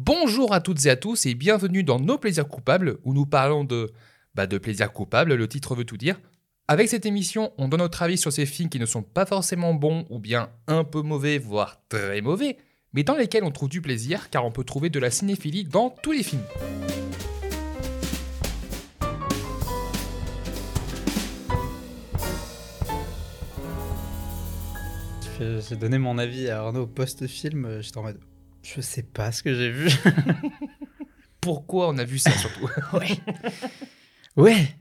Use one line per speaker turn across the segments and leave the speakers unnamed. Bonjour à toutes et à tous et bienvenue dans Nos plaisirs coupables où nous parlons de bah de plaisirs coupables, le titre veut tout dire. Avec cette émission, on donne notre avis sur ces films qui ne sont pas forcément bons ou bien un peu mauvais voire très mauvais, mais dans lesquels on trouve du plaisir car on peut trouver de la cinéphilie dans tous les films.
J'ai j'ai donné mon avis à Arnaud post-film, euh, j'étais en mode je sais pas ce que j'ai vu.
Pourquoi on a vu ça surtout
ouais.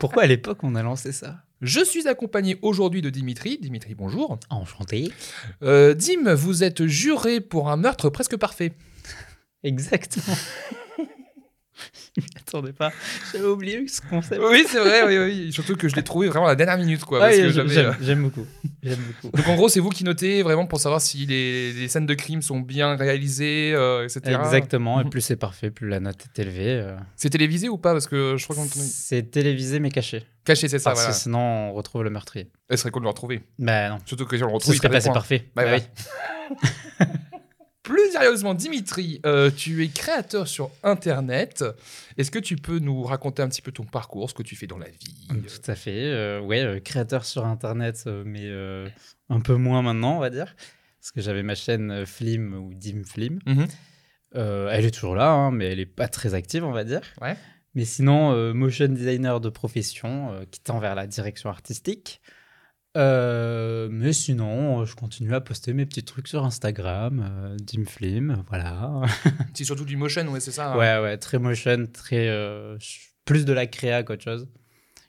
Pourquoi à l'époque on a lancé ça
Je suis accompagné aujourd'hui de Dimitri. Dimitri, bonjour.
Enchanté.
Euh, Dim, vous êtes juré pour un meurtre presque parfait.
Exactement. je m'y attendais pas. J'avais oublié ce concept.
Oui, c'est vrai, oui, oui. Surtout que je l'ai trouvé vraiment à la dernière minute, quoi.
Ouais,
parce que
j'aime,
j'avais, euh,
j'aime- j'aime beaucoup. J'aime beaucoup.
Donc en gros, c'est vous qui notez vraiment pour savoir si les, les scènes de crime sont bien réalisées, euh, etc.
Exactement. Et
Mhm.
plus c'est parfait, plus la note est élevée. euh.
C'est télévisé ou pas Parce que je crois qu'on
C'est télévisé mais caché.
caché, c'est ça.
Parce
Voilà.
que sinon on retrouve le meurtrier.
Elle serait cool de le retrouver.
Bah non.
Surtout que si on le
Ce
retrouve, il
serait
perd des
passé
points.
parfait.
Bah,
Bah
bah.
oui.
Plus sérieusement, Dimitri, euh, tu es créateur sur Internet. Est-ce que tu peux nous raconter un petit peu ton parcours, ce que tu fais dans la vie
Mm, Tout à fait. euh, ouais, euh, créateur sur Internet, euh, mais euh, un peu moins maintenant, on va dire. Parce que j'avais ma chaîne euh, Flim ou Dim Flim.
Mhm.
Euh, elle est toujours là, hein, mais elle n'est pas très active, on va dire.
Ouais.
Mais sinon, euh, motion designer de profession, euh, qui tend vers la direction artistique. Euh, mais sinon, euh, je continue à poster mes petits trucs sur Instagram, euh, Dim Flim, voilà.
C'est surtout du motion, ouais, c'est ça. hein.
Ouais, ouais, très motion, très euh, ch- plus de la créa qu'autre chose.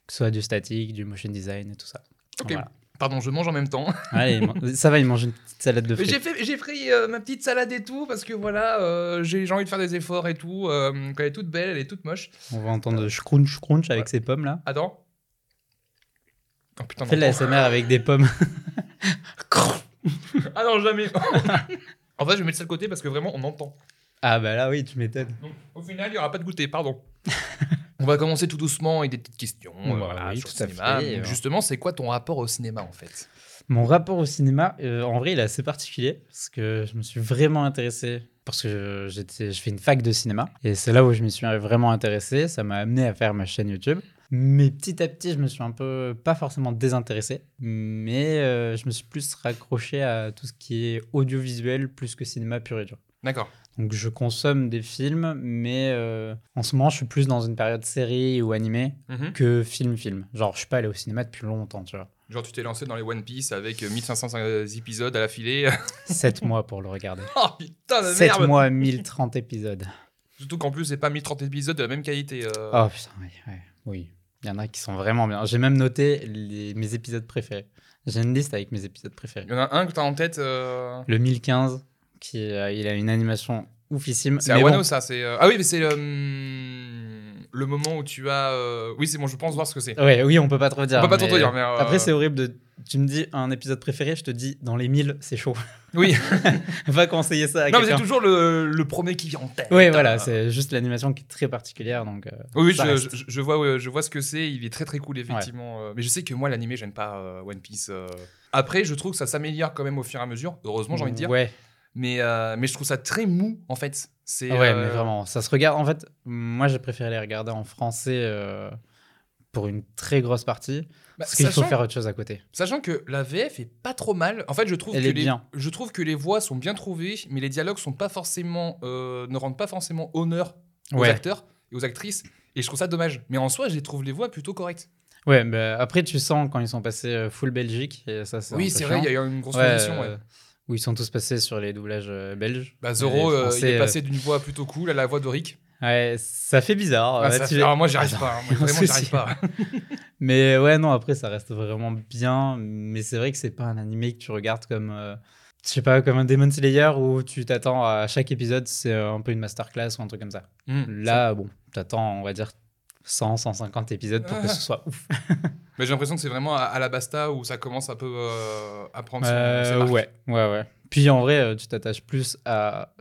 Que ce soit du statique, du motion design et tout ça.
Ok.
Voilà.
Pardon, je mange en même temps.
Allez, man- ça va, il mange une petite salade de
J'ai
fruits.
fait, j'ai pris euh, ma petite salade et tout parce que voilà, euh, j'ai j'ai envie de faire des efforts et tout. euh, quand elle est toute belle, elle est toute moche.
On va entendre scrunch scrunch avec
Ouais.
ses pommes là.
Attends. Oh putain,
Fais de
non.
la SMR avec des pommes.
Ah non, jamais. en fait, je vais mettre ça de côté parce que vraiment, on entend.
ah bah là, oui, tu m'étonnes.
Donc, au final, il n'y aura pas de goûter, pardon. on va commencer tout doucement avec des petites questions. euh,
Bah
voilà,
oui,
sur le
tout à
cinéma.
fait,
Donc,
euh.
Justement, c'est quoi ton rapport au cinéma en fait
Mon rapport au cinéma, euh, en vrai, il est assez particulier parce que je me suis vraiment intéressé. Parce que j'étais, je fais une fac de cinéma et c'est là où je m'y suis vraiment intéressé. Ça m'a amené à faire ma chaîne YouTube. Mais petit à petit, je me suis un peu, pas forcément désintéressé, mais euh, je me suis plus raccroché à tout ce qui est audiovisuel plus que cinéma pur et dur.
D'accord.
Donc je consomme des films, mais euh, en ce moment, je suis plus dans une période série ou animé
Mhm.
que film-film. Genre, je suis pas allé au cinéma depuis longtemps, tu vois.
Genre, tu t'es lancé dans les One Piece avec euh, 1500 euh, épisodes à la filée.
Sept mois pour le regarder.
oh putain de
7
merde
mois, 1030 épisodes.
Surtout qu'en plus, c'est pas 1030 épisodes de la même qualité. euh.
Oh putain, oui. ouais. Oui. Il y en a qui sont vraiment bien. J'ai même noté les- mes épisodes préférés. J'ai une liste avec mes épisodes préférés.
Il y en a un que t'as en tête. euh,
Le 1015, qui est, euh, il a une animation oufissime.
C'est à
mais
Wano,
bon,
ça. C'est euh, ah oui, mais c'est le hum, le moment où tu as. euh, Oui, c'est bon. Je pense voir ce que c'est.
ouais, oui, on peut pas trop dire.
On peut pas
Ah, mais-
trop dire, mais, euh,
Après, c'est horrible de. Tu me dis un épisode préféré, je te dis dans les 1000, c'est chaud.
Oui.
Va conseiller ça à
non, mais c'est
quelqu'un.
toujours le, le premier qui vient en tête.
Oui, voilà,
Euh,
c'est juste l'animation qui est très particulière. Donc, euh,
Oui,
ça
je,
reste.
je- je vois, ouais, je vois ce que c'est. Il est très très cool, effectivement. euh, Mais je sais que moi, l'animé, j'aime pas euh, One Piece. euh. Après, je trouve que ça s'améliore quand même au fur et à mesure. Heureusement, j'ai envie de dire.
Ouais,
Mais euh, mais je trouve ça très mou, en fait. C'est
Ouais,
euh,
mais vraiment, ça se regarde. En fait, moi, j'ai préféré les regarder en français euh, pour une très grosse partie,
bah,
parce qu'il faut
sachant-
faire autre chose à côté.
Sachant que la VF est pas trop mal. En fait, je trouve
Elle
que
est
les,
bien.
je trouve que les voix sont bien trouvées, mais les dialogues sont pas forcément, euh, ne rendent pas forcément honneur aux
Ouais,
acteurs et aux actrices. Et je trouve ça dommage. Mais en soi, je les trouve les voix plutôt correctes.
ouais. Mais après, tu sens quand ils sont passés euh, full Belgique, et ça, c'est un
oui,
peu
c'est vrai, il y
chiant.
a eu une grosse
Ouais,
transition. ouais.
euh, Où ils sont tous passés sur les doublages euh, belges.
Bah,
Et
Zoro,
les
euh, il
Français,
est
euh,
passé d'une voix plutôt cool à la voix de Rick.
Ouais, ça fait bizarre.
Ah,
ouais,
ça
tu-
fait- Alors moi, j'y arrive
Attends,
pas. hein. Moi,
il y a un
Vraiment, j'y
souci.
arrive pas.
Mais ouais, non, après, ça reste vraiment bien. Mais c'est vrai que c'est pas un animé que tu regardes comme. euh, je sais pas, comme un Demon Slayer où tu t'attends à chaque épisode, c'est euh, un peu une masterclass ou un truc comme ça.
Hmm.
Là, bon, t'attends, on va dire, 100, 150 épisodes pour que ce soit ouf.
Mais j'ai l'impression que c'est vraiment à, à la basta où ça commence un peu euh, à prendre son, ses
Euh,
marques.
ouais, ouais, ouais. Puis en vrai, euh, tu t'attaches plus à...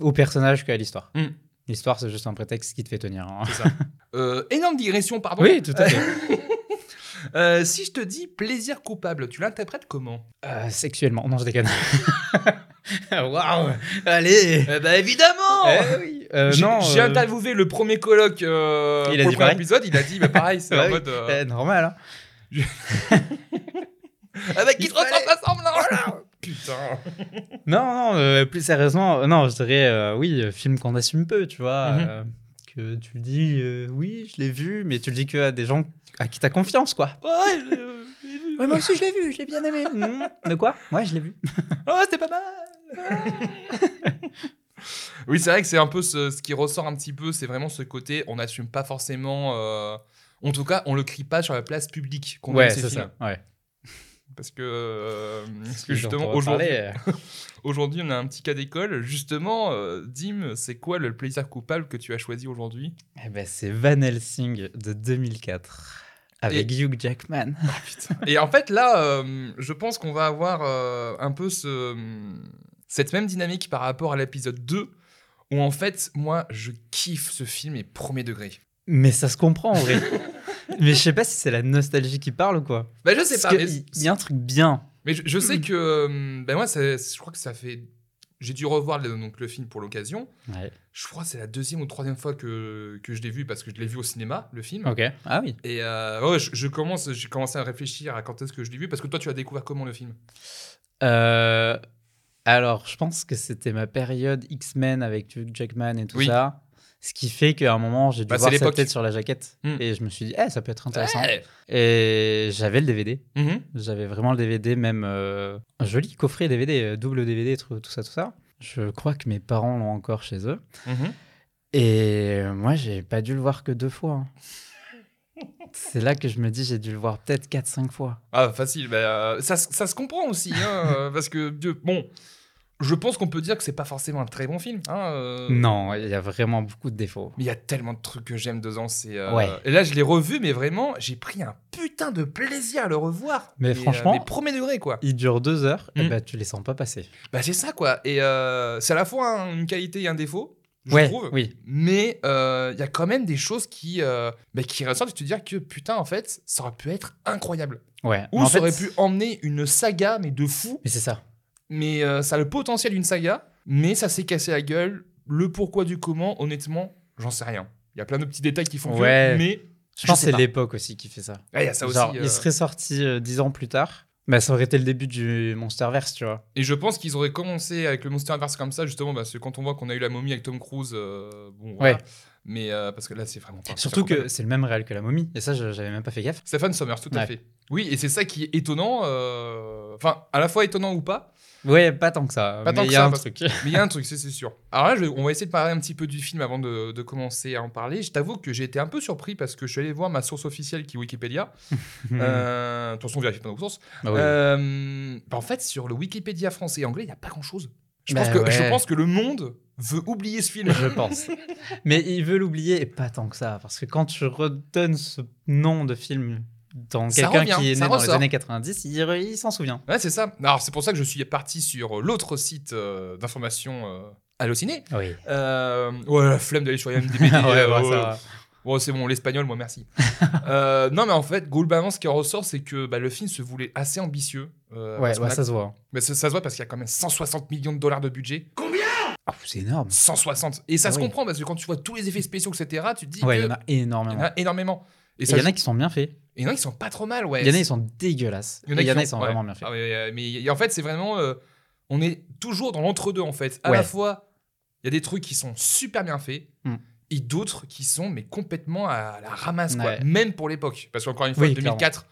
au personnage qu'à l'histoire.
Mm.
L'histoire,
Ah
c'est juste un prétexte qui te fait tenir. hein.
Euh, énorme digression, pardon.
Oui, tout à fait.
Euh, si je te dis plaisir coupable, tu l'interprètes comment
Euh, sexuellement. Non, je déconne. Waouh Allez
Bah évidemment
Eh oui. Euh,
J'ai
Non,
j'ai
euh,
interviewé le premier colloque euh, pour
Il a dit
le premier
pareil.
épisode, il a dit bah, pareil, c'est
Bah
en
oui.
mode. euh,
eh, normal, hein.
Avec qui
il
te ressemble, ressemble là Putain
Non, non, euh, plus sérieusement, euh, non, je dirais euh, oui, euh, film qu'on assume peu, tu vois.
Mhm.
euh, que tu le dis, euh, oui, je l'ai vu, mais tu le dis que à des gens à qui t'as confiance, quoi. Ouais, moi aussi, je l'ai vu, je l'ai bien aimé. De quoi Ouais, je l'ai vu.
Oh, c'était pas mal Oui, c'est vrai que c'est un peu ce, ce qui ressort un petit peu, c'est vraiment ce côté, on n'assume pas forcément. euh, En tout cas, on le crie pas sur la place publique qu'on
ouais,
aime ces
c'est
films.
ça. Ouais.
Parce que, euh, parce que
Ils
justement,
en ont
aujourd'hui,
parlé, euh,
aujourd'hui, on a un petit cas d'école. Justement, euh, Dim, c'est quoi le plaisir coupable que tu as choisi aujourd'hui
eh ben, c'est Van Helsing de 2004 avec Hugh Jackman.
Et en fait, là, euh, je pense qu'on va avoir euh, un peu ce, cette même dynamique par rapport à l'épisode 2, où en fait, moi, je kiffe ce film et premier degré.
Mais ça se comprend en vrai. mais je sais pas si c'est la nostalgie qui parle ou quoi.
Bah, je sais
Parce
pas.
que
Mais,
Il y a Hum. un truc bien.
mais je, je sais que. euh, Ben, moi, ça- je crois que ça fait. J'ai dû revoir le, donc, le film pour l'occasion.
Ouais.
Je crois que c'est la deuxième ou troisième fois que, que je l'ai vu parce que je l'ai vu au cinéma, le film.
Ok. Ah oui.
Et euh, ouais, je, je commence, j'ai commencé à réfléchir à quand est-ce que je l'ai vu parce que toi, tu as découvert comment le film
Euh, alors, je pense que c'était ma période X-Men avec Hugh Jackman et tout
Oui.
ça. Ce qui fait qu'à un moment, j'ai dû
Bah, c'est
voir sa
l'époque.
tête sur la jaquette.
Hmm.
Et je me suis dit, eh, ça peut être intéressant.
Ouais.
Et j'avais le DVD.
Mhm.
J'avais vraiment le DVD, même euh, un joli coffret DVD, euh, double DVD, tout, tout ça, tout ça. Je crois que mes parents l'ont encore chez eux.
Mhm.
Et euh, moi, j'ai pas dû le voir que deux fois. hein. C'est là que je me dis, j'ai dû le voir peut-être 4-5 fois.
Ah, facile. bah, euh, ça, se- ça se comprend aussi, hein, euh, parce que Dieu, bon, je pense qu'on peut dire que c'est pas forcément un très bon film. hein, euh,
Non, il y a vraiment beaucoup de défauts.
Mais il y a tellement de trucs que j'aime dedans. C'est euh,
Ouais.
Et là, je l'ai revu, mais vraiment, j'ai pris un putain de plaisir à le revoir. Et,
Mais
euh,
franchement-
mais premier degré, quoi.
Il dure deux heures,
Mm.
et bah, tu les sens pas passer.
Bah, c'est ça, quoi. Et euh, c'est à la fois un- une qualité et un défaut, je
ouais,
trouve.
oui.
Mais euh, il y a quand même des choses qui, euh, bah, qui ressortent et te dire que putain, en fait, ça aurait pu être incroyable.
Ouais.
Ou
Mais en
ça aurait
fait-
pu emmener une saga, mais de fou.
Mais c'est ça.
mais euh, ça a le potentiel d'une saga, mais ça s'est cassé la gueule. Le pourquoi du comment, honnêtement, j'en sais rien. Il y a plein de petits détails qui font que,
Ouais.
mais
Je pense
sais
que c'est
pas.
l'époque aussi qui fait ça.
Ah, il y a ça aussi.
Genre,
euh,
il serait sorti euh, dix ans plus tard, bah, ça aurait été le début du Monsterverse, tu vois.
Et je pense qu'ils auraient commencé avec le Monsterverse comme ça, justement, parce que quand on voit qu'on a eu la momie avec Tom Cruise, euh, bon, voilà.
Ouais.
Mais euh, parce que là, c'est vraiment pas.
Surtout
c'est pas
que c'est le même réel que la momie, et ça, je- j'avais même pas fait gaffe.
Stephen Sommers, tout à
Ouais.
fait. Oui, et c'est ça qui est étonnant. euh, Enfin, à la fois étonnant ou pas,
Ouais, pas tant que ça.
Pas
mais
tant
il
que
y a
ça,
un
parce-
truc.
Mais il y a un truc, c'est c'est sûr. Alors là, je- on va essayer de parler un petit peu du film avant de, de commencer à en parler. Je t'avoue que j'ai été un peu surpris parce que je suis allé voir ma source officielle qui est Wikipédia. Euh, De toute façon, on vérifie pas nos sources.
Bah Hmm. oui.
Euh, bah en fait, sur le Wikipédia français et anglais, il n'y a pas grand-chose. Je, pense
Bah
que je
ouais.
pense que le monde veut oublier ce film.
Je pense. Mais il veut l'oublier, et pas tant que ça, parce que quand tu redonnes ce nom de film dans
Ça
quelqu'un
revient,
qui est
ça
né dans les
ressort.
années 90, il, re- il s'en souvient.
Ouais, c'est ça. Alors, c'est pour ça que je suis parti sur l'autre site euh, d'information euh, Allociné.
Oui.
Euh, ouais, la flemme d'aller sur IMDb.
ouais,
euh,
bah,
ouais.
ça va.
Bon, c'est bon, l'espagnol, moi, merci. Euh, non, mais en fait, globalement, ce qui ressort, c'est que bah, le film se voulait assez ambitieux. euh,
Ouais,
parce qu'on
bah,
a-
ça se voit.
mais ça, ça se voit parce qu'il y a quand même 160 millions de dollars de budget.
Ah, c'est énorme.
160 Et ça
Ah
se
oui.
comprend parce que quand tu vois tous les effets spéciaux, etc., tu te dis
Ouais,
que
il y en a énormément.
il y en a énormément. Et
Et
ça-
Il y en a qui sont bien faits.
et il y en a qui sont pas trop mal, ouais.
Il y en a, ils sont dégueulasses. Et Il y en a, ils sont
ouais.
vraiment bien faits.
Ah, mais, euh, mais y- en fait, c'est vraiment. euh, on est toujours dans l'entre-deux, en fait. À
Ouais.
la fois, il y a des trucs qui sont super bien faits.
Mm.
Et d'autres qui sont mais complètement à la ramasse, quoi.
Ouais.
même pour l'époque. Parce qu'encore une fois,
Oui,
2004,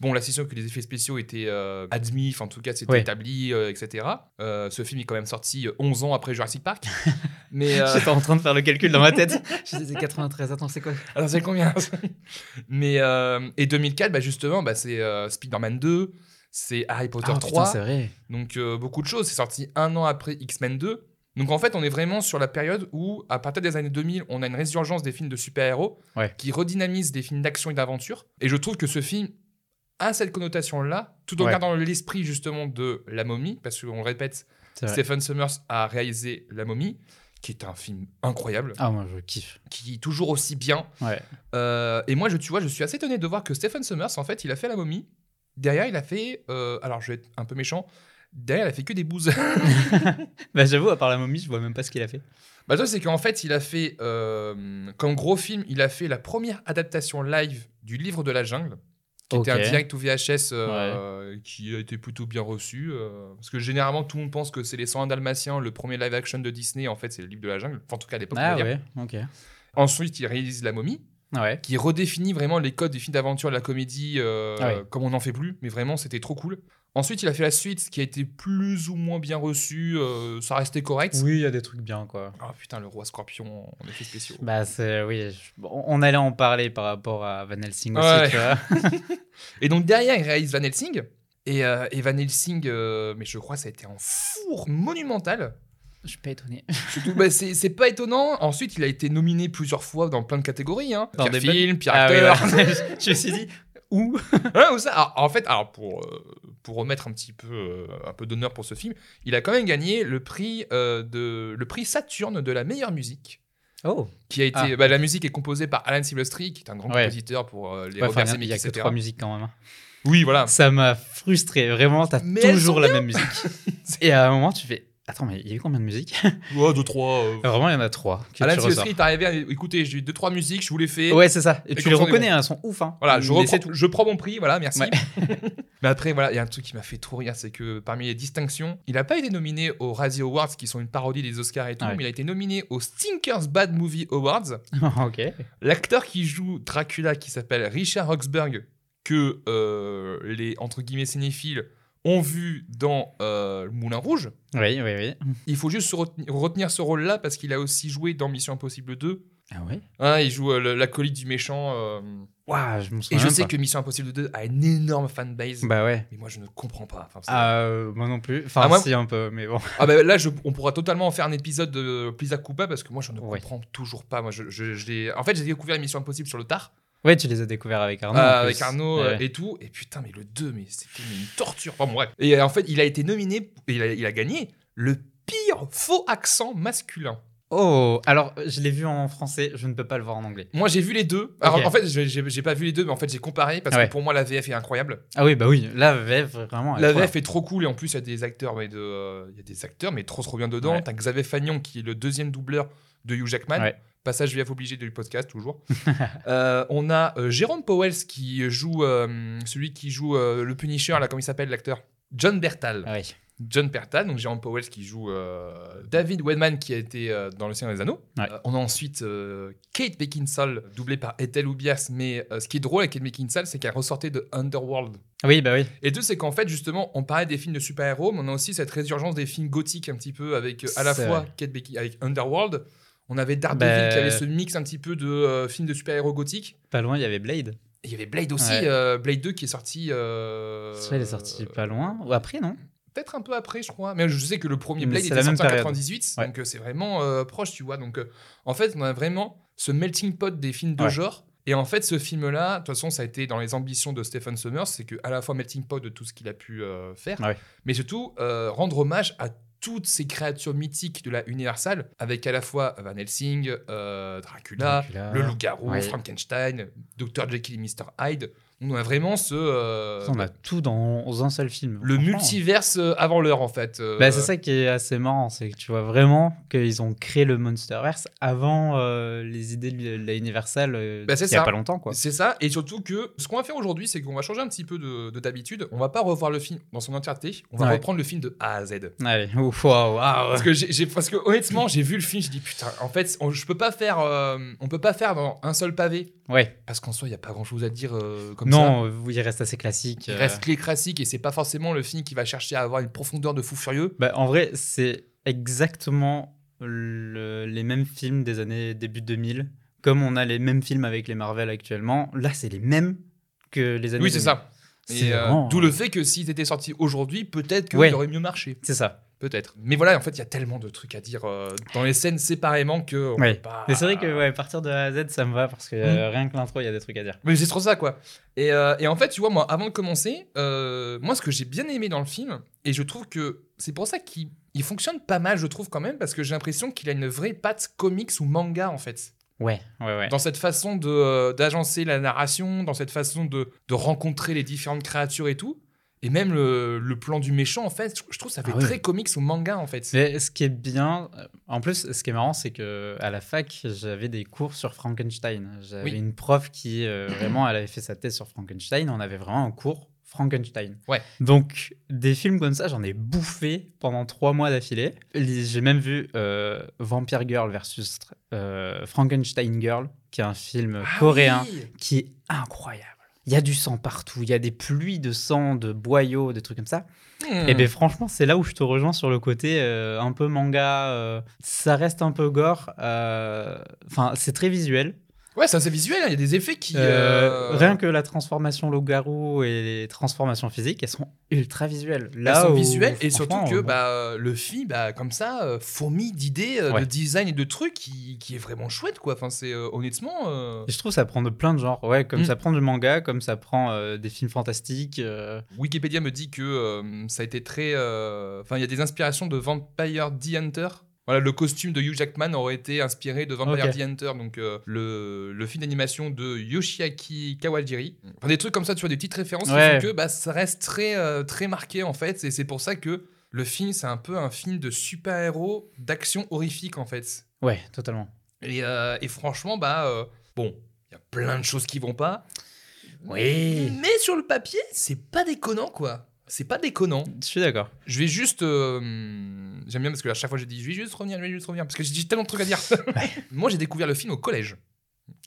bon, la session que les effets spéciaux étaient euh, admis, enfin en tout cas c'était
Ouais.
établi, euh, etc. Euh, ce film est quand même sorti euh, 11 ans après Jurassic Park. mais euh,
Ah, J'étais en train de faire le calcul dans ma tête. Je disais 93, attends, c'est quoi
Alors c'est combien Mais euh, et 2004, bah justement, bah, c'est euh, Spider-Man 2, c'est Harry
Ah,
Potter 3,
c'est vrai.
donc euh, beaucoup de choses. C'est sorti un an après X-Men 2. Donc en fait, on est vraiment sur la période où, à partir des années 2000, on a une résurgence des films de super-héros
Ouais.
qui redynamisent des films d'action et d'aventure. Et je trouve que ce film a cette connotation-là, tout en
Ouais.
gardant l'esprit justement de La Momie, parce qu'on le répète,
C'est vrai.
Stephen Summers a réalisé La Momie, qui est un film incroyable,
Ah, moi, je kiffe.
qui est toujours aussi bien.
Ouais.
Euh, et moi, je, tu vois, je suis assez étonné de voir que Stephen Summers, en fait, il a fait la momie. Derrière, il a fait. euh, alors, je vais être un peu méchant. Derrière, il a fait que des bouses.
Bah, j'avoue, à part la momie, je vois même pas ce qu'il a fait.
bah, toi, c'est qu'en fait, il a fait. euh, comme gros film, il a fait la première adaptation live du livre de la jungle. qui était un direct ou VHS euh, qui a été plutôt bien reçu. euh, parce que généralement, tout le monde pense que c'est les 101 Dalmatiens, le premier live action de Disney. En fait, c'est le livre de la jungle. Enfin, en tout cas, à l'époque. on
Ah,
va dire.
ouais, ok.
Ensuite, il réalise La momie,
Ah, Ouais.
qui redéfinit vraiment les codes des films d'aventure, de la comédie, euh,
Ah ouais.
comme on n'en fait plus. Mais vraiment, c'était trop cool. Ensuite, il a fait la suite, qui a été plus ou moins bien reçue. euh, ça restait correct.
Oui, il y a des trucs bien, quoi.
Ah putain, le roi scorpion en effets spéciaux.
Bah, c'est. Oui, je- bon, on allait en parler par rapport à Van Helsing
Ouais.
aussi, tu vois.
Et donc derrière, il réalise Van Helsing. Et, euh, et Van Helsing, euh, mais je crois que ça a été un four monumental.
Je suis pas étonné.
Surtout, bah, c'est c'est pas étonnant. Ensuite, il a été nominé plusieurs fois dans plein de catégories. Hein.
Dans
Pire
des
film, pire
Ah, oui,
acteur.
ouais. je me suis dit, où
Hein, ou ça. Alors, en fait, alors pour, euh, pour remettre un petit peu, euh, un peu d'honneur pour ce film, il a quand même gagné le prix, euh, de, le prix Saturne de la meilleure musique.
Oh
Qui a été,
Ah.
bah, la musique est composée par Alan Silvestri, qui est un grand
Ouais.
compositeur pour euh, les
Ouais, enfin,
Robert
Il y
Zemeckis,
a que
etc.
trois musiques quand même. hein.
Oui, voilà.
Ça m'a frustré, vraiment, t'as
Mais elles
toujours la même musique. Et à un moment, tu fais, attends, mais il y a eu combien de musiques
Ouais, deux, trois. euh,
Vraiment, il y en a trois que
Alan
tu
Silvestri
ressors.
est arrivé, à- écoutez, j'ai eu deux, trois musiques, je vous les fais.
Ouais, c'est ça. Et,
Et
tu
comme
les
ça, on est
reconnais, hein, elles sont ouf. Hein.
Voilà, je,
Mais
reprends,
c'est tout.
je prends mon prix, voilà, merci.
Ouais.
Mais après, voilà, il y a un truc qui m'a fait trop rire, c'est que parmi les distinctions, il n'a pas été nominé aux Razzie Awards, qui sont une parodie des Oscars et tout,
Ouais.
mais il a été nominé aux Stinkers Bad Movie Awards.
ok.
L'acteur qui joue Dracula, qui s'appelle Richard Roxburgh, que euh, les entre guillemets cinéphiles ont vu dans euh, Le Moulin Rouge,
Oui, oui, oui.
il faut juste se retenir, retenir ce rôle-là parce qu'il a aussi joué dans Mission Impossible 2.
Ah ouais
Hein, il joue euh, le- l'acolyte du méchant. euh, Hein.
Waouh, je me souviens.
et je
même
sais
pas.
que Mission Impossible 2 a une énorme fanbase.
Bah ouais.
Mais moi, je ne comprends pas. Enfin, c'est- ah.
Euh, moi non plus. Enfin,
Ah, moi-
si, un peu, mais bon.
bah, là, je- on pourra totalement en faire un épisode de Plaza Coupa parce que moi, je ne
Ouais.
comprends toujours pas. Moi, je, je- je l'ai- en fait, j'ai découvert Mission Impossible sur le tard
Ouais, tu les as découverts Ah, avec Arnaud. en
euh,
plus.
avec Arnaud
Ouais,
euh,
ouais.
et tout. Et putain, mais le 2, mais c'était mais une torture. Enfin, bon, bref. Et euh, en fait, il a été nominé, et il a, il a gagné le pire faux accent masculin.
Oh, alors, je l'ai vu en français, je ne peux pas le voir en anglais.
Moi, j'ai vu les deux. Alors,
Ok.
en fait, j'ai- j'ai j'ai pas vu les deux, mais en fait, j'ai comparé parce
Ouais.
que pour moi, la VF est incroyable.
Ah oui, bah oui, la VF, vraiment. elle
La
est trop
VF est trop cool et en plus il y a des acteurs mais de euh, il y a des acteurs mais trop trop bien dedans.
Ouais.
T'as Xavier Fagnon qui est le deuxième doubleur de Hugh Jackman.
Ouais.
Passage VF obligé du podcast toujours. Euh, on a euh, Jérôme Powells qui joue euh, celui qui joue euh, le Punisher là comment il s'appelle l'acteur John Bertal.
là. Ah oui.
John Bertal donc Jérôme Powells qui joue euh, David Wedman qui a été euh, dans Le Seigneur des Anneaux.
Ouais.
Euh, on a ensuite euh, Kate Beckinsale doublée par Ethel Oubias mais euh, ce qui est drôle avec Kate Beckinsale c'est qu'elle ressortait de Underworld.
Oui, bah oui.
Et deux, c'est qu'en fait, justement, on parlait des films de super-héros, mais on a aussi cette résurgence des films gothiques un petit peu avec euh, à la
C'est
fois
vrai.
Kate Becky, avec Underworld. On avait Daredevil
Ben-
qui avait ce mix un petit peu de euh, films de super-héros gothiques.
Pas loin, il y avait Blade.
Et il y avait Blade aussi,
Ouais.
euh, Blade 2 qui est sorti. euh,
Ça, elle est sortie pas loin. Ou après, non
Peut-être un peu après, je crois. Mais je sais que le premier
Mais
Blade
c'est
était
la même
sorti en
période.
98,
Ouais.
donc euh, c'est vraiment euh, proche, tu vois. Donc euh, en fait, on a vraiment ce melting pot des films de
Ouais.
genre. Et en fait, ce film-là, de toute façon, ça a été dans les ambitions de Stephen Summers, c'est que à la fois melting pot de tout ce qu'il a pu euh, faire,
Ouais.
mais surtout euh, rendre hommage à toutes ces créatures mythiques de la Universal, avec à la fois Van Helsing, euh, Dracula,
Dracula.
le loup-garou,
Ouais.
Frankenstein, Dr. Jekyll et Mr. Hyde. On a vraiment ce... euh,
Ça, On a tout dans un seul film.
le
franchement. hein.
multiverse euh, avant l'heure, en fait. euh,
Bah, c'est ça qui est assez marrant, c'est que tu vois vraiment qu'ils ont créé le Monsterverse avant euh, les idées de la Universal euh,
Bah, c'est
il y a
ça.
pas longtemps quoi.
C'est ça, et surtout que ce qu'on va faire aujourd'hui, c'est qu'on va changer un petit peu de de d'habitude. On va pas revoir le film dans son entièreté, on va
Ouais. Ah
reprendre le film de A à Z.
Allez, ouf, waouh, waouh.
Parce que, j'ai, j'ai- parce que honnêtement, j'ai vu le film, je dis putain, en fait, on, je peux pas faire, euh, on peut pas faire dans un seul pavé,
Ouais.
parce qu'en soi, il y a pas grand chose à dire euh, comme ça.
non, euh, oui, il reste assez classique.
Il
euh.
reste les classiques, et c'est pas forcément le film qui va chercher à avoir une profondeur de fou furieux.
Bah, en vrai, c'est exactement le- les mêmes films des années début 2000, comme on a les mêmes films avec les Marvel actuellement. Là, c'est les mêmes que les années.
Oui, c'est
2000.
ça.
C'est
Et, euh,
vraiment-
D'où le fait que s'ils étaient sortis aujourd'hui, peut-être qu'il
Ouais.
aurait mieux marché.
C'est ça.
Peut-être. Mais voilà, en fait, il y a tellement de trucs à dire euh, dans les scènes séparément que. on
Ouais.
peut pas-
Mais c'est vrai que ouais, partir de A à Z, ça me va parce que
Mm.
euh, rien que l'intro, il y a des trucs à dire.
Mais c'est trop ça, quoi. Et, euh, et en fait, tu vois, moi, avant de commencer, euh, moi, ce que j'ai bien aimé dans le film, et je trouve que c'est pour ça qu'il il fonctionne pas mal, je trouve, quand même, parce que j'ai l'impression qu'il a une vraie patte comics ou manga, en fait.
Ouais, ouais, ouais.
Dans cette façon de, euh, d'agencer la narration, dans cette façon de, de rencontrer les différentes créatures et tout. Et même le, le plan du méchant, en fait, je- je trouve ça fait
Ah ouais.
très comics ou manga, en fait.
Mais ce qui est bien, euh, en plus, ce qui est marrant, c'est que à la fac, j'avais des cours sur Frankenstein. J'avais
Oui.
une prof qui euh, vraiment, elle avait fait sa thèse sur Frankenstein. On avait vraiment un cours Frankenstein.
Ouais.
Donc des films comme ça, j'en ai bouffé pendant trois mois d'affilée. Les- J'ai même vu euh, Vampire Girl versus euh, Frankenstein Girl, qui est un film
Ah
euh, coréen
oui
qui est incroyable. Il y a du sang partout, il y a des pluies de sang, de boyaux, des trucs comme ça.
Hmm.
Et bien Eh ben, franchement, c'est là où je te rejoins sur le côté euh, un peu manga. euh, ça reste un peu gore. euh, Enfin, c'est très visuel.
Ouais, ça c'est visuel, hein. il y a des effets qui.
Euh,
euh,
Rien que la transformation loup-garou et les transformations physiques, elles sont ultra visuelles. Là
elles sont
où,
visuelles et surtout
franchement,
que
euh,
bah, euh, le film, bah, comme ça, euh, fourmille d'idées, euh, de
Ouais.
design et de trucs qui, qui est vraiment chouette, quoi. Enfin, c'est euh, honnêtement. euh,
Je trouve ça prend de plein de genres. Ouais, comme
Mm.
ça prend du manga, comme ça prend euh, des films fantastiques. euh,
Wikipédia me dit que euh, ça a été très. euh, Enfin, il y a des inspirations de Vampire the Hunter. Voilà, le costume de Hugh Jackman aurait été inspiré de Vampire
Ok.
the Hunter, donc euh, le, le film d'animation de Yoshiaki Kawajiri. Enfin, des trucs comme ça, tu vois, des petites références
Ouais.
qui font que bah, ça reste très, euh, très marqué en fait, et c'est pour ça que le film, c'est un peu un film de super-héros d'action horrifique en fait.
Ouais, totalement.
Et, euh, et franchement, bah, euh, bon, il y a plein de choses qui vont pas.
Oui.
Mais sur le papier, c'est pas déconnant, quoi. C'est pas déconnant.
Je suis d'accord.
Je vais juste. euh, hum, J'aime bien parce que à chaque fois, j'ai dit je vais juste revenir, je vais juste revenir. Parce que j'ai dit tellement de trucs à dire. Moi, j'ai découvert le film au collège.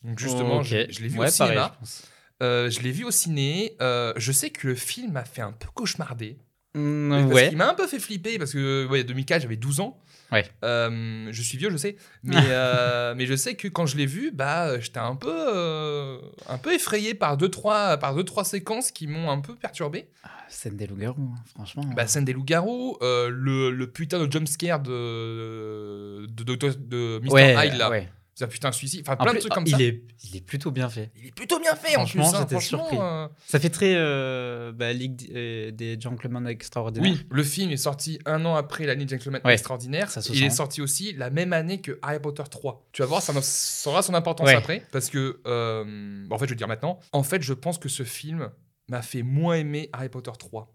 Donc, justement,
Ok.
je, je l'ai vu
Ouais,
au cinéma.
pareil, je pense.
Euh, je l'ai vu au ciné. Euh, je sais que le film m'a fait un peu cauchemarder.
Mm,
Parce
ouais.
qu'il m'a un peu fait flipper parce que ouais, 2004, j'avais 12 ans.
Ouais. Ah.
Euh, je suis vieux, je sais. Mais, euh, mais je sais que quand je l'ai vu, bah, euh, j'étais un peu, euh, un peu effrayé par deux, trois, par deux, trois séquences qui m'ont un peu perturbé.
Scène des loups-garous, hein, franchement.
Bah, scène des loups-garous, euh, le, le putain de jumpscare de, de, de, de, de Mr.
Ouais, euh,
Hyde, là.
ouais.
C'est un putain de suicide. Enfin,
En
plein de
plus, ah,
trucs comme
il
ça.
Est, il est plutôt bien fait.
Il est plutôt bien fait en plus.
Franchement,
hein.
j'étais
Franchement,
surpris.
euh,
Ça fait très euh, bah, Ligue euh, des Gentlemen Extraordinaires.
Oui, le film est sorti un an après l'année de Gentleman
Ouais,
Extraordinaire.
ça se
il est
sent. hein.
sorti aussi la même année que Harry Potter 3. Tu vas voir, ça, en- ça aura son importance
Ouais.
après. Parce que, euh, en fait, je vais le dire maintenant. En fait, je pense que ce film m'a fait moins aimer Harry Potter 3.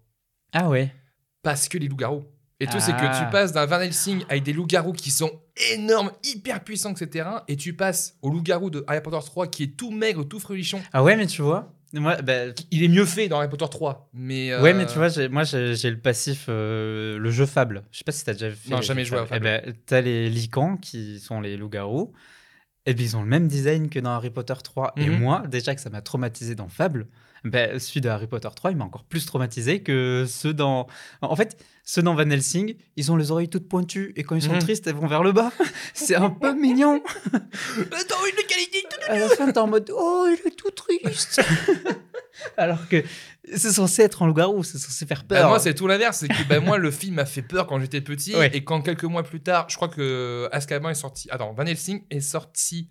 Ah ouais.
Parce que les loups-garous. Et tout, c'est que
Ah.
tu passes d'un Van Helsing avec des loups-garous qui sont énormes, hyper puissants, etc. Et tu passes au loup-garou de Harry Potter 3 qui est tout maigre, tout frélichon.
Ah ouais, mais tu vois. Moi, bah,
Il est mieux fait dans Harry Potter 3. Mais, euh,
Ouais, mais tu vois, j'ai- moi j'ai j'ai le passif, euh, le jeu Fable. Je sais pas si t'as déjà fait.
Non,
le
jamais
jeu
joué à
Fable. Eh ben, t'as les licans qui sont les loups-garous. Et puis ils ont le même design que dans Harry Potter 3. Et
Mhm.
moi, déjà que ça m'a traumatisé dans Fable, ben, celui de Harry Potter 3, il m'a encore plus traumatisé que ceux dans. En fait, ceux dans Van Helsing, ils ont les oreilles toutes pointues. Et quand ils sont
Mhm.
tristes, elles vont vers le bas. C'est un peu mignon.
Attends, une qualité
À la fin, t'es en mode Oh, il est tout triste. Alors que c'est censé être un loup-garou, c'est censé faire
Bah,
peur.
moi, c'est tout l'inverse. C'est que bah, moi, le film m'a fait peur quand j'étais petit.
Ouais.
Et quand quelques mois plus tard, je crois que euh, Azkaban est sorti. Attends, Van Helsing est sorti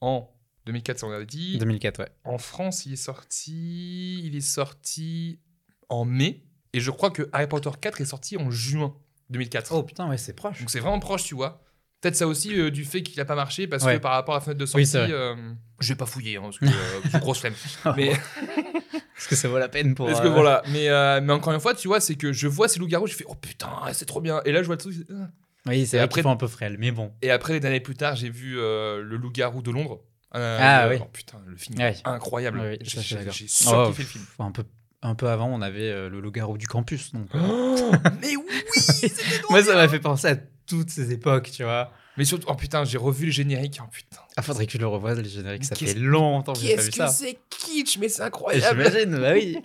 en 2004, ça on a dit.
2004, ouais.
En France, il est sorti. Il est sorti en mai. Et je crois que Harry Potter 4 est sorti en juin 2004.
Oh putain, ouais, c'est proche.
Donc c'est vraiment proche, tu vois. Peut-être ça aussi euh, du fait qu'il a pas marché parce
Ouais.
que par rapport à la fenêtre de
Oui,
sortie,
c'est vrai.
euh, je vais pas fouiller hein, parce que euh, j'ai une grosse flemme. Mais
Est-ce que ça vaut la peine pour.
Parce que
euh,
voilà, mais, euh, mais encore une fois, tu vois, c'est que je vois ces loups-garous, je fais oh putain, c'est trop bien. Et là, je vois le truc. c'est- ah.
Oui,
Et
c'est vrai
après-
qu'ils font un peu frêle, mais bon.
Et après, des années plus tard, j'ai vu euh, le loup-garou de Londres. Euh,
Ah,
le-
oui.
oh, putain, le film est
Ouais.
incroyable.
Ouais, oui,
J'ai-
ça, je suis
j'ai
d'accord.
j'ai surkiffé le film.
pff, Un peu, un peu avant, on avait euh, le loup-garou du campus. Donc, euh,
mais oui, c'était drôle.
Moi, ça m'a fait penser à toutes ces époques, tu vois.
Mais surtout, oh putain, j'ai revu le générique. Oh putain,
Ah, faudrait que je le revoie, le générique. Ça
Qu'est-ce-
fait longtemps que j'ai pas
qu'est-ce
vu
que
ça.
c'est kitsch, mais c'est
Et
incroyable.
J'imagine, bah oui.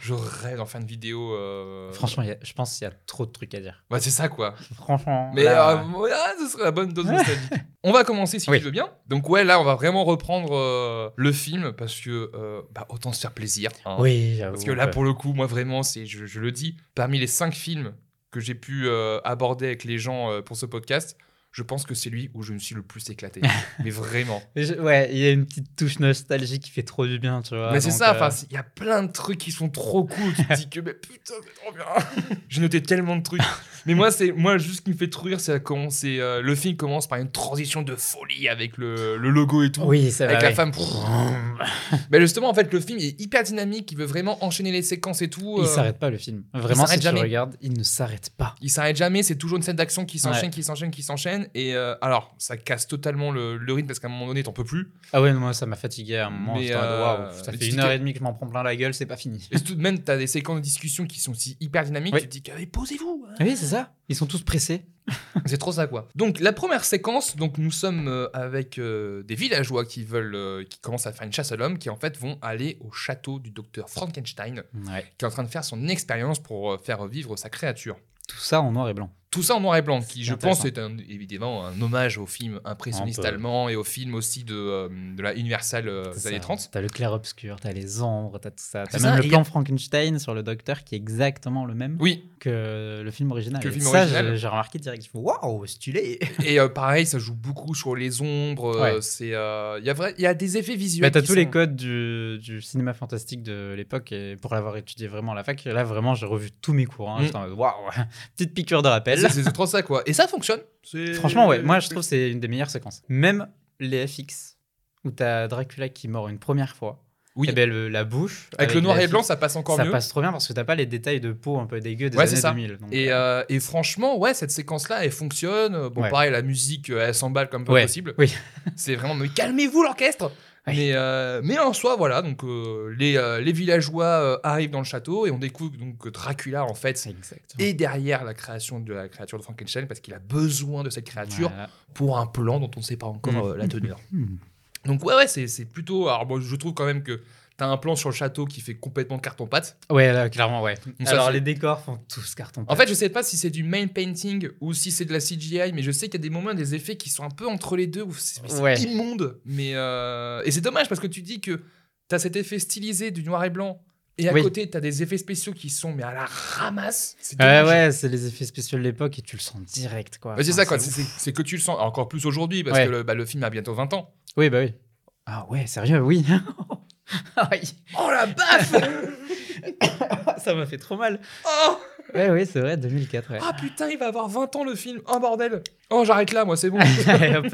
Je rêve en fin de vidéo. euh,
Franchement, il y a- je pense qu'il y a trop de trucs à dire.
bah, c'est ça quoi.
Franchement.
Mais
là,
euh, voilà, ce serait la bonne dose nostalgique. on va commencer si
Oui.
tu veux bien. Donc ouais, là on va vraiment reprendre euh, le film parce que euh, bah, autant se faire plaisir. hein.
Oui, j'avoue.
Parce que là
ouais.
pour le coup, moi vraiment, c'est je, je le dis, parmi les cinq films que j'ai pu euh, aborder avec les gens euh, pour ce podcast, je pense que c'est lui où je me suis le plus éclaté. Mais vraiment.
Mais je- ouais, il y a une petite touche nostalgique qui fait trop du bien, tu vois.
mais c'est
donc,
ça,
euh,
enfin, il y a plein de trucs qui sont trop cool. Tu te dis que, mais putain, c'est trop bien. J'ai noté tellement de trucs. Mais moi, c'est moi juste ce qui me fait trop rire, c'est quand c'est euh, le film commence par une transition de folie avec le, le logo et tout.
euh, Oui, ça va.
Avec la
ouais.
femme. Mais justement, en fait, le film est hyper dynamique. Il veut vraiment enchaîner les séquences et tout. euh,
Il s'arrête pas le film. Vraiment, si
s'arrête
tu
jamais.
regardes, il ne s'arrête pas.
Il s'arrête jamais, c'est toujours une scène d'action qui s'enchaîne,
Ouais.
qui s'enchaîne, qui s'enchaîne. Et euh, alors, ça casse totalement le, le rythme parce qu'à un moment donné, t'en peux plus.
Ah ouais, non, moi ça m'a fatigué à un moment.
Mais,
j'étais en mode,
euh,
waouh,
mais
ça fait
tu
une
t'es-
heure et demie que je m'en prends plein la gueule, c'est pas fini.
Et tout de même, t'as des séquences de discussion qui sont si hyper dynamiques,
Oui.
tu te dis que eh, posez-vous. hein.
Ah Oui, c'est ça. Ils sont tous pressés.
C'est trop ça quoi. Donc la première séquence, donc nous sommes euh, avec euh, des villageois qui veulent, euh, qui commencent à faire une chasse à l'homme, qui en fait vont aller au château du docteur Frankenstein,
Ouais.
qui est en train de faire son expérience pour euh, faire vivre sa créature.
Tout ça en noir et blanc.
Tout ça en noir et blanc, qui je
intéressant.
pense est un- évidemment un hommage au film impressionniste
Un peu.
allemand et au film aussi de, euh, de la Universal euh,
C'est
des
ça.
années 30.
T'as le clair-obscur, t'as les ombres, t'as tout ça. T'as
C'est
même
ça,
le
et
plan Frankenstein sur le docteur qui est exactement le même
Oui,
que le film original.
Que le
Et
film
ça,
original.
j'ai- j'ai remarqué direct. je fais, Waouh, stylé
et euh, pareil, ça joue beaucoup sur les ombres. euh,
Ouais.
c'est, euh, il y a vrai- il y a des effets visuels.
Bah, t'as
qui
tous les
sont-
codes du, du cinéma fantastique de l'époque et pour l'avoir étudié vraiment à la fac, là vraiment j'ai revu tous mes cours. hein.
Mm.
J'étais en mode waouh, petite piqûre de rappel.
C'est c'est trop ça quoi. Et ça fonctionne. C'est-
Franchement, ouais, moi je trouve que c'est une des meilleures séquences. Même les FX où t'as Dracula qui mord une première fois.
Oui.
Et ben, le- la bouche.
Avec, le noir
les
et blanc,
FX,
ça passe encore
ça
mieux.
passe trop bien parce que t'as pas les détails de peau un peu dégueu des
Ouais, c'est
années
ça.
2000. donc,
Et,
euh,
euh, et franchement, ouais, cette séquence-là, elle fonctionne. Euh, Bon,
Ouais.
pareil, la musique, euh, elle s'emballe comme pas
Ouais.
possible.
Oui.
C'est vraiment, mais calmez-vous l'orchestre
Oui.
mais, euh, mais en soi, voilà, donc euh, les, euh, les villageois euh, arrivent dans le château et on découvre donc que Dracula, en fait,
c'est euh, exactement.
est derrière la création de la créature de Frankenstein parce qu'il a besoin de cette créature
Voilà.
pour un plan dont on ne sait pas encore
Mhm.
euh, la teneur.
Hmm.
Donc ouais, ouais, c'est c'est plutôt... Alors moi, je trouve quand même que t'as un plan sur le château qui fait complètement carton-pâte.
Ouais, là, clairement, ouais.
ça,
Alors
c'est-
les décors font tous carton.
En fait, je sais pas si c'est du main painting ou si c'est de la CGI, mais je sais qu'il y a des moments, des effets qui sont un peu entre les deux, où c'est c'est
Ouais.
immonde. Mais euh, Et c'est dommage parce que tu dis que t'as cet effet stylisé du noir et blanc, et à
Oui.
côté, t'as des effets spéciaux qui sont mais à la ramasse. C'est
Ouais,
dommage.
ouais, c'est les effets spéciaux de l'époque et tu le sens direct, quoi.
Ouais, c'est
Enfin,
ça, quoi.
ouf.
C'est c'est que tu le sens encore plus aujourd'hui parce
Ouais.
que le, bah, le film a bientôt 20 ans.
Oui, bah oui. Ah ouais, sérieux, oui. Ah Aïe.
Oh la baffe
ça m'a fait trop mal.
oh,
Ouais, oui, c'est vrai, 2004, ouais.
Ah, putain, il va avoir 20 ans le film. Oh bordel Oh, j'arrête là, moi, c'est bon.
Allez, Ah, hop.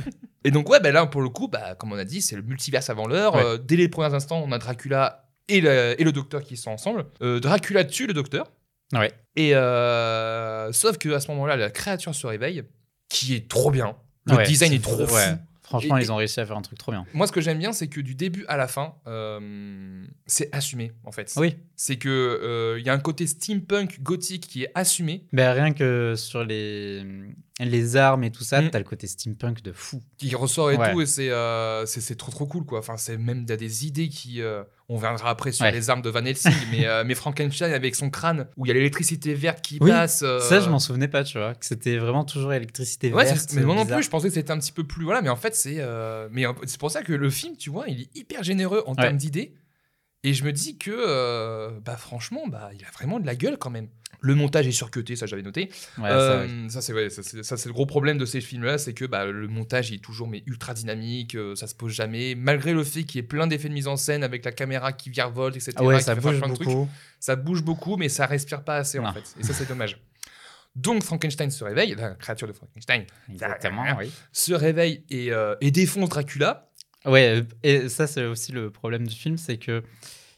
Et donc, ouais, bah là, pour le coup, bah, comme on a dit, c'est le multiverse avant l'heure.
Ouais.
Euh, dès les premiers instants, on a Dracula et le, et le docteur qui sont ensemble. Euh, Dracula tue le docteur.
Ouais.
Et euh, sauf que à ce moment-là, la créature se réveille, qui est trop bien. Le
Ouais,
design
c'est
est trop fou.
ouais. Franchement,
Et-
ils ont réussi à faire un truc trop bien.
Moi, ce que j'aime bien, c'est que du début à la fin, euh, c'est assumé, en fait.
Oui.
C'est que euh, il y a un côté steampunk gothique qui est assumé,
Bah, rien que sur les, les armes et tout ça,
Mm.
t'as le côté steampunk de fou.
qui ressort et
Ouais.
tout, et c'est euh, c'est- c'est trop trop cool quoi. Enfin, c'est même il y a des idées qui, euh, on viendra après sur
Ouais.
les armes de Van Helsing, mais euh, mais Frankenstein avec son crâne où il y a l'électricité verte qui
Oui,
passe. euh,
Ça, je m'en souvenais pas, tu vois, que c'était vraiment toujours électricité
Ouais,
verte.
c'est- mais moi non
bizarre.
plus, je pensais que c'était un petit peu plus. Voilà, mais en fait, c'est. euh, mais euh, c'est pour ça que le film, tu vois, il est hyper généreux en
Ouais.
termes d'idées. Et je me dis que, euh, bah, franchement, bah, il a vraiment de la gueule quand même. Le montage est surcuté, ça j'avais noté.
Ouais,
Euh,
ça, oui.
ça, c'est ouais, ça, c'est- ça, c'est le gros problème de ces films-là, c'est que bah, le montage il est toujours mais ultra dynamique, euh, ça se pose jamais, malgré le fait qu'il y ait plein d'effets de mise en scène avec la caméra qui virevolte, etc.
Ah ouais,
qui
ça
fait faire
bouge
plein de trucs.
beaucoup.
Ça bouge beaucoup, mais ça respire pas assez en
Non.
fait, et ça c'est dommage. Donc Frankenstein se réveille, la créature de Frankenstein
Exactement, oui.
se réveille et, euh, et défonce Dracula.
Ouais, euh, et ça, c'est aussi le problème du film, c'est que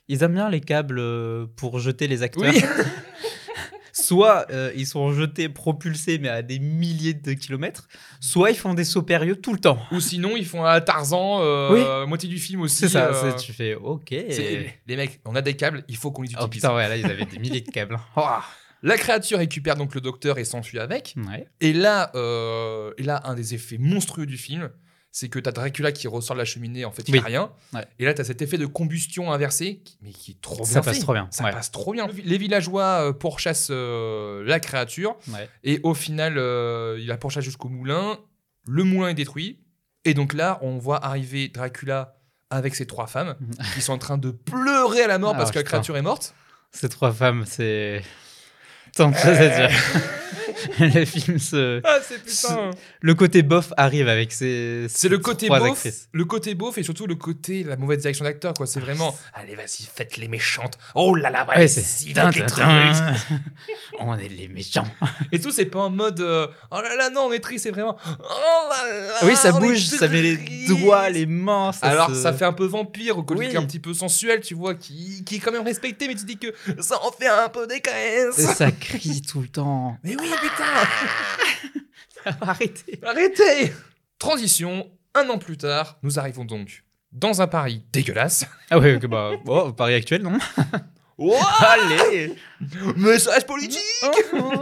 ils aiment bien les câbles euh, pour jeter les acteurs. Soit euh, ils sont jetés, propulsés, mais à des milliers de kilomètres, soit ils font des sauts périlleux tout le temps.
Ou sinon ils font un Tarzan, euh, moitié du film aussi.
C'est ça,
euh,
c'est- tu fais OK.
c'est- Les mecs, on a des câbles, il faut qu'on les utilise.
Oh putain, ouais, là, ils avaient des milliers de câbles. hein.
La créature récupère donc le docteur et s'enfuit avec.
ouais.
Et là, euh, et là, un des effets monstrueux du film, c'est que t'as Dracula qui ressort de la cheminée, en fait, il
Oui.
a rien.
Ouais.
Et là, t'as cet effet de combustion inversée, qui- mais qui est trop
Ça
bien
passe
fait.
trop bien.
Ça
ouais.
passe trop bien. Les villageois euh, pourchassent euh, la créature,
Ouais.
et au final, euh, il la pourchasse jusqu'au moulin. Le moulin est détruit. Et donc là, on voit arriver Dracula avec ses trois femmes,
Mhm.
qui sont en train de pleurer à la mort
Ah,
parce que la
putain.
créature est morte.
Ces trois femmes, c'est. putain de choses à dire. le film se.
Ah, c'est
putain. Le côté bof arrive avec ses.
C'est le côté
trois
beauf,
actrices.
le côté beauf et surtout le côté la mauvaise direction d'acteur quoi. C'est vraiment allez vas-y faites les méchantes. Oh là là
Ouais,
vas-y
c'est.
faites les trucs.
On est les méchants.
Et tout c'est pas en mode euh, oh là là non on est triste c'est vraiment oh là là.
oui, ça
on est
bouge, ça met les
triste.
doigts, les mains. Ça
Alors
se-
ça fait un peu vampire au côté
Oui.
un petit peu sensuel tu vois qui qui est quand même respecté mais tu dis que ça en fait un peu des
Et
caisses.
ça crie tout le temps.
Mais oui putain
Arrêtez.
arrêtez. Transition un an plus tard nous arrivons donc dans un Paris dégueulasse.
Ah ouais, ok, bah, oh, Paris actuel, non
Allez Message politique Oh,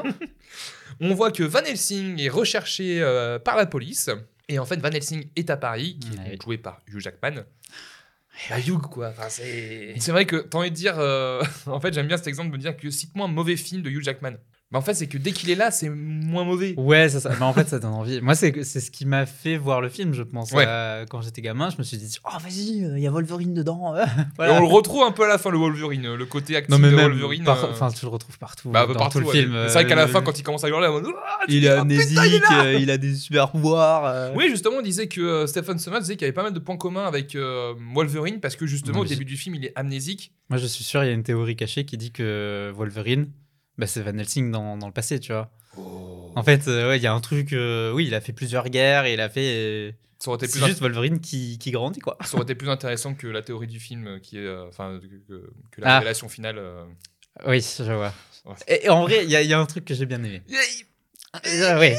On voit que Van Helsing est recherché euh, par la police. Et en fait, Van Helsing est à Paris, qui
Ouais.
est joué par Hugh Jackman.
Eh
Bah, Hugh, quoi. Enfin, c'est... c'est vrai que t'as envie de dire. euh, en fait, j'aime bien cet exemple de me dire que cite-moi un mauvais film de Hugh Jackman. Mais en fait, c'est que dès qu'il est là, c'est moins mauvais.
Ouais, ça, ça. bah, en fait, ça donne envie. Moi, c'est c'est ce qui m'a fait voir le film, je pense.
Ouais.
Euh, quand j'étais gamin, je me suis dit, oh, vas-y, il y a Wolverine dedans. euh.
Et
Voilà.
on le retrouve un peu à la fin, le Wolverine, le côté actif
Non, mais
de
même.
Wolverine.
par-
euh,
Enfin, tu le retrouves partout.
bah, un
dans
peu partout,
tout le
ouais.
film.
C'est vrai qu'à la
euh,
fin, quand il commence à hurler, on... Ah, tu
Il
dis,
est
Ah, putain, il est
amnésique,
là
euh, il a des super pouvoirs. euh.
Oui, justement, on disait que euh, Stephen Sommers disait qu'il y avait pas mal de points communs avec euh, Wolverine parce que justement,
Non,
au
mais
début du film, il est amnésique.
Moi, je suis sûr, il y a une théorie cachée qui dit que Wolverine, bah, c'est Van Helsing dans, dans le passé, tu vois. En fait, euh, ouais, il y a un truc. euh, oui, il a fait plusieurs guerres, il a fait. euh,
Ça aurait, été
C'est
plus
juste Wolverine qui, qui grandit, quoi.
int- ça aurait été plus intéressant que la théorie du film euh, qui est. euh, Enfin, que, que- que la
Ah.
révélation finale. euh.
Oui, je vois.
Ouais.
Et, et en vrai, il y, a- il y a un truc que j'ai bien aimé. Euh, ouais.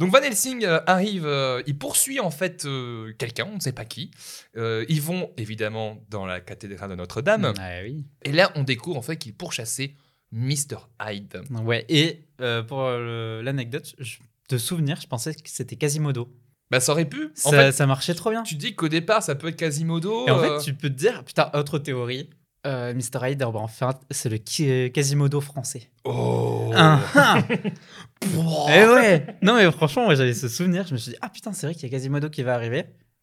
Donc Van Helsing euh, arrive, euh, il poursuit en fait euh, quelqu'un, on ne sait pas qui. Euh, ils vont évidemment dans la cathédrale de Notre-Dame.
Ouais, Ah oui.
Et là, on découvre en fait qu'il pourchassait Mr. Hyde.
Ouais, et euh, pour euh, le- l'anecdote, je- de souvenir, je pensais que c'était Quasimodo.
Bah, ça aurait pu.
Ça,
En fait,
ça marchait trop bien.
tu dis qu'au départ, ça peut être Quasimodo.
Et en
euh,
fait, tu peux te dire, putain, autre théorie, euh, Mr. Hyde, bah, enfin, c'est le qui- euh, Quasimodo français.
Oh.
Ah, ah. Eh ouais Non, mais franchement, moi, j'avais ce souvenir, je me suis dit, ah putain, c'est vrai qu'il y a Quasimodo qui va arriver.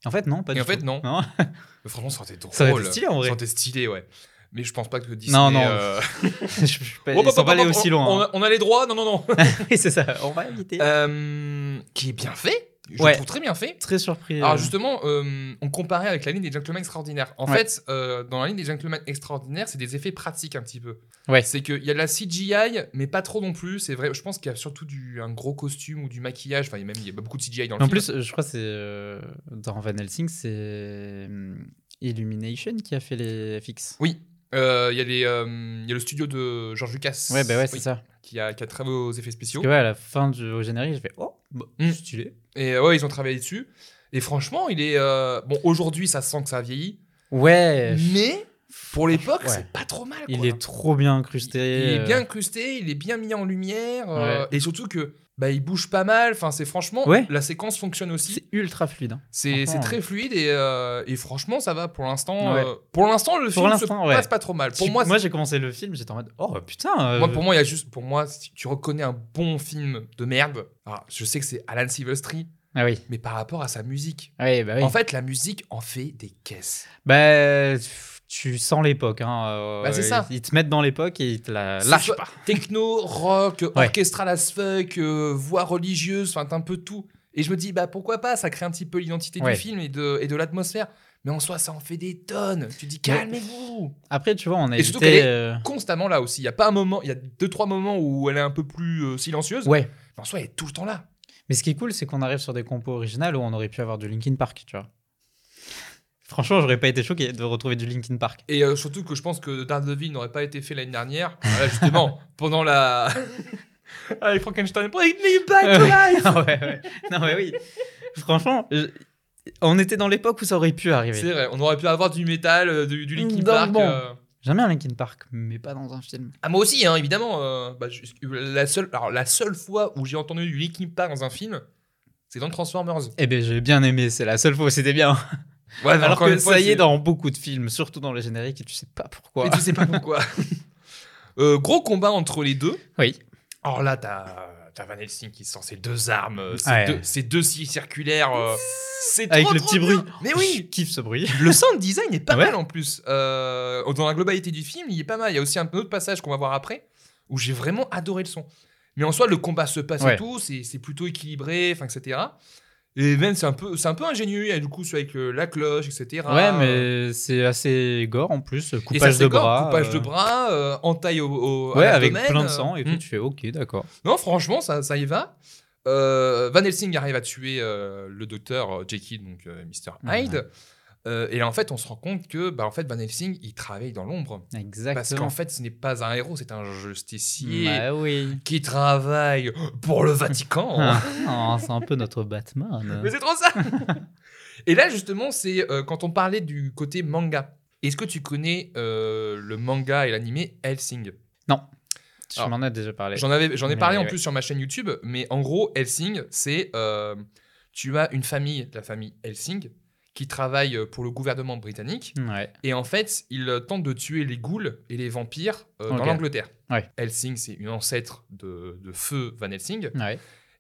Et en fait, non, pas
Et
du
en fait,
tout.
non. Mais franchement, ça aurait été drôle.
Ça aurait été stylé, en vrai.
Ça aurait été stylé, ouais. Mais je pense pas que Disney.
Non, non.
euh, Oh,
je, je suis pas,
hop,
ils
hop,
sont
hop,
pas allés
hop,
aussi
on-
loin.
On
hein.
a, on a les droits, non, non, non.
Oui, c'est ça, on va éviter.
Euh, qui est bien fait. Je
Ouais.
le trouve très bien fait.
Très surpris. euh.
Alors justement, euh, on comparait avec la ligne des gentlemen extraordinaires. En
Ouais.
fait, euh, dans la ligne des gentlemen extraordinaires, c'est des effets pratiques un petit peu.
Ouais.
C'est qu'il y a de la CGI, mais pas trop non plus. C'est vrai. Je pense qu'il y a surtout du, un gros costume ou du maquillage. Enfin, il y a même il y a beaucoup de CGI dans le
En
film.
plus, euh, je crois que c'est euh, dans Van Helsing, c'est hum, Illumination qui a fait les FX.
Euh, il y a les, euh, il y a le studio de George Lucas.
Ouais, bah ouais, c'est
Oui,
ça.
Qui a, qui a travaillé aux effets spéciaux.
Parce que ouais, à la fin du au générique, je fais oh, bah,
Mm.
stylé.
Et euh, ouais, ils ont travaillé dessus. Et franchement, il est. euh, Bon, aujourd'hui, ça sent que ça vieillit.
Ouais,
Mais pour l'époque,
Ouais.
c'est pas trop mal. Quoi.
il est trop bien incrusté.
Il est
euh.
bien incrusté, il est bien mis en lumière. euh, Et surtout que. Bah, il bouge pas mal. Enfin, c'est franchement.
Ouais.
La séquence fonctionne aussi.
C'est ultra fluide. hein.
C'est c'est
franchement,
très fluide et, euh, et franchement, ça va pour l'instant.
Ouais.
euh, pour l'instant, le film se
l'instant, ouais.
passe pas trop mal. Pour
Je-
moi,
moi j'ai commencé le film, j'étais en mode oh putain. euh,
Moi, pour moi, il y a juste, pour moi, si tu reconnais un bon film de merde, alors, je sais que c'est Alan Silvestri,
Ah oui.
mais par rapport à sa musique.
Ouais, bah oui.
En fait, la musique en fait des caisses.
Bah, pff, tu sens l'époque. Hein. euh,
Bah, c'est ça.
Ils te mettent dans l'époque et ils te la
C'est
lâchent
soit
pas.
Techno, rock,
Ouais.
orchestral as fuck, euh, voix religieuse, enfin, t'as un peu tout. Et je me dis, bah pourquoi pas, ça crée un petit peu l'identité
Ouais.
du film et de, et de l'atmosphère. Mais en soi, ça en fait des tonnes. Tu dis, calmez-vous.
Après, tu vois, on a
Et surtout
évité,
qu'elle
euh,
Constamment là aussi. Il y a pas un moment, il y a deux, trois moments où elle est un peu plus euh, silencieuse.
Ouais.
Mais en soi, elle est tout le temps là.
Mais ce qui est cool, c'est qu'on arrive sur des compos originales où on aurait pu avoir du Linkin Park, tu vois. Franchement, j'aurais pas été choqué de retrouver du Linkin Park.
Et euh, surtout que je pense que Daredevil n'aurait pas été fait l'année dernière. Voilà, justement, pendant la. Avec Frankenstein. Bring me back to life
Ah ouais, ouais. Non, mais oui. Franchement, je- on était dans l'époque où ça aurait pu
C'est
arriver.
vrai, on aurait pu avoir du métal, euh, du, du Linkin
Dans le
Park.
bon.
euh.
J'aime bien Linkin Park, mais pas dans un film.
Ah, moi aussi, hein, évidemment. euh, bah, je- la, seule, alors, la seule fois où j'ai entendu du Linkin Park dans un film, c'est dans Transformers.
Eh ben, j'ai bien aimé, c'est la seule fois où c'était bien.
Ouais, mais
Alors
encore
que
une fois,
ça y
c'est-
est, dans beaucoup de films, surtout dans les génériques, et tu sais pas pourquoi.
Et tu sais pas pourquoi. Euh, gros combat entre les deux.
Oui.
Alors Oh, là, t'as t'as Van Helsing qui sort ses deux armes, euh, ses,
Ouais.
deux, ses deux scies circulaires. euh, c'est
Avec
trop,
le
trop
petit
bien.
bruit.
Mais oui
Je kiffe ce bruit.
Le sound design est pas
Ah Ouais.
mal en plus. Euh, dans la globalité du film, il est pas mal. Il y a aussi un autre passage qu'on va voir après où j'ai vraiment adoré le son. Mais en soi, le combat se passe
Ouais.
et tout, c'est c'est plutôt équilibré, enfin, etc. Et même, c'est un, peu- c'est un peu ingénieux, et du coup, c'est avec le- la cloche, etc.
Ouais, mais c'est assez gore en plus.
Et ça
Coupage de
s'égore,
bras.
Coupage de
euh,
bras, euh, entaille au. au- à
Ouais, avec
l'abdomen,
plein
euh,
de sang et tout.
hmm.
Tu fais ok, d'accord.
Non, franchement, ça, ça y va. Euh, Van Helsing arrive à tuer euh, le docteur euh, Jekyll, donc euh, Mr. Hyde. Euh, et là, en fait, on se rend compte que bah, en fait, Van Helsing, il travaille dans l'ombre. Parce qu'en
Exactement.
fait, ce n'est pas un héros, c'est un justicier
Bah oui.
qui travaille pour le Vatican.
Ah, c'est un peu notre Batman.
Mais c'est trop ça Et là, justement, c'est euh, quand on parlait du côté manga. Est-ce que tu connais euh, le manga et l'animé Helsing
Tu
Alors,
m'en as déjà parlé.
J'en avais, j'en ai
Mais
parlé en
ouais.
plus sur ma chaîne YouTube, mais en gros, Helsing, c'est euh, tu as une famille, la famille Helsing, qui travaille euh, pour le gouvernement britannique,
Ouais.
et en fait, ils euh, tentent de tuer les ghouls et les vampires euh, dans
Ok.
l'Angleterre.
Ouais.
Helsing, c'est une ancêtre de, de feu Van Helsing,
Ouais.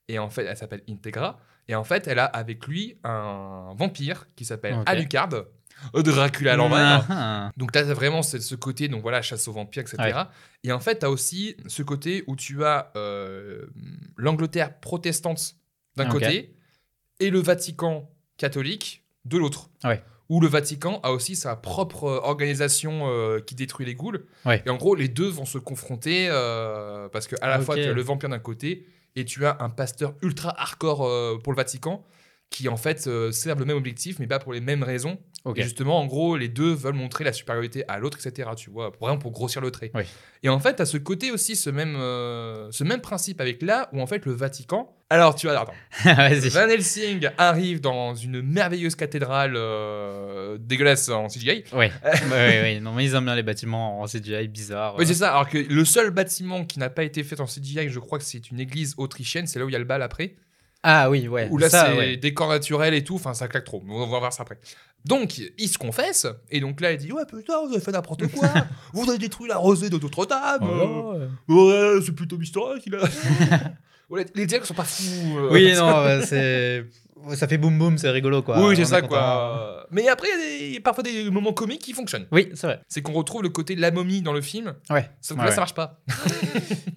et en fait, elle s'appelle Integra, et en fait, elle a avec lui un vampire qui s'appelle
Ok.
Alucard, euh, Dracula à l'envers.
Ah,
Donc t'as vraiment ce, ce côté, donc voilà, chasse aux vampires, etc.
Ouais.
Et en fait, t'as aussi ce côté où tu as euh, l'Angleterre protestante d'un
Ah, Ok.
côté et le Vatican catholique de l'autre.
Ouais.
Où le Vatican a aussi sa propre euh, organisation euh, qui détruit les ghouls.
Ouais. Ah,
Et en gros, les deux vont se confronter euh, parce que à la
Ok.
fois tu as le vampire d'un côté et tu as un pasteur ultra hardcore euh, pour le Vatican qui en fait euh, servent le même objectif mais pas pour les mêmes raisons.
Ok.
Et justement, en gros, les deux veulent montrer la supériorité à l'autre, etc. Tu vois, pour- vraiment pour grossir le trait.
Oui.
Et en fait, à ce côté aussi, ce même, euh, ce même principe avec là où en fait le Vatican. Alors, tu vois, attends.
Vas-y.
Van Helsing arrive dans une merveilleuse cathédrale euh, dégueulasse en CGI.
Ouais. ouais, ouais, ouais. Non, mais ils aiment bien les bâtiments en CGI bizarre.
Oui, c'est ça. Alors que le seul bâtiment qui n'a pas été fait en CGI, je crois que c'est une église autrichienne. C'est là où il y a le bal après.
Ah oui, ouais.
Où là,
ça,
c'est
ouais.
décor naturel et tout. Enfin, ça claque trop. mais On va voir ça après. Donc, il se confesse. Et donc là, il dit Ouais, putain, vous avez fait n'importe quoi. vous avez détruit la rosée de notre dame. euh, ouais, c'est plutôt mystérieux qu'il a. Ouais, les dialogues sont pas fous. euh.
Oh. Oui, non, ouais, c'est. Ça fait boum boum, c'est rigolo quoi.
oui,
On
c'est
est
ça,
content.
quoi. Mais après, il y a des- il y a parfois des moments comiques qui fonctionnent.
Oui, c'est vrai.
C'est qu'on retrouve le côté de la momie dans le film.
Ouais.
Sauf que
Ouais,
là,
ouais.
ça marche pas.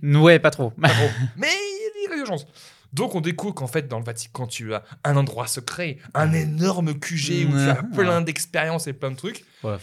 Ouais, pas trop.
Pas trop. Mais il y a des urgences. Donc, on découvre qu'en fait, dans le Vatican, tu as un endroit secret, un énorme QG où tu as
Ouais.
plein d'expériences et plein de trucs.
Ouais.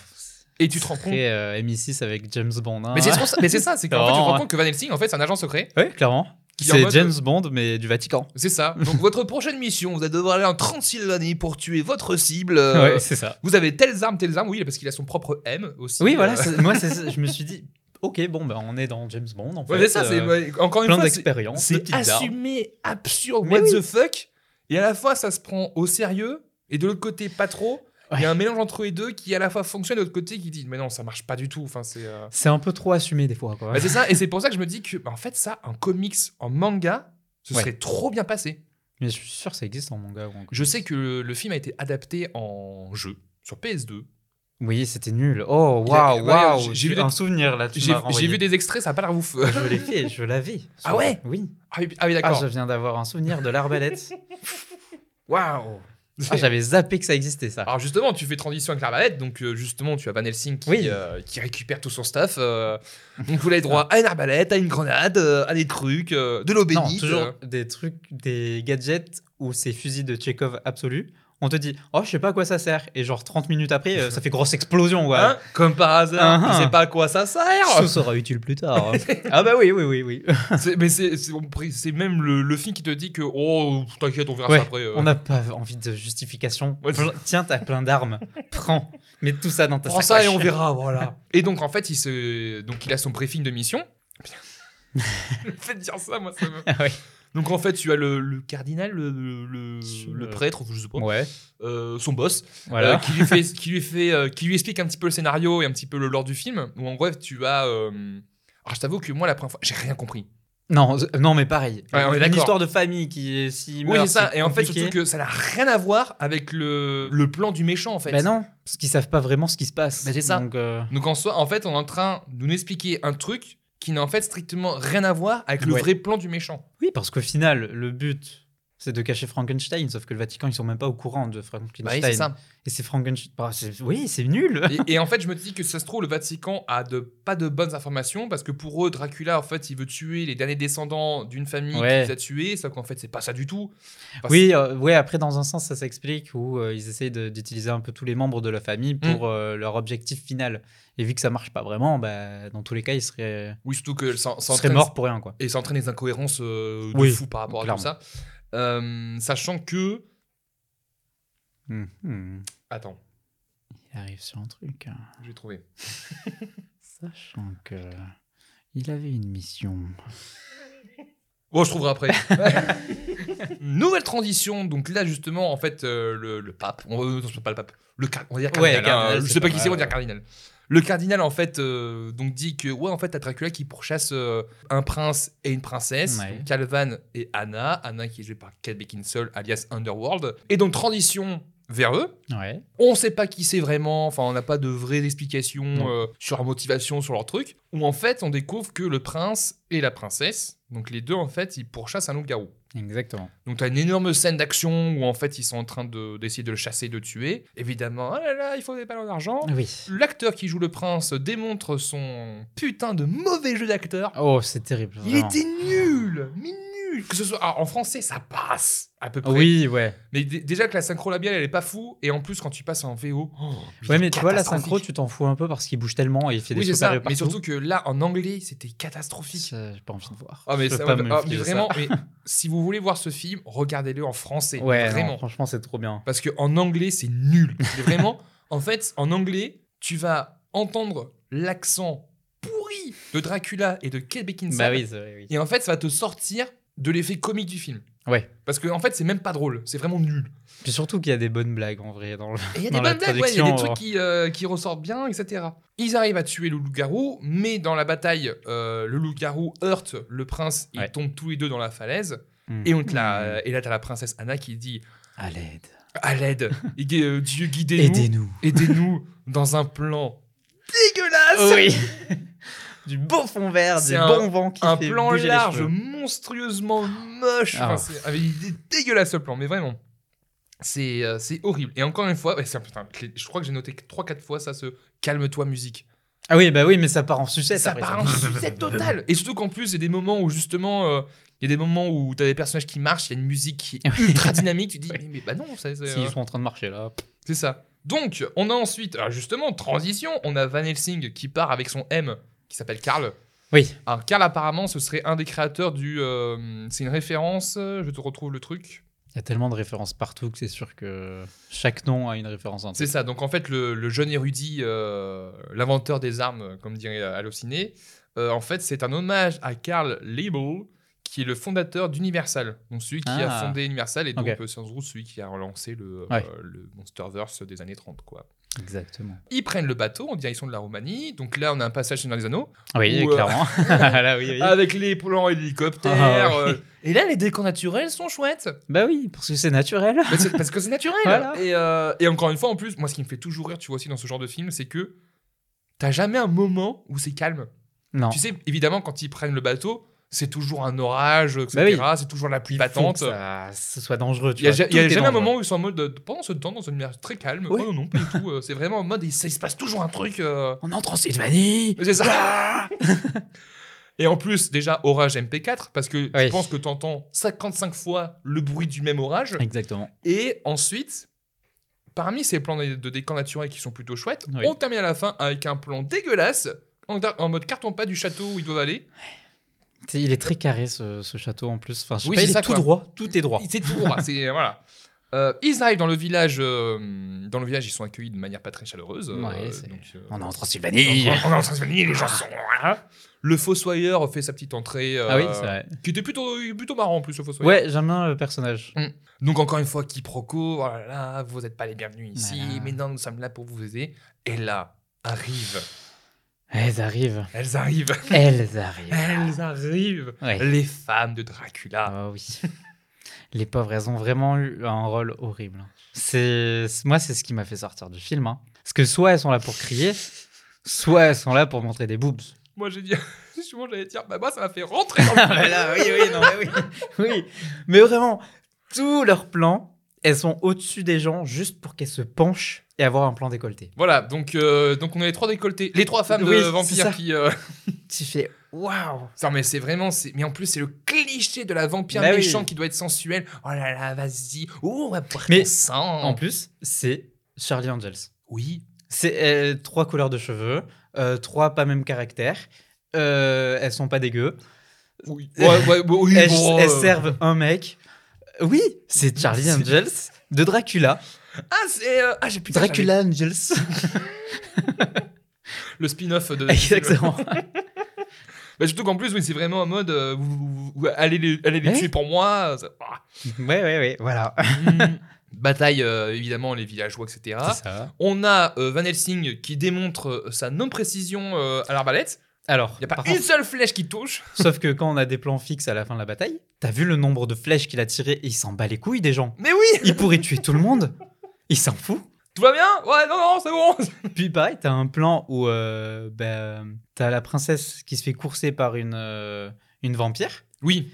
Et tu te rends compte.
Très, euh, M6 avec James Bond. hein.
Mais c'est trop ça, mais c'est ça, c'est qu'en fait, tu te
Vraiment,
rends
ouais.
compte que Van Helsing, en fait, c'est un agent secret.
Ouais, clairement.
Qui en
C'est
mode-
James Bond, mais du Vatican.
C'est ça. Donc, votre prochaine mission, vous allez devoir aller en Transylvanie pour tuer votre cible. euh,
Ouais, c'est ça.
Vous avez telles armes, telles armes. Oui, parce qu'il a son propre M aussi.
Oui, voilà,
Euh,
c'est- moi, c'est ça, je me suis dit, ok, bon, bah, on est dans James Bond, en fait.
ouais, c'est ça, c'est
euh,
ouais, encore une
plein
fois, c'est-
d'expériences, de
c'est
petites armes.
assumé, absurde,
Mais
what
oui.
the fuck. Et à la fois, ça se prend au sérieux, et de l'autre côté, pas trop. Il y a un mélange entre les deux qui à la fois fonctionne, et de l'autre côté, qui dit, mais non, ça marche pas du tout. Enfin, c'est. euh,
C'est un peu trop assumé, des fois, quoi.
Bah, c'est ça, et c'est pour ça que je me dis que, bah, en fait, ça, en comics, en manga, ce
Ouais.
serait trop bien passé.
Mais je suis sûr que ça existe en manga. ou en-
Je sais que le, le film a été adapté en jeu sur PS2.
Oui, c'était nul. Oh,
Il a- ouais,
waouh, waouh.
j'ai- j'ai
tu-
vu
un souvenir, là, tu
J'ai
m'as renvoyé.
j'ai vu des extraits, ça a pas l'air ouf.
Je l'ai fait, je l'avais.
Ah ouais
Oui.
ah oui, ah oui,
Ah,
d'accord.
je viens d'avoir un souvenir de l'arbalète.
Waouh.
Ah, J'avais zappé que ça existait, ça.
Alors justement, tu fais transition avec l'arbalète, donc euh, justement, tu as Van Helsing qui,
Oui.
euh, qui récupère tout son staff. euh, donc vous avez droit à une arbalète, à une grenade, euh, à des trucs, euh, de l'eau
Non,
bénite.
toujours
euh.
des trucs, des gadgets où c'est fusil de Chekhov absolu. On te dit, oh, je sais pas à quoi ça sert. Et genre 30 minutes après, euh, ça fait grosse explosion, quoi.
Hein, Comme par hasard,
Ah,
je
ah.
sais pas à quoi ça
Ce
sert.
sera utile plus tard. ah bah oui, oui, oui, oui.
C'est- mais c'est c'est- on prie- c'est même le, le film qui te dit que oh t'inquiète, on verra
Ouais,
ça après. euh.
On n'a pas envie de justification.
Ouais, c'est-
Tiens, t'as plein d'armes. Prends. Mets tout ça dans ta
Prends ça
sacoche.
et on verra, voilà. Et donc, en fait, il, se... donc, il a son briefing de mission. le fait de dire ça, moi, ça me...
Ah ouais.
Donc, en fait, tu as le, le cardinal, le, le, le- le prêtre, je sais pas,
euh, Ouais,
euh, son boss,
voilà.
euh, qui, lui fait, qui, lui fait, euh, qui lui explique un petit peu le scénario et un petit peu le lore du film. Où, en bref, tu as... euh, Alors, je t'avoue que moi, la première fois, j'ai rien compris.
Non, euh, non, mais pareil.
Ouais, on est
Une
d'accord.
histoire de famille qui est si.
oui, c'est ça. Et en fait, surtout que ça n'a rien à voir avec le, le plan du méchant, en fait.
Bah non, parce qu'ils savent pas vraiment ce qui se passe.
Bah, c'est ça.
Donc, euh,
Donc en soi, en fait, on est en train de nous expliquer un truc qui n'a en fait strictement rien à voir avec le
Ouais.
vrai plan du méchant.
Oui, parce qu'au final, le but, c'est de cacher Frankenstein, sauf que le Vatican, ils sont même pas au courant de Frankenstein.
Bah oui, c'est ça.
Et c'est Frankenstein. bah, c'est- oui, c'est nul.
Et, et en fait, je me dis que si ça se trouve, le Vatican a de, pas de bonnes informations parce que pour eux, Dracula, en fait, il veut tuer les derniers descendants d'une famille
Ouais.
qui les a tués, sauf qu'en fait, c'est pas ça du tout. Parce-
Oui, euh, ouais, après, dans un sens, ça s'explique où euh, ils essayent de- d'utiliser un peu tous les membres de la
Mm.
famille pour euh, leur objectif final. Et vu que ça marche pas vraiment, bah, dans tous les cas, ils seraient,
Oui, surtout que ça, ça
ils seraient
entraîne-
morts pour rien. quoi.
Et ça entraîne des incohérences euh, de
Oui,
fou par rapport à tout
clairement.
ça. Euh, sachant que.
Hum, hum.
Attends,
Il arrive sur un truc. hein.
je vais trouver.
Sachant que. Il avait une mission.
Bon, je trouverai après. Nouvelle transition. Donc là, justement, en fait, euh, le, le pape, on, euh, non, c'est pas le pape, le car- on va dire
Ouais,
cardinal. hein,
cardinal,
je
c'est
sais pas
pas
qui
mal,
c'est, on va dire
ouais.
cardinal. Le cardinal, en fait, euh, donc dit que ouais, en fait, t'as Dracula qui pourchasse euh, un prince et une princesse,
Ouais.
donc Calvan et Anna, Anna qui est jouée par Kate Beckinsale, alias Underworld. Et donc transition vers eux.
Ouais.
On sait pas qui c'est vraiment, enfin on n'a pas de vraies explications
Non.
euh, sur leur motivation, sur leur truc. Où en fait on découvre que le prince et la princesse, donc les deux en fait, ils pourchassent un loup-garou.
Exactement.
Donc t'as une énorme scène d'action où en fait ils sont en train de- d'essayer de, le chasser, de le tuer. Évidemment, oh là là, il faut des ballons d'argent.
Oui.
L'acteur qui joue le prince démontre son putain de mauvais jeu d'acteur.
Oh, c'est terrible.
Il
vraiment.
était nul, mais nul. Que ce soit ah, en français, ça passe à peu près.
Ah Oui, ouais.
Mais d- déjà que la synchro labiale, elle est pas fou. Et en plus, quand tu passes en VO, oh,
Ouais, mais tu vois, la synchro,
catastrophique.
tu t'en fous un peu parce qu'il bouge tellement et il fait des
Oui, c'est
sauts
ça.
partout.
Mais surtout que là, en anglais, c'était catastrophique.
Ça, J'ai pas envie de voir.
Ah, mais,
Je peux
ça-
pas
ah,
me
mais
fier à ça.
vraiment, mais si vous voulez voir ce film, regardez-le en français.
Ouais, non,
vraiment.
franchement, c'est trop bien.
Parce qu'en anglais, c'est nul. Mais vraiment, en fait, en anglais, tu vas entendre l'accent pourri de Dracula et de Kate Beckinsale.
Bah oui, c'est vrai, oui.
Et en fait, ça va te sortir de l'effet comique du film.
Ouais.
Parce que en fait, c'est même pas drôle. C'est vraiment nul.
Puis surtout qu'il y a des bonnes blagues en vrai dans le.
Et il y a des
Dans la
bonnes blagues, ouais, il y a des
traduction,
trucs qui, euh, qui ressortent bien, etc. Ils arrivent à tuer le loup-garou, mais dans la bataille, euh, le loup-garou heurte le prince, ils
Ouais. Mmh.
tombent tous les deux dans la falaise.
Mm.
Et, on te la- et là, t'as la princesse Anna qui dit
À l'aide.
À l'aide, et gui- euh, Dieu guidez-nous,
Aidez-nous.
aidez-nous dans un plan dégueulasse
Oui. Ah, du beau fond vert,
Ah, C'est
du
un-
bon vent qui
Un
fait
plan
bouger les
large,
cheveux.
monstrueusement moche. Enfin,
Ah.
c'est- ah, il est dégueulasse ce plan, mais vraiment. C'est euh, c'est horrible. Et encore une fois, ouais, c'est- putain, je crois que j'ai noté 3-4 fois ça, ce calme-toi musique.
Ah oui, bah oui, mais ça part en sucette.
ça
après,
part en sucette totale. Et surtout qu'en plus, il y a des moments où justement, euh, il y a des moments où t'as des personnages qui marchent, il y a une musique qui est ultra dynamique. Tu dis, mais, mais bah non, ça- ça-
S'ils sont en train de marcher là.
c'est ça. Donc, on a ensuite, alors justement, transition, on a Van Helsing qui part avec son M qui s'appelle Karl.
Oui.
Alors, Karl, apparemment, ce serait un des créateurs du. euh, c'est une référence, euh, je te retrouve le truc.
Il y a tellement de références partout que c'est sûr que chaque nom a une référence. à un
C'est
truc.
ça. Donc, en fait, le, le jeune érudit, euh, l'inventeur des armes, euh, comme dirait Allociné, euh, en fait, c'est un hommage à Karl Label, qui est le fondateur d'Universal. Donc, celui qui a
Ah.
fondé Universal et donc,
Ok.
euh, sans doute, celui qui a relancé le,
Ouais.
euh, le Monsterverse des années 30, quoi.
Exactement.
Ils prennent le bateau en direction de la Roumanie. Donc là, on a un passage dans les anneaux
Oui,
Ou, euh, Ah.
clairement. Ah, là, oui, oui.
avec les plans hélicoptères.
Ah ouais.
euh, et là, les décors naturels sont chouettes.
Bah oui, parce que c'est naturel.
Parce que- parce que c'est naturel.
Voilà.
Et, euh, et encore une fois, en plus, moi, ce qui me fait toujours rire, tu vois aussi dans ce genre de film, c'est que t'as jamais un moment où c'est calme.
Non.
Tu sais, évidemment, quand ils prennent le bateau, c'est toujours un orage, etc.
Bah oui.
C'est toujours la pluie
Ils font
patente.
que ça, ce soit dangereux.
Il
Tu
n'y a,
vois,
ja-
tout
il y a
est
jamais un
dangereux.
moment où ils sont en mode euh, pendant ce temps dans une mer très calme.
Oui.
Oh non, non, pas du tout. euh, c'est vraiment en mode, et ça, il se passe toujours un truc. euh,
On entre en Sylvanie.
C'est
Ah
ça. Et en plus, déjà, orage MP4, parce que je
Oui.
pense que tu entends 55 fois le bruit du même orage.
Exactement.
Et ensuite, parmi ces plans de de décors naturels qui sont plutôt chouettes,
Oui.
on termine à la fin avec un plan dégueulasse en, en mode carton-pas du château où ils doivent aller.
C'est- Il est très carré ce, ce château en plus. Enfin, je sais
Oui,
pas,
c'est
il est
ça,
tout
quoi.
droit, tout est droit.
C'est tout droit, c'est voilà. Euh, ils arrivent dans le village. euh, dans le village, ils sont accueillis de manière pas très chaleureuse. euh,
Ouais, c'est-
donc, euh,
On est en Transylvanie.
on est en Transylvanie, les gens sont. Le fossoyeur fait sa petite entrée.
Ah oui,
euh,
c'est vrai.
qui était plutôt, plutôt marrant en plus le fossoyeur.
Ouais, j'aime bien le personnage.
Donc encore une fois, quiproquo, oh là là, vous n'êtes pas les bienvenus ici,
Voilà.
mais non, nous sommes là pour vous aider. Et là, arrivent,
Elles arrivent.
elles arrivent,
Elles arrivent.
elles arrivent,
Ouais.
les femmes de Dracula.
Ah oui. Les pauvres, elles ont vraiment eu un rôle horrible. C'est c'est- moi, c'est ce qui m'a fait sortir du film. hein. Parce que soit elles sont là pour crier, soit elles sont là pour montrer des boobs.
Moi j'ai dit, souvent j'allais dire, bah moi ça m'a fait rentrer dans le
Ah là là, oui, oui, non, mais oui. oui. Mais vraiment, tous leurs plans, elles sont au-dessus des gens juste pour qu'elles se penchent et avoir un plan décolleté.
Voilà, donc, euh, donc on a les trois décolletés, les trois femmes de
Oui, c'est ça.
vampires qui. euh,
Tu fais waouh
Non, mais c'est vraiment. c'est- Mais en plus, c'est le cliché de la vampire
Bah oui.
méchante qui doit être sensuelle. Oh là là, vas-y. Oh, on va boire
Mais
ton sang.
En plus, c'est Charlie Angels.
Oui.
C'est euh, trois couleurs de cheveux, euh, trois pas même caractère. euh, elles sont pas dégueu.
Oui. Ouais, ouais, oui,
elles,
bon,
elles
euh,
servent un mec. Oui, c'est Charlie
C'est-
Angels de Dracula.
Ah, c'est. euh, Ah, j'ai plus
Dracula Angels.
Le spin-off de.
Exactement.
Bah, surtout qu'en plus, oui, c'est vraiment en mode. euh, vous- vous- vous- allez les, allez les
Ouais.
tuer pour moi. ça- ah.
ouais, ouais, ouais, voilà.
Mm. Bataille, euh, évidemment, les villageois, etc.
Ah, C'est ça.
On a euh, Van Helsing qui démontre euh, sa non-précision euh, à l'arbalète.
Alors,
Il n'y a pas
par
une
contre,
seule flèche qui touche.
sauf que quand on a des plans fixes à la fin de la bataille, t'as vu le nombre de flèches qu'il a tirées et il s'en bat les couilles des gens.
Mais oui,
Il pourrait tuer tout le monde. Il s'en fout.
tout va bien Ouais, non, non, c'est bon.
Puis pareil, t'as un plan où euh, bah, t'as la princesse qui se fait courser par une, euh, une vampire.
Oui,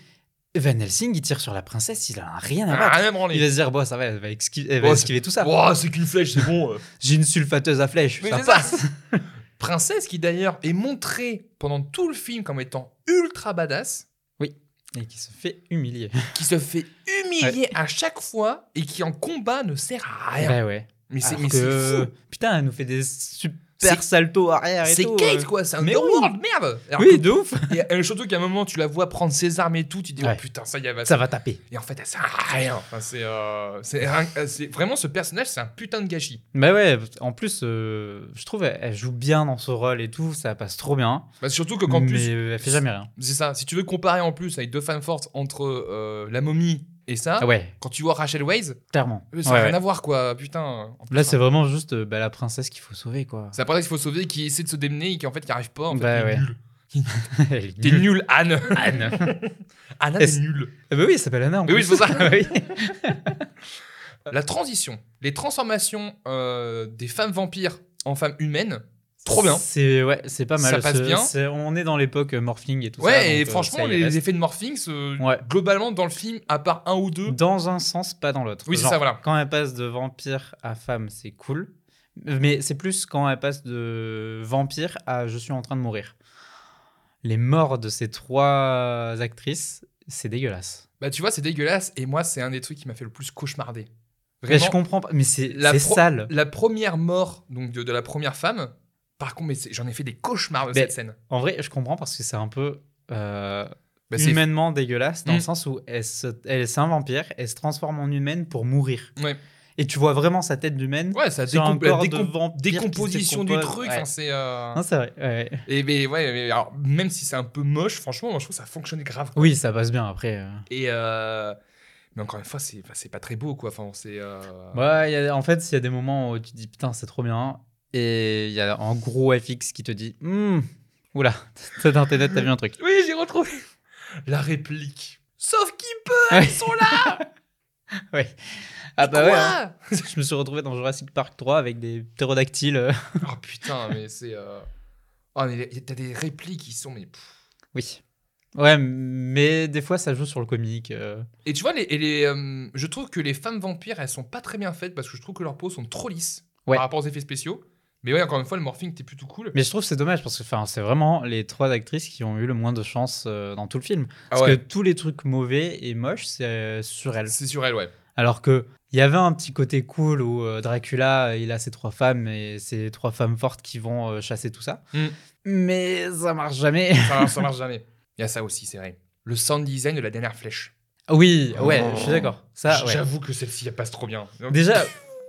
Van Helsing, il tire sur la princesse, il en a rien à
ah,
voir.
rien à branler.
Il va se dire, bon, ça va, elle va, exqui- elle va
Ouais,
esquiver tout ça.
Ouah, c'est qu'une flèche, c'est bon. euh.
J'ai une sulfateuse à flèche,
Mais
ça
c'est ça.
passe.
Princesse qui d'ailleurs est montrée pendant tout le film comme étant ultra badass,
Et qui se fait humilier.
qui se fait humilier à chaque fois et qui en combat ne sert à Ah, rien.
Bah ouais.
Mais c'est
Alors
mais
que,
c'est fou.
Putain, elle nous fait des
C'est-
super saltos arrière et
C'est
tout.
Kate
euh.
quoi, c'est un
Mais oui.
World, merde. Alors
Oui, de ouf.
que- et, et euh, surtout qu'à un moment tu la vois prendre ses armes et tout, tu dis
Ouais.
oh putain ça y est, elle va
Ça va taper.
Et en fait elle sert à rien. Enfin, c'est euh, c'est rin- euh, c'est- vraiment ce personnage c'est un putain de gâchis.
Bah ouais, en plus, euh, je trouve, elle, elle joue bien dans ce rôle et tout, ça passe trop bien.
Bah, surtout que quand
mais
plus
euh, elle fait jamais rien.
c'est ça, si tu veux comparer en plus avec deux fans fortes entre euh, la momie et ça,
Ah ouais,
quand tu vois Rachel Weisz
clairement.
Euh, Ça n'a
Ouais,
rien
ouais.
à voir, quoi, putain. En plus,
Là, c'est vraiment juste euh, bah, la princesse qu'il faut sauver, quoi.
C'est la princesse qu'il faut sauver, qui essaie de se démener et qui en fait qui arrive pas. En fait,
Bah
t'es
ouais.
nul.
Elle est
T'es
nulle,
nul, Anne.
Anne.
Anna, t'es
Est-ce-
nul.
Ah bah oui, elle s'appelle Anna. en
Mais oui,
plus. Ah,
c'est pour ça.
oui.
La transition, les transformations euh, des femmes vampires en femmes humaines, trop bien.
C'est ouais, c'est pas mal.
Ça passe
C'est-
bien.
c'est- on est dans l'époque euh, morphling et tout
ouais,
ça.
et
donc, euh,
franchement,
ça y
les
reste.
effets de morphing, ce-
Ouais.
globalement, dans le film, à part un ou deux,
Dans un sens, pas dans l'autre.
Oui, c'est
Genre,
ça, voilà.
Quand elle passe de vampire à femme, c'est cool. Mais c'est plus quand elle passe de vampire à je suis en train de mourir. Les morts de ces trois actrices, c'est dégueulasse.
bah tu vois, c'est dégueulasse. Et moi, c'est un des trucs qui m'a fait le plus cauchemarder.
Mais
Vraiment,
je comprends pas. Mais c'est
La
c'est
pro-
sale.
la première mort donc de, de la première femme, par contre, mais c'est- j'en ai fait des cauchemars de
Mais-
cette scène.
En vrai, je comprends parce que c'est un peu euh,
Bah, c'est
humainement dégueulasse dans
Mm.
le sens où elle se- elle- c'est un vampire, elle se transforme en humaine pour mourir.
Ouais.
Et tu vois vraiment sa tête d'humaine.
Ouais, ça
Sur un
décomp- la
corps de
décom-
vampire qui se
décomposition du
décompose,
truc.
ouais.
enfin, c'est. euh,
Non, c'est vrai. ouais.
Et mais ouais, mais alors, même si c'est un peu moche, franchement, moi, je trouve que ça fonctionnait grave.
Oui, ça passe bien après. euh.
Et euh, mais encore une fois, c'est enfin, c'est pas très beau, quoi. Enfin, c'est. euh,
Ouais, il y a- en fait, il y a des moments où tu te dis putain, c'est trop bien. Et il y a un gros FX qui te dit Hum, oula, t'as dans tes notes, t'as vu un truc.
Oui, j'ai retrouvé la réplique. Sauf qui peut,
Ouais.
ils sont là.
Ah bah ouais, hein.
quoi
je me suis retrouvé dans Jurassic Park 3 avec des ptérodactyles. euh.
Oh putain, mais c'est. euh, Oh, mais y a- t'as des répliques qui sont mais. pff.
Oui. Ouais, mais des fois, ça joue sur le comique. euh.
Et tu vois, les, et les, euh, je trouve que les femmes vampires, elles sont pas très bien faites parce que je trouve que leurs peaux sont trop lisses
Ouais.
par rapport aux effets spéciaux. Mais ouais, encore une fois, le morphing, t'es plutôt cool.
Mais je trouve que c'est dommage parce que enfin, c'est vraiment les trois actrices qui ont eu le moins de chance euh, dans tout le film.
Ah
parce
ouais.
que tous les trucs mauvais et moches, c'est euh, sur elles.
C'est sur elle, ouais.
Alors que il y avait un petit côté cool où euh, Dracula, il a ses trois femmes et ses trois femmes fortes qui vont euh, chasser tout ça.
Mm.
Mais ça marche jamais.
Ça, ça marche jamais. Il y a ça aussi, c'est vrai. Le sound design de la dernière flèche.
oui, ouais,
Oh.
je suis d'accord. Ça, ouais.
J'avoue que celle-ci, elle passe trop bien.
Déjà,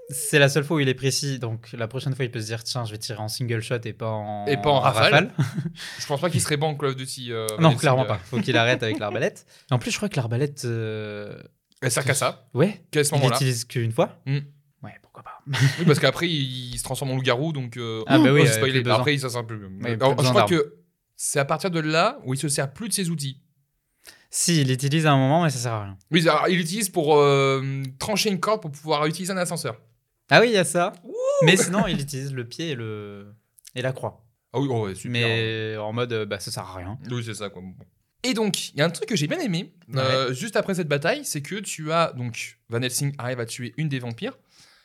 c'est la seule fois où il est précis. Donc la prochaine fois, il peut se dire tiens, je vais tirer en single shot et pas en,
Et pas en rafale. je pense pas qu'il serait bon en Call of Duty. euh,
non,
Battlefield,
clairement
euh,
pas. Faut qu'il arrête avec l'arbalète. En plus, je crois que l'arbalète. euh,
Elle sert qu'à ça,
Ouais,
qu'à ce
il
moment-là.
l'utilise qu'une fois.
Mm.
Ouais, pourquoi pas.
Oui, parce qu'après, il, il se transforme en loup-garou, donc. euh,
Ah, bah oui,
on va
euh,
spoiler.
plus besoin.
Après, il s'en sert plus.
plus
Alors, je
besoin
crois
d'armes.
que c'est à partir de là où il se sert plus de ses outils.
Si, il l'utilise à un moment, mais ça sert à rien.
Oui, alors, il l'utilise pour euh, trancher une corde pour pouvoir utiliser un ascenseur.
Ah oui, il y a ça. mais sinon, il utilise le pied et, le... et la croix.
Ah oui, oh, ouais, super.
Mais en mode, euh, bah, ça sert à rien.
Oui, c'est ça, quoi. Bon. Et donc, il y a un truc que j'ai bien aimé, euh, juste après cette bataille, c'est que tu as. Donc, Van Helsing arrive à tuer une des vampires.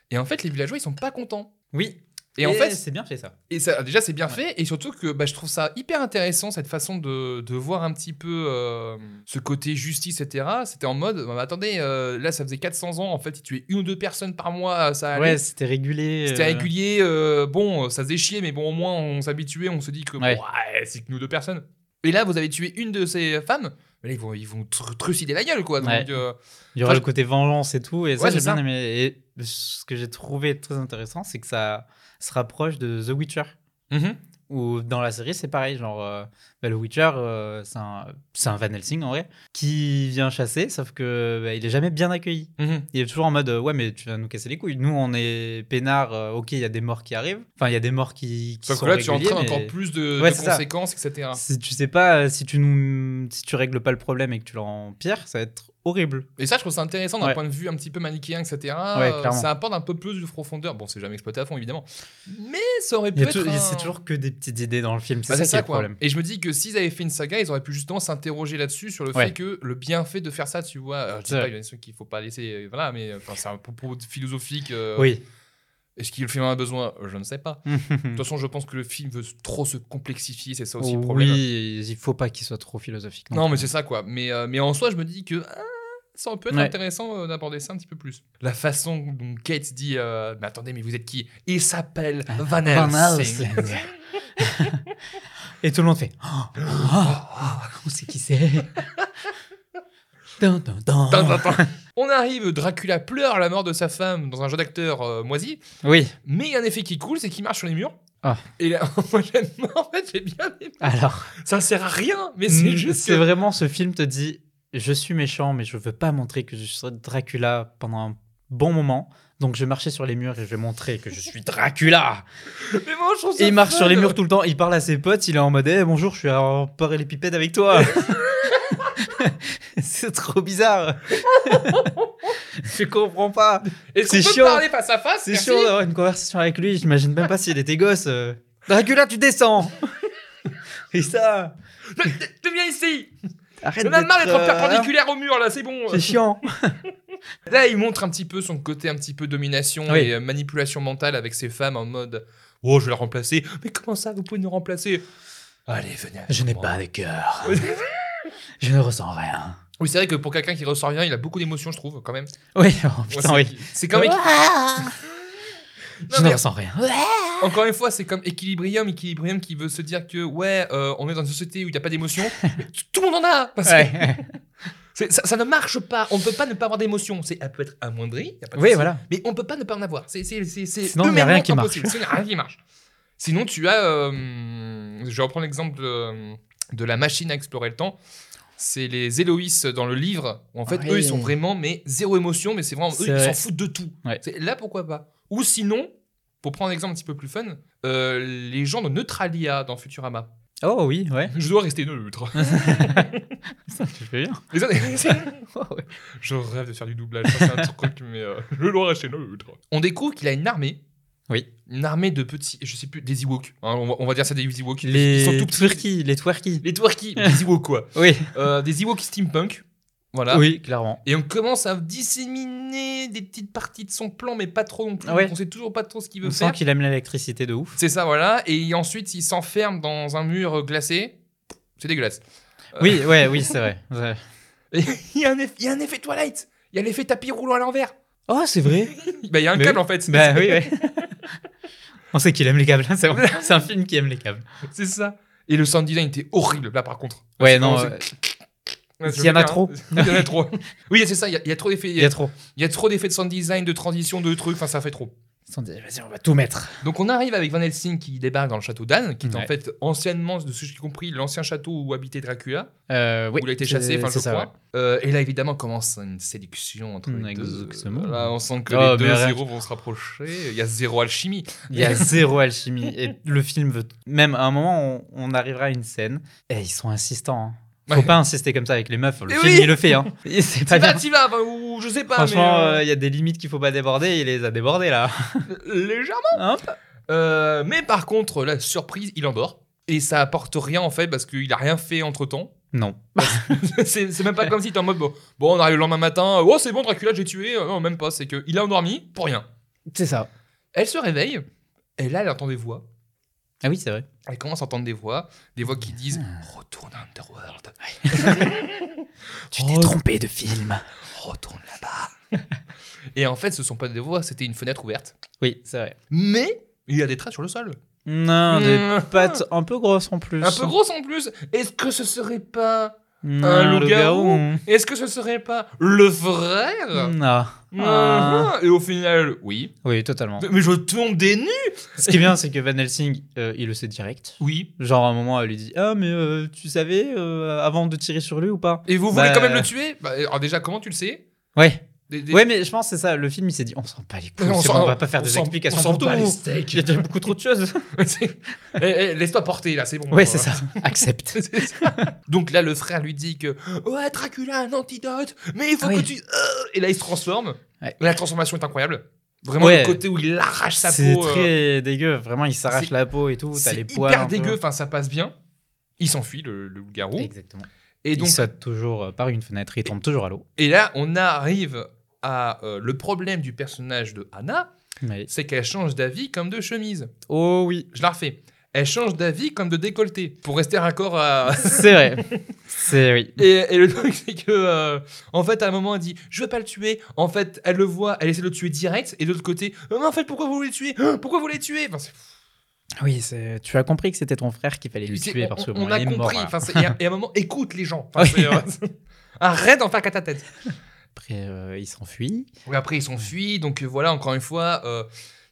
Et en fait, les villageois, ils sont pas contents.
Oui.
Et, en fait,
c'est bien fait ça.
et ça, déjà, c'est bien
Ouais.
fait. Et surtout que bah, je trouve ça hyper intéressant, cette façon de, de voir un petit peu euh, ce côté justice, etc. C'était en mode, bah, attendez, euh, là, ça faisait 400 ans, en fait, ils tuaient une ou deux personnes par mois, euh, ça allait.
Ouais, c'était régulé.
C'était
euh,
régulier, euh, bon, ça faisait chier, mais bon, au moins on s'habituait, on se dit que bon,
Ouais.
ouais, c'est que nous deux personnes. Et là, vous avez tué une de ces femmes, mais là, ils vont, ils vont tru- trucider la gueule, quoi. Donc,
Ouais.
euh,
Il y aura
Enfin,
le côté vengeance et tout, et ça
Ouais,
j'ai
c'est
bien
ça.
aimé. Et ce que j'ai trouvé très intéressant, c'est que ça se rapproche de The Witcher.
mhm.
Ou dans la série, c'est pareil. Genre, euh, bah, le Witcher, euh, c'est un, c'est un Van Helsing en vrai, qui vient chasser, sauf que bah, il est jamais bien accueilli.
Mhm.
Il est toujours en mode euh, ouais, mais tu vas nous casser les couilles. Nous, on est peinards. euh, ok, il y a des morts qui arrivent. Enfin, il y a des morts qui, qui
Sauf
sont
que là, tu
réguliers,
entraînes
mais
encore plus hein. de,
Ouais,
de
c'est ça.
conséquences, etc.
Si tu sais pas, euh, si tu nous, si tu règles pas le problème et que tu l'empires, ça va être horrible.
Et ça, je trouve ça intéressant d'un
Ouais.
point de vue un petit peu manichéen, etc.
Ouais,
Euh,
clairement.
ça apporte un peu plus de profondeur. Bon, c'est jamais exploité à fond, évidemment. Mais ça aurait pu
Il y a
être.
tou-
un-
C'est toujours que des petites idées dans le film. C'est
Bah,
ça,
c'est
qui
ça,
est le
quoi.
problème.
Et je me dis que s'ils avaient fait une saga, ils auraient pu justement s'interroger là-dessus sur le
Ouais.
fait que le bienfait de faire ça, tu vois. Alors, je dis
C'est
pas,
vrai.
il y en a ceux qu'il faut pas laisser, euh, voilà, mais euh, enfin, c'est un propos philosophique. euh,
Oui.
Est-ce qu'il le film en a besoin Je ne sais pas. De toute façon, je pense que le film veut trop se complexifier, c'est ça aussi le problème.
Mm. Oui, il faut pas qu'il soit trop philosophique.
Non, mais c'est ça, quoi. Mais, euh, mais en soi, je me dis que ah, ça peut être
Ouais.
intéressant euh, d'aborder ça un petit peu plus. La façon dont Kate dit euh, Mais attendez, mais vous êtes qui Il s'appelle Van
Ah, Van
Helsing.
Helsing. Et tout le monde fait. Oh, oh, oh, on sait qui c'est. Dun, dun, dun.
Attends, attends, attends. On arrive, Dracula pleure la mort de sa femme dans un jeu d'acteur euh, moisi,
Oui.
mais il y a un effet qui coule, c'est qu'il marche sur les murs.
Ah.
Et là, moi, j'aime- en fait, j'ai bien aimé.
Alors,
Ça sert à rien, mais c'est
mm,
juste.
c'est
que-
vraiment ce film te dit, je suis méchant, mais je veux pas montrer que je suis Dracula pendant un bon moment. Donc je vais marcher sur les murs et je vais montrer que je suis Dracula.
Mais moi, je trouve ça
Et il marche
fun.
sur les murs tout le temps, il parle à ses potes, il est en mode Eh, bonjour, je suis en port et les pipettes avec toi. c'est trop bizarre. je comprends pas.
Est-ce qu'on
C'est
peut
chiant.
parler face à face
C'est
Merci.
sûr d'avoir une conversation avec lui, j'imagine même pas s'il était gosse. euh. Dracula, tu descends Et ça
Je- je- je viens ici
Arrête
On a marre d'être
euh,
perpendiculaire au mur, là, c'est bon
C'est chiant.
Là, il montre un petit peu son côté un petit peu domination
Oui.
et euh, manipulation mentale avec ses femmes en mode Oh, je vais la remplacer. Mais comment ça, vous pouvez nous remplacer Allez, venez. avec
Je n'ai
moi.
pas de cœur. Je ne ressens rien.
Oui, c'est vrai que pour quelqu'un qui ressort rien, il a beaucoup d'émotions, je trouve, quand même.
Oui, oh, putain,
Moi, c'est-
oui.
C'est comme. équi-
Je
mais
ne ressens rien.
Encore une fois, c'est comme Equilibrium, Equilibrium qui veut se dire que, ouais, euh, on est dans une société où il n'y a pas d'émotions. mais t- Tout le monde en a parce que
Ouais.
c'est- ça, ça ne marche pas. On ne peut pas ne pas avoir d'émotions. C'est- Elle peut être amoindrie, y a pas de
Oui,
souci.
voilà.
Mais on peut pas ne pas en avoir. C'est c'est c'est c'est
Sinon, il n'y a
humainement
rien qui marche.
impossible. Sinon, il n'y a rien qui marche. Sinon, tu as. euh, je reprends l'exemple de, de la machine à explorer le temps. C'est les Eloïs dans le livre. Où en fait,
Ouais.
eux, ils sont vraiment mais zéro émotion, mais c'est vraiment eux,
C'est
ils s'en
vrai.
foutent de tout.
Ouais.
C'est- Là, pourquoi pas Ou sinon, pour prendre un exemple un petit peu plus fun, euh, les gens de Neutralia dans Futurama.
Oh oui, ouais.
Je dois rester neutre.
Ça, tu fais bien.
Les autres-
Oh, ouais.
Je rêve de faire du doublage, ça, c'est un truc, mais euh, je dois rester neutre. On découvre qu'il a une armée.
Oui.
Une armée de petits, je sais plus, des Ewoks. hein, on, va, on va dire ça des Ewoks.
Les
Ils sont tout petits.
twerky, les twerky.
Les Twerky, des Ewoks quoi.
Oui,
Euh, des Ewoks steampunk. Voilà.
oui, clairement.
Et on commence à disséminer des petites parties de son plan, mais pas trop non plus.
Ah Ouais.
donc On sait toujours pas trop ce qu'il veut
On
faire.
sent qu'il aime l'électricité de ouf.
C'est ça, voilà. Et ensuite, il s'enferme dans un mur euh, glacé. C'est dégueulasse. Euh.
Oui, ouais, oui, c'est vrai. Ouais.
il, y a un eff- il y a un effet Twilight. Il y a l'effet tapis roulant à l'envers.
Oh, c'est vrai.
Bah, il y a un
Mais
câble en fait.
bah oui, oui. On sait qu'il aime les câbles. hein, C'est vrai. C'est un film qui aime les câbles.
C'est ça. Et le sound design était horrible là par contre. Parce
Ouais,
que
non,
c'est-
euh,
Ouais, je
il y en
veux
a
dire,
trop.
hein. Il y en a trop. Oui, c'est ça, il y a- il y, a trop d'effets.
il
Il
y a trop.
y a trop d'effets de sound design, de transition, de trucs, enfin ça fait trop.
Ils se sont dit, Vas-y, on va tout mettre.
Donc on arrive avec Van Helsing qui débarque dans le château d'Anne, qui est en
Ouais.
fait anciennement, de ce que j'ai compris, l'ancien château où habitait Dracula,
Euh, oui,
où il a été chassé,
c'est-
enfin je
c'est ça, Mm,
crois. Euh, et là évidemment commence une séduction entre les deux.
Exactement.
Là, on sent que
Oh,
les
mais
deux
rien.
zéros vont se rapprocher, il y a zéro alchimie.
ouais. Il y a zéro alchimie. Et le film veut. Même à un moment, on, on arrivera à une scène. Et ils sont insistants. hein. Faut
Ouais.
pas insister comme ça avec les meufs. Le
Eh
film,
oui.
il le fait. Hein. Et C'est
T'y
pas
vas,
bien.
t'y vas, enfin, ou, ou je sais pas.
Franchement,
mais,
euh, il y a des limites qu'il faut pas déborder. Il les a débordées là.
euh, légèrement.
Hein
Euh, mais par contre, la surprise, il endort. Et ça apporte rien en fait parce qu'il a rien fait entre temps.
Non.
c'est c'est même pas comme si t'es en mode bon, bon, on arrive le lendemain matin, oh c'est bon Dracula j'ai tué, Euh, non même pas, c'est qu'il a endormi pour rien.
C'est ça.
Elle se réveille et là elle entend des voix.
Ah oui, c'est vrai.
Elle commence à entendre des voix, des voix qui disent
Ah.
retourne à Underworld,
Tu
Oh.
t'es trompé de film.
retourne là-bas. et en fait ce sont pas des voix, c'était une fenêtre ouverte.
Oui, c'est vrai.
Mais il y a des traces sur le sol,
Non, des
Mmh.
pattes un peu grosses en plus.
un peu grosses en plus. Est-ce que ce serait pas,
Non,
Un
le
loup-garou.
garou. hmm.
est-ce que ce serait pas le frère
Non. Ah.
Mhm. Et au final, oui.
Oui, totalement.
Mais je tombe des nues.
Ce qui est bien, c'est que Van Helsing, euh, il le sait direct.
Oui.
Genre, à un moment, elle lui dit Ah, mais euh, tu savais euh, avant de tirer sur lui ou pas
Et vous voulez
Bah-
quand même le tuer Bah, Alors déjà, comment tu le sais
Ouais.
Des- des-
Ouais, mais je pense que c'est ça. Le film, il s'est dit On s'en bat les couilles.
On
On,
s'en-
on va pas faire
on
des
s'en-
explications
on s'en
pour pas
fout.
les steaks. Il y a déjà beaucoup trop de choses.
C'est- Eh, eh, Laisse-toi porter là, c'est bon.
ouais, c'est ça. Accepte.
C'est ça. Donc là, le frère lui dit que ouais, Dracula a un antidote, mais il faut
Ah Oui.
que tu. euh, Et là, il se transforme.
Ouais.
La transformation est incroyable. Vraiment
Ouais.
le côté où il arrache sa peau.
C'est
euh,
très dégueu. Vraiment, il s'arrache
c'est-
la peau et tout. T'as
c'est
les
hyper
poils. un peu.
dégueu. Enfin, ça passe bien. Il s'enfuit le, le loup-garou.
Exactement.
Et donc
il saute toujours euh, par une fenêtre. Il tombe toujours à l'eau.
et là, on arrive à euh, le problème du personnage de Anna,
Mais...
c'est qu'elle change d'avis comme de chemise.
Oh oui.
Je la refais. Elle change d'avis comme de décolleté pour rester raccord à.
C'est vrai. c'est oui.
Et, et le truc, c'est que, euh, en fait, à un moment, elle dit Je veux pas le tuer. En fait, elle le voit, elle essaie de le tuer direct. Et de l'autre côté, Euh, Mais en fait, pourquoi vous voulez le tuer Hein, Pourquoi vous voulez le tuer Enfin, c'est-
Oui, c'est- tu as compris que c'était ton frère qu'il fallait lui
c'est-
tuer
on-
parce que
on,
bon,
a
il est
compris.
mort. hein. voilà.
Enfin, c'est- et, à, et à un moment, écoute les gens. Enfin, c'est, euh, Arrête d'en faire qu'à ta tête.
Après, euh, il s'enfuit.
Oui, après, ils s'enfuient. Donc euh, voilà, encore une fois, euh,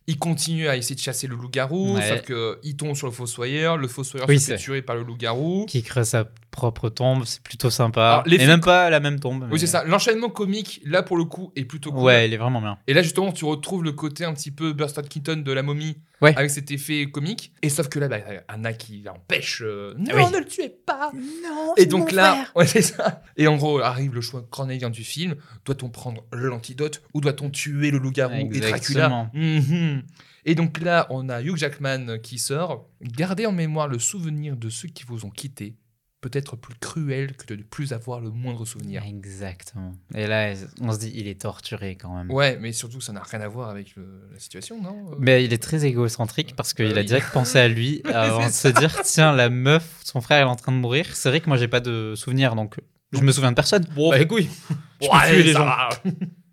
ils continuent à essayer de chasser le loup-garou.
Ouais.
Sauf qu'ils tombent sur le fossoyeur. Le fossoyeur
Oui,
se fait
c'est-
tuer par le loup-garou.
Qui crée sa propre tombe, c'est plutôt
Alors,
sympa.
les
Et
filles-
même pas la même tombe. mais-
Oui, c'est ça. L'enchaînement comique, là, pour le coup, est plutôt cool.
Ouais, il est vraiment bien.
Et là, justement, tu retrouves le côté un petit peu Burston Keaton de la momie,
Ouais.
avec cet effet comique. Et sauf que là, bah, Anna qui l'empêche. euh, non,
Eh Oui.
ne le tuez pas
Non,
Et donc là, ouais, c'est ça. Et en gros, arrive le choix cornélien du film. Doit-on prendre l'antidote ou doit-on tuer le loup-garou et Dracula
Exactement.
Mhm. Et donc là, on a Hugh Jackman qui sort. Gardez en mémoire le souvenir de ceux qui vous ont quitté. Peut-être plus cruel que de ne plus avoir le moindre souvenir.
Exactement. Et là, on se dit, il est torturé quand même.
Ouais, mais surtout, ça n'a rien à voir avec le- la situation, non Euh,
Mais il est très égocentrique parce qu'il
Bah
a
oui.
direct pensé à lui avant de se dire tiens la meuf son frère elle est en train de mourir c'est vrai que moi j'ai pas de souvenir donc je me souviens de personne
Bon,
bah,
bah,
écoute,
Bon,
Je peux
allez,
tuer les
ça
gens.
va.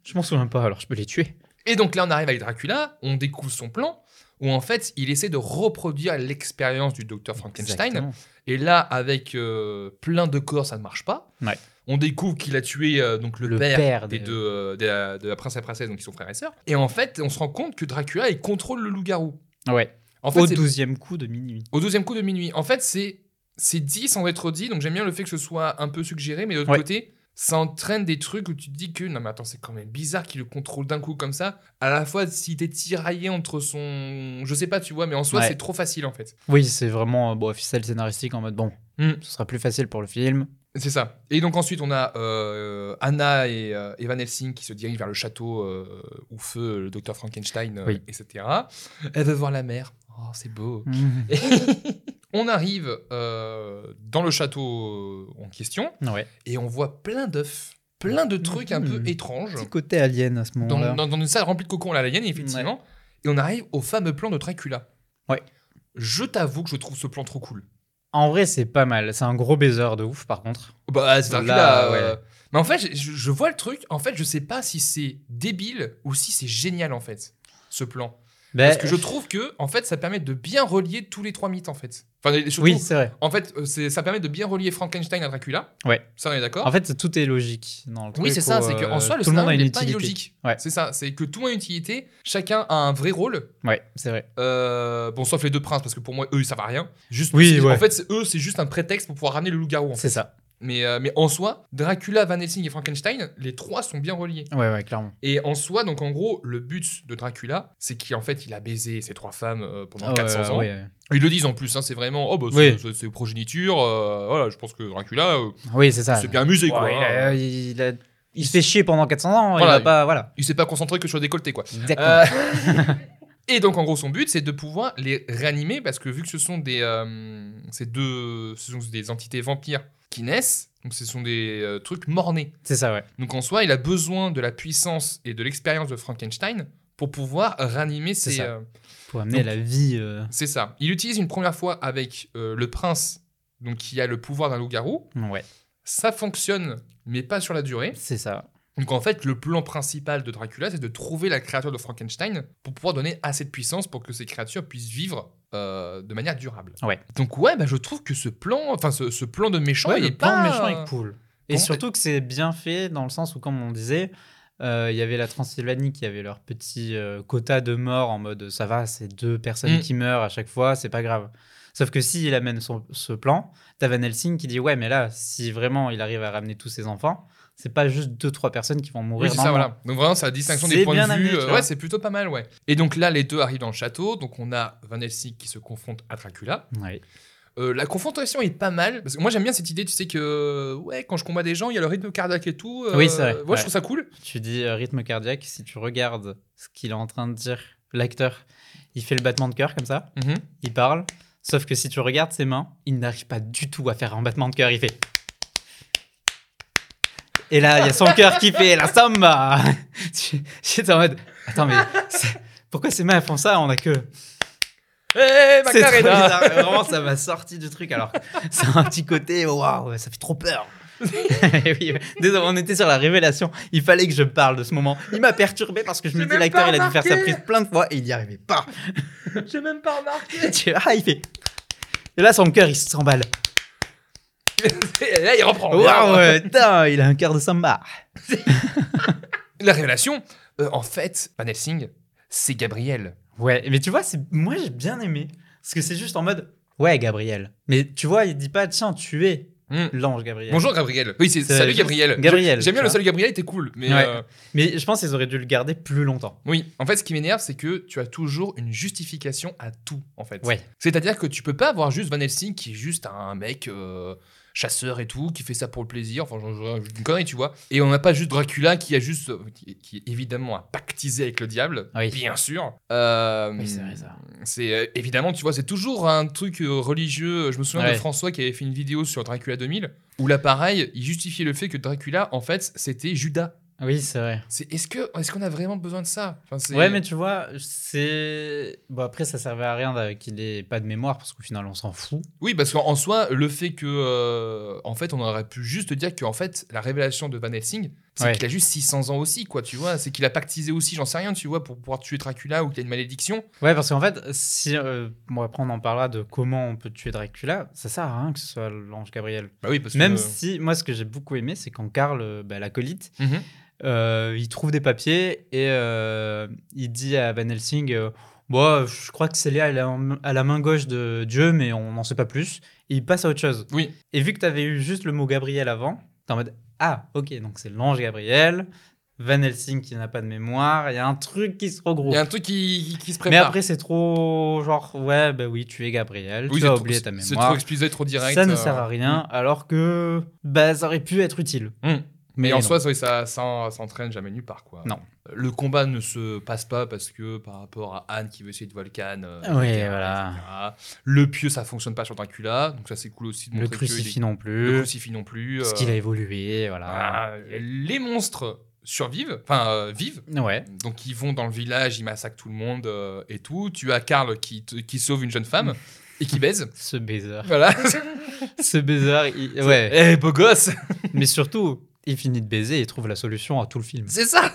je m'en souviens pas alors je peux les tuer
Et donc là, on arrive avec Dracula, on découvre son plan, où en fait, il essaie de reproduire l'expérience du docteur Frankenstein.
Exactement.
Et là, avec euh, plein de corps, ça ne marche pas.
Ouais.
On découvre qu'il a tué euh, donc le,
Le
père,
père
des
des-
deux, euh, de, la, de la prince et la princesse, donc ils sont frères et sœurs. Et en fait, on se rend compte que Dracula, il contrôle le loup-garou.
ouais
En fait,
au
c'est-
douzième coup de minuit
au douzième coup de minuit. En fait, c'est c'est dit sans être dit, donc j'aime bien le fait que ce soit un peu suggéré, mais de l'autre
Ouais.
côté, ça entraîne des trucs où tu te dis que non, mais attends, c'est quand même bizarre qu'il le contrôle d'un coup comme ça. À la fois, si t'es tiraillé entre son. Je sais pas, tu vois, mais en soi,
Ouais.
c'est trop facile en fait.
Oui, c'est vraiment euh, bon, officiel scénaristique en mode bon,
Hmm.
ce sera plus facile pour le film.
C'est ça. Et donc ensuite, on a euh, Anna et, euh, et Van Helsing qui se dirigent vers le château euh, où feu le docteur Frankenstein, euh,
Oui.
etc. Elle veut voir la mer. Oh, c'est beau. Et on arrive euh, dans le château euh, en question.
Ouais.
et on voit plein d'œufs, plein de trucs un peu
Mhm. hein.
étranges
côté alien à ce
dans, dans- dans une salle remplie de cocons à la lienne, effectivement. Et on arrive au fameux plan de Dracula.
Ouais.
Je t'avoue que je trouve ce plan trop cool.
En vrai, c'est pas mal. C'est un gros baiser de ouf, par contre.
Bah, c'est Dracula.
Là,
euh,
ouais.
Mais en fait, je- je, je vois le truc. En fait, je sais pas si c'est débile ou si c'est génial, en fait, ce plan.
Ben,
Parce que je trouve que, en fait, ça permet de bien relier tous les trois mythes, en fait. Enfin, les- surtout,
Oui, c'est vrai.
en fait, euh, c'est- ça permet de bien relier Frankenstein à Dracula.
Ouais.
Ça, on est d'accord.
En fait, tout est logique dans le
Oui,
truc
c'est ça,
où,
c'est qu'en
euh,
soi, le
tout le monde
scénario
a une
il est pas
utilité.
illogique.
Ouais.
C'est ça, c'est que tout le monde a une utilité, chacun a un vrai rôle.
Ouais, c'est vrai.
Euh, bon, sauf les deux princes, parce que pour moi, eux, ça va rien. Juste
Oui,
parce que-
ouais.
En fait, c'est- eux, c'est juste un prétexte pour pouvoir ramener le loup-garou. en fait.
C'est ça.
Mais, euh, mais en soi, Dracula, Van Helsing et Frankenstein, les trois sont bien reliés.
Ouais, ouais, clairement.
Et en soi, donc en gros, le but de Dracula, c'est qu'en fait, il a baisé ces trois femmes euh, pendant
Ah ouais,
400 ans.
ouais, ouais.
Ils le disent en plus, hein, c'est vraiment, oh, bah, c'est
Oui.
c'est- c'est progéniture. euh, voilà, je pense que Dracula, euh,
Oui, c'est ça.
c'est bien amusé,
Ouais,
quoi.
il,
hein.
a- il a- il se fait chier pendant 400 ans.
Voilà.
Il a pas, voilà. Euh,
Il s'est pas concentré que sur le décolleté, quoi.
Exactement.
Euh, Et donc, en gros, son but, c'est de pouvoir les réanimer parce que vu que ce sont des, euh, ces deux, ce sont des entités vampires qui naissent, donc ce sont des euh, trucs morts-nés.
C'est ça, ouais.
Donc, en soi, il a besoin de la puissance et de l'expérience de Frankenstein pour pouvoir réanimer
C'est
ces.
ça.
euh,
Pour amener
Donc-
la vie. euh,
C'est ça. Il l'utilise une première fois avec euh, le prince, donc qui a le pouvoir d'un loup-garou.
Ouais,
Ça fonctionne, mais pas sur la durée.
c'est ça.
Donc en fait, le plan principal de Dracula, c'est de trouver la créature de Frankenstein pour pouvoir donner assez de puissance pour que ces créatures puissent vivre euh, de manière durable.
Ouais.
Donc ouais, bah, je trouve que ce plan, enfin ce, ce plan de méchant,
Ouais,
il
le
est
plan
pas
méchant est cool. Et
Bon,
surtout que c'est bien fait dans le sens où, comme on disait, euh, il y avait la Transylvanie qui avait leur petit euh, quota de morts en mode ça va, c'est deux personnes
Mm.
qui meurent à chaque fois, c'est pas grave. Sauf que s'il amène son- ce plan, t'as Van Helsing qui dit ouais, mais là, si vraiment il arrive à ramener tous ses enfants, c'est pas juste deux trois personnes qui vont
Oui,
mourir.
c'est
dans
ça,
le
voilà. Donc vraiment, c'est la distinction
C'est
des points de
bien
vue.
amené, tu
euh,
vois.
ouais, c'est plutôt pas mal, ouais. Et donc là, les deux arrivent dans le château. Donc on a Van Helsing qui se confronte à Dracula.
monde. Ouais.
Euh, la confrontation est pas mal. Parce que moi, j'aime bien cette idée, tu sais, que ouais, quand je combats des gens, il y a le rythme cardiaque et tout. euh,
Oui, c'est vrai,
ouais,
ouais.
je trouve ça cool.
Tu dis euh, rythme cardiaque, si tu regardes ce qu'il est en train de dire, l'acteur, il fait le battement de cœur comme ça.
Mhm.
il parle. Sauf que si tu regardes ses mains, il n'arrive pas du tout à faire un battement de cœur. Il fait. Et là, il y a son cœur qui fait la somme. Tu- J'étais en mode. Attends, mais c'est- pourquoi ses mains elles font ça On a que.
Eh,
C'est trop
Macarena
bizarre. Vraiment, ça m'a sorti du truc. Alors, c'est un petit côté. Waouh, ça fait trop peur. Et oui, ouais. Désolé, on était sur la révélation. Il fallait que je parle de ce moment. Il m'a perturbé parce que je me
J'ai
dis
même
l'acteur,
pas
il a dû faire sa
remarqué.
prise plein de fois et il n'y arrivait pas.
J'ai même pas remarqué.
Tu- Ah, il fait. Et là, son cœur, il s'emballe.
Et là, il reprend.
Waouh, ouais, putain, il a un cœur de samba.
La révélation, euh, en fait, Van Helsing, c'est Gabriel.
Ouais, mais tu vois, c'est moi j'ai bien aimé parce que c'est juste en mode ouais, Gabriel. Mais tu vois, il dit pas tiens, tu es
Hmm.
l'ange Gabriel.
Bonjour Gabriel. Oui, c'est
C'est
salut
juste
Gabriel.
Gabriel,
J'aime bien
tu
le
vois.
salut Gabriel, t'es cool. Mais
Ouais.
euh,
Mais je pense qu'ils auraient dû le garder plus longtemps.
oui, en fait, ce qui m'énerve, c'est que tu as toujours une justification à tout, en fait.
Ouais.
C'est-à-dire que tu peux pas avoir juste Van Helsing qui est juste un mec euh, chasseur et tout, qui fait ça pour le plaisir, enfin, j'en- j'en- une connerie, tu vois. Et on n'a pas juste Dracula qui a juste, euh, qui, qui est évidemment a pactisé avec le diable,
Ah Oui.
bien sûr. Euh,
ça.
C'est euh, évidemment, tu vois, c'est toujours un truc euh, religieux. Je me souviens
Ouais.
de François qui avait fait une vidéo sur Dracula 2000 où là, pareil, il justifiait le fait que Dracula, en fait, c'était Judas.
Oui, c'est vrai.
C'est est-ce que est-ce qu'on a vraiment besoin de ça Enfin, c'est-
Ouais, mais tu vois, c'est bon après ça servait à rien d'a- qu'il ait pas de mémoire parce qu'au final on s'en fout.
oui, parce qu'en en soi, le fait que, euh, en fait, on aurait pu juste dire que, en fait, la révélation de Van Helsing, c'est
Ouais.
qu'il a juste 600 ans aussi, quoi, tu vois. C'est qu'il a pactisé aussi, j'en sais rien, tu vois, pour pouvoir tuer Dracula ou qu'il a une malédiction.
Ouais, parce qu'en fait, si euh, bon après on en parlera de comment on peut tuer Dracula, ça sert à rien que ce soit l'ange Gabriel.
Bah oui, parce
Même
que.
si, moi, ce que j'ai beaucoup aimé, c'est quand Karl, euh, bah, l'acolyte,
Mhm.
euh, il trouve des papiers et euh, il dit à Van Helsing euh, Bon, Je crois que Célia, elle est en- à la main gauche de Dieu, mais on n'en sait pas plus. Et il passe à autre chose.
Oui.
Et vu que tu avais eu juste le mot Gabriel avant, t'es en mode Ah, ok, donc c'est l'ange Gabriel, Van Helsing qui n'a pas de mémoire, il y a un truc qui se regroupe.
Il y a un truc qui, qui se
Mais
prépare.
après, c'est trop genre Ouais, bah oui, tu es Gabriel,
Oui,
tu
c'est
as
trop-
oublié ta
C'est trop
mémoire.
explicite, trop direct.
Ça ne
euh,
sert à rien, alors que bah, ça aurait pu être utile.
Mm. Mais en
non.
soi, ça, ça, ça s'entraîne jamais nulle part, quoi.
Non.
Le combat ne se passe pas parce que par rapport à Anne qui veut essayer de Volcan, euh,
Oui,
etc.,
voilà.
etc. Le pieu, ça fonctionne pas sur Dracula, donc ça c'est cool aussi de
le
montrer que
crucifix
les-
non
le
plus,
crucifix non plus.
parce
euh,
qu'il a évolué, voilà.
voilà. Les monstres survivent, enfin euh, vivent.
Ouais,
Donc ils vont dans le village, ils massacrent tout le monde euh, et tout. Tu as Karl qui, te- qui sauve une jeune
Mm.
femme et qui baise.
ce baiser.
Voilà.
ce baiser, il- ouais.
Eh beau gosse,
Mais surtout, il finit de baiser et trouve la solution à tout le film.
c'est ça.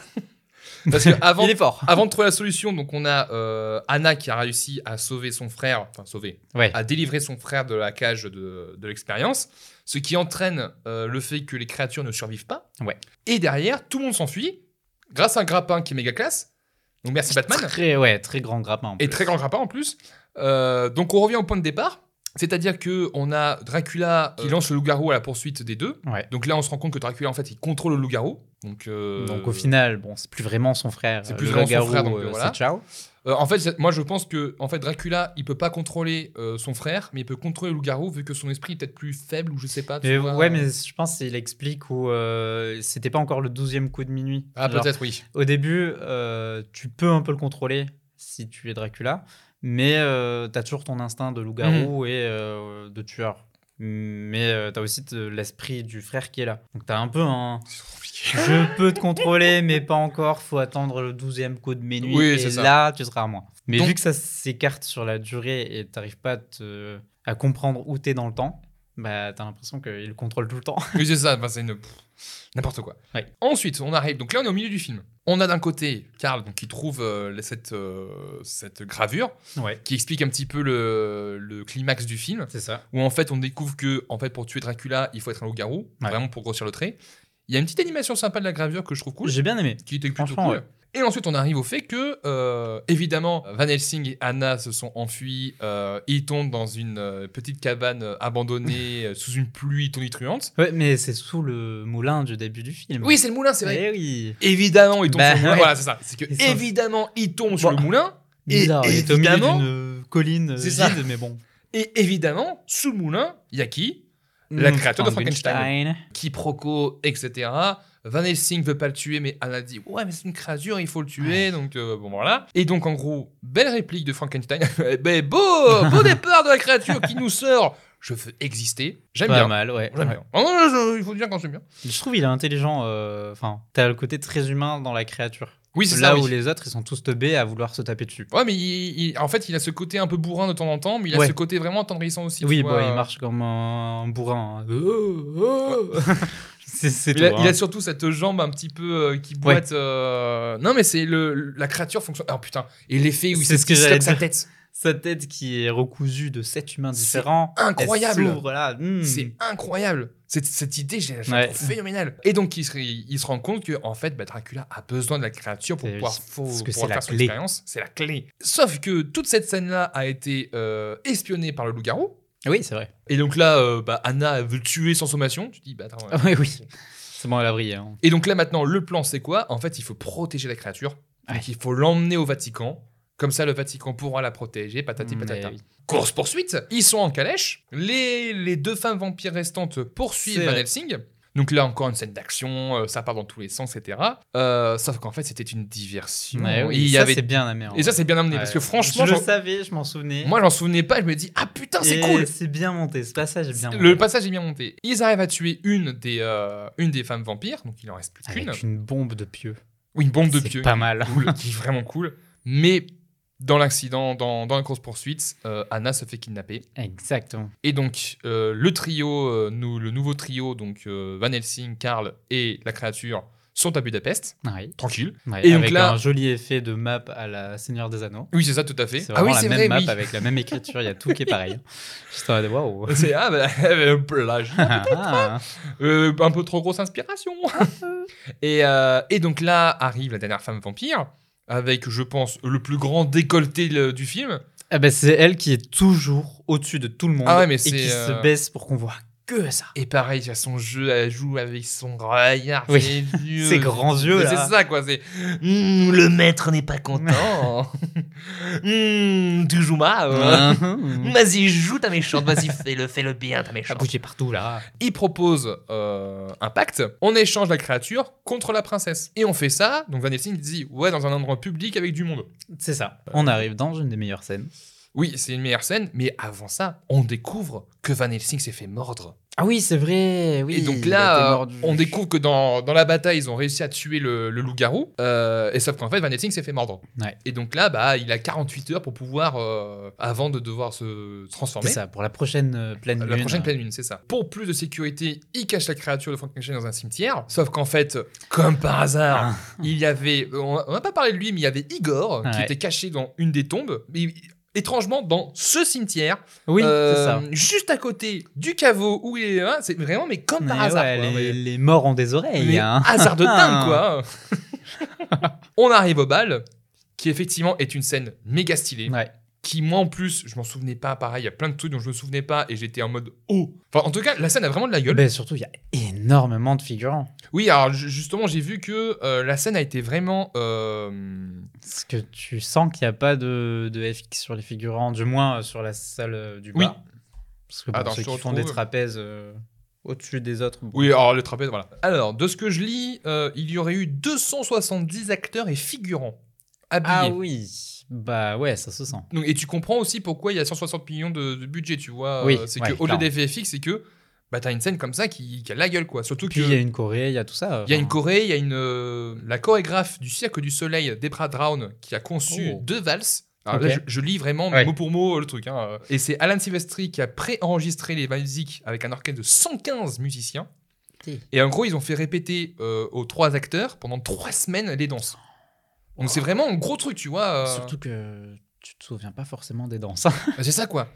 Parce que avant
il est fort.
Avant de trouver la solution, donc on a euh, Anna qui a réussi à sauver son frère, enfin sauver,
Ouais.
à délivrer son frère de la cage de, de l'expérience, ce qui entraîne euh, le fait que les créatures ne survivent pas.
Ouais.
Et derrière, tout le monde s'enfuit grâce à un grappin qui est méga classe. Donc merci Batman.
Très, ouais, très grand grappin. en
Et
plus.
très grand grappin en plus. Euh, donc on revient au point de départ, c'est-à-dire que on a Dracula euh, qui lance le loup-garou à la poursuite des deux.
Ouais.
Donc là, on se rend compte que Dracula en fait, il contrôle le loup-garou. Donc, euh,
Donc au final, bon, c'est plus vraiment son frère.
C'est plus
le
vraiment son
loup-garou,
frère, donc,
euh,
voilà.
c'est ciao.
Euh, en fait, c'est- moi je pense que en fait Dracula, il peut pas contrôler euh, son frère, mais il peut contrôler le loup-garou vu que son esprit est peut-être plus faible ou je sais pas. tu
Mais
vois. euh,
ouais, mais je pense qu'il explique où euh, c'était pas encore le 12e coup de minuit.
ah
Genre,
peut-être oui.
Au début, euh, tu peux un peu le contrôler si tu es Dracula, mais euh, t'as toujours ton instinct de loup-garou
Mhm.
et euh, de tueur. Mais euh, t'as aussi te- l'esprit du frère qui est là. Donc t'as un peu un. Je peux te contrôler, mais pas encore. Faut attendre le 12e coup de minuit.
Oui, c'est
et
ça.
là, tu seras à moi. Mais
Donc-
vu que ça s'écarte sur la durée et t'arrives pas à, te- à comprendre où t'es dans le temps, bah t'as l'impression qu'il contrôle tout le temps.
Oui, c'est ça, enfin, c'est une- pff, n'importe quoi.
Ouais.
Ensuite, on arrive, donc là on est au milieu du film. On a d'un côté Karl donc, qui trouve euh, cette, euh, cette gravure
Ouais,
qui explique un petit peu le, le climax du film,
c'est ça.
où en fait on découvre que en fait, pour tuer Dracula, il faut être un loup-garou,
Ouais.
vraiment pour grossir le trait. Il y a une petite animation sympa de la gravure que je trouve cool,
J'ai bien aimé.
qui était plutôt
Franchement,
cool.
ouais.
Et ensuite, on arrive au fait que, euh, évidemment, Van Helsing et Anna se sont enfuis. euh, ils tombent dans une euh, petite cabane euh, abandonnée euh, sous une pluie tonitruante.
Ouais, mais c'est sous le moulin du début du film.
Oui, c'est le moulin, c'est vrai.
Eh oui.
Évidemment, il tombe sur
Bah,
le moulin.
ouais.
Voilà, c'est ça. C'est que
Ils sont-
évidemment, il tombe sur
Bon.
le moulin. Et
Bizarre, il est au milieu
évidemment-
d'une colline euh,
C'est ça.
vide, mais bon.
Et évidemment, sous le moulin, il y a qui La
Mm,
créature de Quiproquo, etc. Van Helsing veut pas le tuer, mais Anna dit Ouais, mais c'est une créature, il faut le tuer. Donc, euh, bon, voilà. Et donc, en gros, belle réplique de Frankenstein. mais beau, beau départ de la créature qui nous sort Je veux exister. J'aime
Pas
bien.
mal, ouais.
J'aime bien. Oh, non, non, je- il faut dire quand c'est bien.
Je trouve il est intelligent. euh, Enfin, t'as le côté très humain dans la créature.
Oui, c'est
Là
ça.
où
oui.
les autres, ils sont tous teubés à vouloir se taper dessus.
Ouais, mais il- il- en fait, il a ce côté un peu bourrin de temps en temps, mais il a
Ouais.
ce côté vraiment attendrissant aussi. tu
Oui,
vois,
bon,
euh,
il marche comme un bourrin. hein. Euh, euh. c'est c'est
oh. Il a,
tout,
il a
hein.
surtout cette jambe un petit peu euh, qui boite. euh, Non, mais c'est le la créature fonctionne. Ah putain. Et l'effet où il
C'est ce que
se
j'allais
sa
dire.
tête.
Sa tête qui est recousue de sept humains
C'est
différents. elle
incroyable.
s'ouvre, là. Mm.
C'est incroyable. Cette, cette idée, j'ai j'ai
Ouais.
trouvé phénoménale. Et donc, il se, il se rend compte que en fait, bah, Dracula a besoin de la créature pour
C'est-
pouvoir,
parce
pour
que c'est
pouvoir
la
faire son
clé.
expérience. C'est la clé. Sauf que toute cette scène-là a été euh, espionnée par le loup-garou.
Oui, c'est vrai.
Et donc là, euh, bah, Anna elle veut le tuer sans sommation. Tu dis, bah attends. euh.
Ah Oui, oui. C'est bon, elle a brillé. hein.
Et donc là, maintenant, le plan, c'est quoi En fait, il faut protéger la créature.
Ouais.
Donc, il faut l'emmener au Vatican. Comme ça, le Vatican pourra la protéger, patati
Mais
patata.
oui.
Course poursuite, ils sont en calèche. Les, les deux femmes vampires restantes poursuivent
C'est
Van
vrai.
Helsing. Donc là, encore une scène d'action, euh, ça part dans tous les sens, etc. Euh, sauf qu'en fait, c'était une diversion.
Ouais, oui,
Et il y
ça,
avait-
c'est bien hein. amené. en
Et ça,
vrai.
c'est bien amené,
Ouais.
parce que franchement,
je le
j'en-
savais, je m'en souvenais.
moi, j'en souvenais pas, je me dis, ah putain, c'est
Et
cool
C'est bien monté, ce passage est bien monté.
Le passage est bien monté. Ils arrivent à tuer une des, euh, une des femmes vampires, donc il en reste plus qu'une.
Avec une bombe de pieux.
Ou une bombe de
C'est
pieux.
Pas mal.
cool, qui est vraiment cool. Mais dans l'accident, dans, dans la course-poursuite, euh, Anna se fait kidnapper.
Exactement.
Et donc, euh, le trio, euh, nous, le nouveau trio, donc euh, Van Helsing, Karl et la créature, sont à Budapest.
Oui.
Tranquille.
Ouais,
Et donc
avec
là-
un joli effet de map à la Seigneur des Anneaux.
Oui, c'est ça, tout à fait.
C'est
Ah
vraiment
oui,
la
c'est
même
vrai,
map
oui.
avec la même écriture, il y a tout qui est pareil. J'étais en mode waouh.
C'est ah, bah, euh, plage.
Ah,
Euh, un peu trop grosse inspiration. et, euh, et donc là arrive la dernière femme vampire, avec, je pense, le plus grand décolleté le- du film.
Ah bah, c'est elle qui est toujours au-dessus de tout le monde
Ah ouais, mais
et
c'est,
qui
euh,
se baisse pour qu'on voit que ça.
Et pareil, il y a son jeu, elle joue avec son regard,
Oui.
ses yeux.
Ses grands yeux
Mais
là.
C'est ça, quoi. C'est Mm, le maître n'est pas content. Mm, tu joues mal. hein.
Hein.
Vas-y, joue ta méchante. Vas-y, fais-le, fais-le bien, ta
À
méchante.
bouger partout là.
Il propose euh, un pacte. On échange la créature contre la princesse. Et on fait ça. Donc Van Helsing dit ouais dans un endroit public avec du monde.
C'est ça. On arrive dans une des meilleures scènes.
Oui, c'est une meilleure scène. Mais avant ça, on découvre que Van Helsing s'est fait mordre.
Ah oui, c'est vrai. Oui.
et donc
il a été
là, euh,
mordu.
on découvre que dans, dans la bataille, ils ont réussi à tuer le, le loup-garou. Euh, et sauf qu'en fait, Van Helsing s'est fait mordre.
Ouais.
Et donc là, bah, il a 48 heures pour pouvoir, euh, avant de devoir se transformer.
C'est ça, pour la prochaine euh, pleine
La
lune.
prochaine pleine lune, c'est ça. Pour plus de sécurité, il cache la créature de Frankenstein dans un cimetière. Sauf qu'en fait, comme par hasard,
Ah.
il y avait. On on n'a pas parlé de lui, mais il y avait Igor qui
Ouais.
était caché dans une des tombes. Mais il- étrangement, dans ce cimetière,
Oui, c'est
euh,
ça.
juste à côté du caveau où il est. hein, c'est vraiment, mais comme par
Mais
hasard.
ouais,
quoi, mais-
les, les morts ont des oreilles.
mais
hein.
hasard de dingue, quoi. On arrive au bal, qui effectivement est une scène méga stylée.
Ouais.
Qui, moi en plus, je m'en souvenais pas. Pareil, il y a plein de trucs dont je me souvenais pas et j'étais en mode oh. Enfin, en tout cas, la scène a vraiment de la gueule.
Ben, surtout, il y a énormément de figurants.
Oui, alors ju- justement, j'ai vu que euh, la scène a été vraiment. euh,
Parce que tu sens qu'il n'y a pas de, de FX sur les figurants, du moins euh, sur la salle euh, du
Oui. Ah,
bas. Parce que bon,
Attends,
ceux
je
qui font
retrouve.
des trapèzes euh, au-dessus des autres. bon.
Oui, alors le trapèze, voilà. Alors, de ce que je lis, euh, il y aurait eu 270 acteurs et figurants. habillé.
Ah oui, bah ouais, ça se sent.
Donc, et tu comprends aussi pourquoi il y a 160 millions de, de budget, tu vois.
Oui,
Euh, c'est
ouais,
que au lieu
clairement.
des VFX, c'est que bah, t'as une scène comme ça qui, qui a la gueule, quoi. Surtout
Puis
que
il y a une Corée, il y a tout ça.
euh, il y a une
enfin.
Corée, il y a une euh, la chorégraphe du Cirque du Soleil, Debra Drown, qui a conçu
Oh.
deux valses. Alors
Ok.
là, je, je lis vraiment
Ouais.
mot pour mot euh, le truc. hein. Et c'est Alan Silvestri qui a pré-enregistré les musiques avec un orchestre de 115 musiciens.
Ok.
Et en gros, ils ont fait répéter euh, aux trois acteurs pendant trois semaines les danses. Donc c'est vraiment un gros truc, tu vois. euh.
Surtout que tu te souviens pas forcément des danses. hein.
Bah, C'est ça, quoi.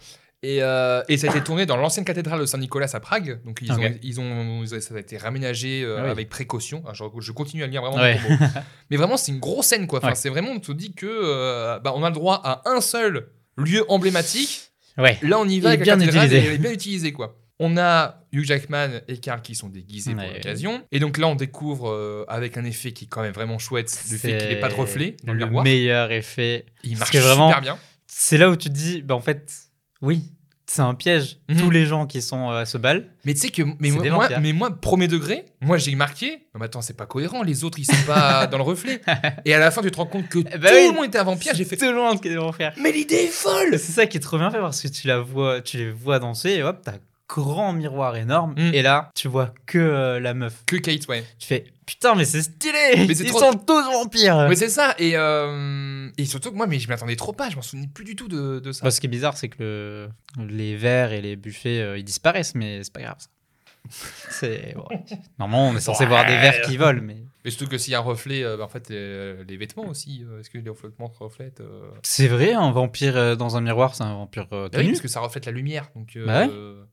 Et, euh, et ça a été tourné dans l'ancienne cathédrale de Saint-Nicolas à Prague. Donc, ils, ont,
Ah, Ok.
ils, ont, ils ont- ça a été raménagé euh,
Ah oui.
avec précaution. Ah, je, je continue à lire vraiment.
Ouais.
mes propos. Mais vraiment, c'est une grosse scène, quoi. Enfin,
Ouais.
C'est vraiment, on te dit que euh, bah, on a le droit à un seul lieu emblématique.
ouais.
Là, on y va
Il est
avec
bien
la cathédrale
utilisé.
et elle est bien utilisé, quoi. On a Hugh Jackman et Carl qui sont déguisés pour
Ouais.
l'occasion. Et donc là, on découvre euh, avec un effet qui est quand même vraiment chouette, le fait qu'il n'ait pas de reflet dans le
le
miroir.
meilleur effet.
Il
parce
marche
que vraiment,
super bien.
C'est là où tu te dis, bah en fait, oui, c'est un piège.
Mhm.
Tous les gens qui sont euh, à ce bal,
Mais tu sais que mais
C'est
moi,
des hein.
moi-
vampires.
mais moi, premier degré, moi j'ai marqué. Non mais attends, c'est pas cohérent. Les autres ils sont pas dans le reflet. Et à la fin tu te rends compte que
Eh ben
tout
oui.
le monde était un vampire. J'ai fait.
tout le monde qui vont faire.
Mais l'idée est folle.
C'est ça qui est trop bien fait parce que tu la vois, tu les vois danser et hop, t'as un grand miroir énorme
Mhm.
et là tu vois que euh, la meuf.
Que Kate, ouais.
Tu fais putain mais c'est stylé.
Mais c'est
Ils
trop-
sont tous vampires.
Mais c'est ça. Et, euh, et surtout que moi, mais je m'attendais trop pas. Je m'en souvenais plus du tout de, de ça.
Bah, ce qui est bizarre, c'est que le- les verres et les buffets, euh, ils disparaissent, mais c'est pas grave. Ça. c'est bon, ouais. normalement on est censé voir des verres qui volent, mais
Mais surtout que s'il y a un reflet, euh, bah, en fait les, les vêtements aussi. euh, Est-ce que les vêtements reflètent euh,
c'est vrai, un vampire euh, dans un miroir, c'est un vampire euh,
bah
tout
oui,
nu.
parce que ça reflète la lumière. Donc. euh,
Bah ouais.
euh,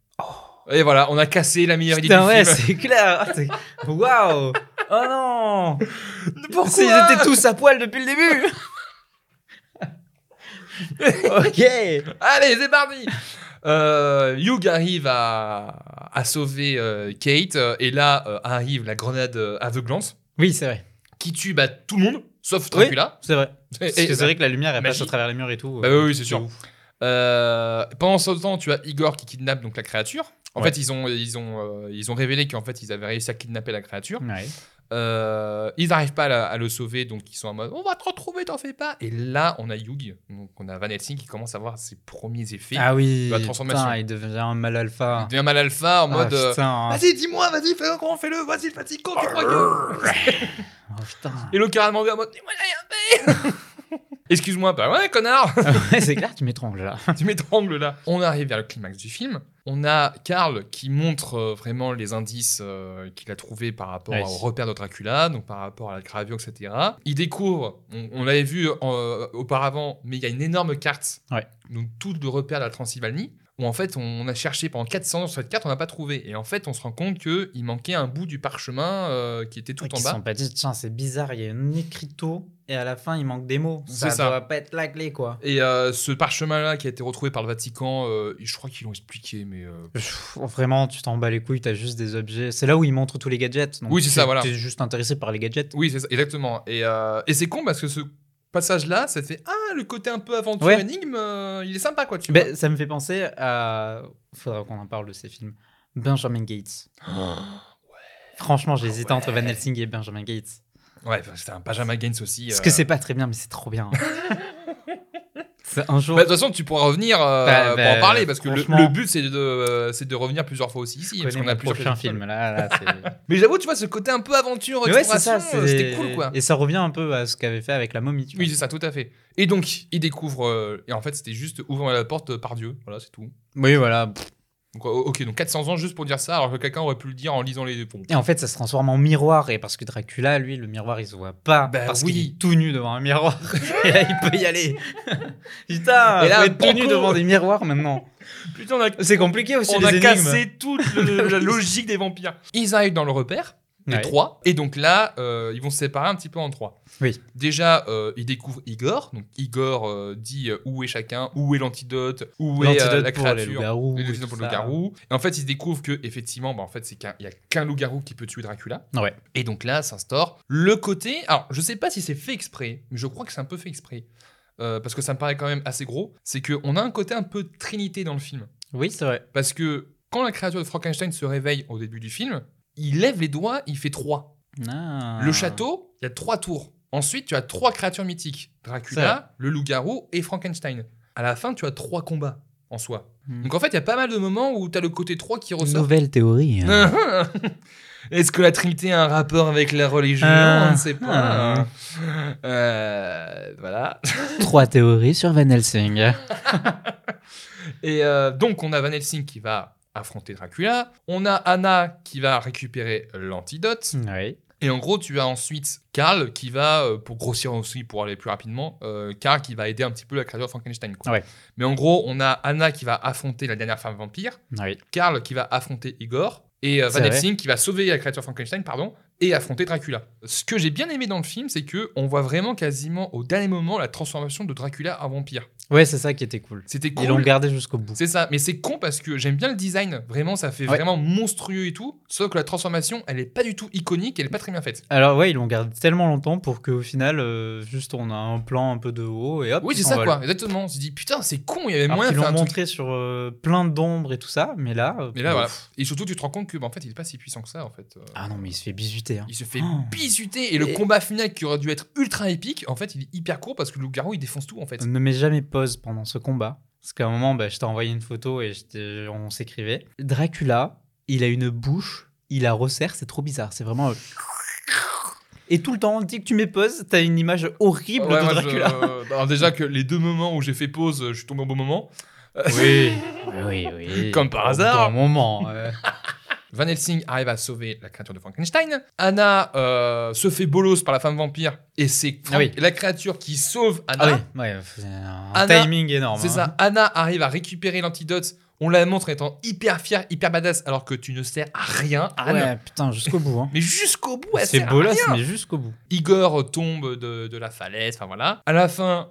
Et voilà, on a cassé la meilleure idée
Putain,
du
ouais,
film.
c'est clair. Ah, c'est- Waouh. Oh non.
Pourquoi
C'est- Ils étaient tous à poil depuis le début. ok.
Allez, c'est parti euh, Hugh arrive à, à sauver euh, Kate, euh, et là euh, arrive la grenade euh, aveuglante,
Oui, c'est vrai.
qui tue bah, tout le monde, sauf Dracula.
C'est vrai.
Et-
Parce
et-
que c'est vrai que la lumière elle passe
magie.
à travers les murs et tout.
Bah oui, oui, c'est sûr.
ouf.
Euh, pendant ce temps, tu as Igor qui kidnappe donc la créature. En
Ouais.
fait, ils ont, ils, ont, euh, ils ont révélé qu'en fait, ils avaient réussi à kidnapper la créature.
Ouais.
Euh, ils n'arrivent pas à, la- à le sauver, donc ils sont en mode on va te retrouver, t'en fais pas. Et là, on a Hugh, donc on a Van Helsing qui commence à voir ses premiers effets.
Ah oui.
La transformation.
Putain, il devient un mal alpha.
Il devient mal alpha en
Ah,
mode euh,
putain.
Vas-y, dis-moi, vas-y, fais-le, grand, fais-le, vas-y, fatigue, quand tu crois que.
Oh, putain.
Et l'autre carrément en mode, dis-moi, j'ai rien fait Excuse-moi, bah ouais, connard
Ah, ouais, c'est clair, tu m'étrangles là.
Tu m'étrangles là On arrive vers le climax du film. On a Karl qui montre euh, vraiment les indices euh, qu'il a trouvés par rapport
Ouais.
au repère de Dracula, donc par rapport à la gravure, etc. Il découvre, on, on l'avait vu euh, auparavant, mais il y a une énorme carte,
Ouais.
donc tout le repère de la Transylvanie, où en fait on a cherché pendant 400 ans sur cette carte, on n'a pas trouvé. Et en fait, on se rend compte qu'il manquait un bout du parchemin euh, qui était tout
Ils
en
se
bas.
sont pas dit, tiens, c'est bizarre, il y a un écriteau et à la fin, il manque des mots. Ça,
C'est ça.
doit pas être la clé, quoi.
Et euh, ce parchemin-là qui a été retrouvé par le Vatican, euh, je crois qu'ils l'ont expliqué, mais euh,
Pff, Vraiment, tu t'en bats les couilles, t'as juste des objets. C'est là où ils montrent tous les gadgets. donc
Oui, c'est
tu-
ça, voilà.
T'es juste intéressé par les gadgets.
Oui, c'est ça, exactement. Et, euh, et c'est con parce que ce passage-là, ça fait Ah, le côté un peu aventure
Ouais.
énigme, euh, il est sympa, quoi. Tu
Ben, ça me fait penser à. Faudra qu'on en parle de ces films. Benjamin Gates.
vois.
Franchement, j'hésitais
Ah
entre Van Helsing et Benjamin Gates.
Ouais, enfin, c'était un Benjamin Gaines aussi.
Parce
euh.
que c'est pas très bien, mais c'est trop bien. C'est un jour.
Bah, de toute façon, tu pourras revenir euh,
Bah,
pour en
bah,
parler parce que le,
franchement.
le but, c'est de, euh, c'est de revenir plusieurs fois aussi ici.
je
Parce
connais
qu'on a
mon
plusieurs
prochain
films.
film. Là, là, c'est-
Mais j'avoue, tu vois, ce côté un peu aventure,
Mais ouais, c'est
exploration,
ça.
euh,
c'est-
c'était cool, quoi.
Et ça revient un peu à ce qu'avait fait avec la momie. tu vois.
Oui, c'est ça, tout à fait. Et donc, il découvre. euh, et en fait, c'était juste ouvrir la porte euh, par Dieu. Voilà, c'est tout.
Oui, voilà.
Donc, euh, ok, donc 400 ans juste pour dire ça, alors que quelqu'un aurait pu le dire en lisant les. Bon,
Et en fait, ça se transforme en miroir. Et parce que Dracula, lui, le miroir, il se voit pas.
Bah
parce
oui.
qu'il est tout nu devant un miroir. et là, il peut y aller. Putain,
Et
il
là,
être tout nu
banco.
devant des miroirs maintenant.
Putain, on a
C'est compliqué aussi,
On
les
a
énigmes.
cassé toute le- la logique des vampires. Ils arrivent dans le repère, les
Ouais.
trois, et donc là, euh, ils vont se séparer un petit peu en trois.
Oui.
Déjà, euh, ils découvrent Igor. Donc Igor euh, dit euh, où est chacun, où est l'antidote, où est euh,
L'antidote
la
pour les
créature.
loups-garous
Et
et
l'antidote
tout
pour le
ça.
loup-garou. Et en fait, ils se découvrent que effectivement, bah, en fait, c'est qu'il n'y a qu'un loup-garou qui peut tuer Dracula.
Ouais.
Et donc là, s'instaure le côté. Alors, je sais pas si c'est fait exprès, mais je crois que c'est un peu fait exprès. Euh, parce que ça me paraît quand même assez gros, c'est qu'on a un côté un peu trinité dans le film.
Oui, c'est vrai.
Parce que quand la créature de Frankenstein se réveille au début du film, il lève les doigts, il fait trois.
Ah.
Le château, il y a trois tours. Ensuite, tu as trois créatures mythiques
C'est vrai.
Dracula, le loup-garou et Frankenstein. À la fin, tu as trois combats en soi.
Hmm.
Donc en fait, il y a pas mal de moments où tu as le côté 3 qui ressort.
Nouvelle théorie. hein.
Est-ce que la Trinité a un rapport avec la religion
Ah.
On ne sait pas. hein. Euh, voilà.
Trois théories sur Van Helsing.
Et euh, donc, on a Van Helsing qui va affronter Dracula. On a Anna qui va récupérer l'antidote.
Oui.
Et en gros, tu as ensuite Karl qui va, euh, pour grossir aussi, pour aller plus rapidement, euh, Karl qui va aider un petit peu la créature Frankenstein. quoi.
Ouais.
Mais en gros, on a Anna qui va affronter la dernière femme vampire,
Oui.
Karl qui va affronter Igor, et euh, Van
C'est vrai.
Helsing qui va sauver la créature Frankenstein, pardon, et affronter Dracula. Ce que j'ai bien aimé dans le film, c'est que on voit vraiment quasiment au dernier moment la transformation de Dracula en vampire.
Ouais, c'est ça qui était cool.
C'était
Ils l'ont
cool.
gardé jusqu'au bout.
C'est ça, mais c'est con parce que j'aime bien le design, vraiment ça fait
Ouais.
vraiment monstrueux et tout, sauf que la transformation, elle est pas du tout iconique, elle est pas très bien faite.
Alors ouais, ils l'ont gardé tellement longtemps pour qu'au final, euh, juste on a un plan un peu de haut et hop.
Oui,
il
c'est ça,
s'envole.
quoi. Exactement. On se dit, putain, c'est con, il y avait
Alors
moyen
qu'ils
de faire
l'ont
un truc.
montré sur euh, plein d'ombres et tout ça, mais là. euh,
Mais là,
bon,
voilà.
pff.
Et surtout, tu te rends compte que, bah, en fait, il est pas si puissant que ça, en fait. Euh,
Ah non, mais il se fait bisuter. hein.
Il se fait
Oh.
bisuter et le
Et-
combat final qui aurait dû être ultra épique, en fait, il est hyper court parce que le loup-garou, il défonce tout, en fait.
Ne mets jamais pause pendant ce combat. Parce qu'à un moment, bah, je t'ai envoyé une photo et je t'ai- on s'écrivait. Dracula, il a une bouche, il la resserre, c'est trop bizarre. C'est vraiment. euh, Et tout le temps, dès que tu mets pause, t'as une image horrible
Ouais,
de
moi, je-
Dracula.
euh, alors déjà que les deux moments où j'ai fait pause, euh, je suis tombé au bon moment.
Oui, oui, oui.
Comme par hasard.
Dans mon moment. euh.
Van Helsing arrive à sauver la créature de Frankenstein. Anna euh, se fait bolos par la femme vampire et c'est
Ah oui.
la créature qui sauve Anna.
Ah oui, ouais, c'est un
Anna-
timing énorme.
C'est
hein.
ça, Anna arrive à récupérer l'antidote. On la montre étant hyper fière, hyper badass, alors que tu ne sers à rien, Anne.
Ouais, putain, jusqu'au bout. Hein.
Mais jusqu'au bout, elle
c'est
sert à
bolasse,
rien.
mais jusqu'au bout.
Igor tombe de, de la falaise, enfin voilà. À la fin,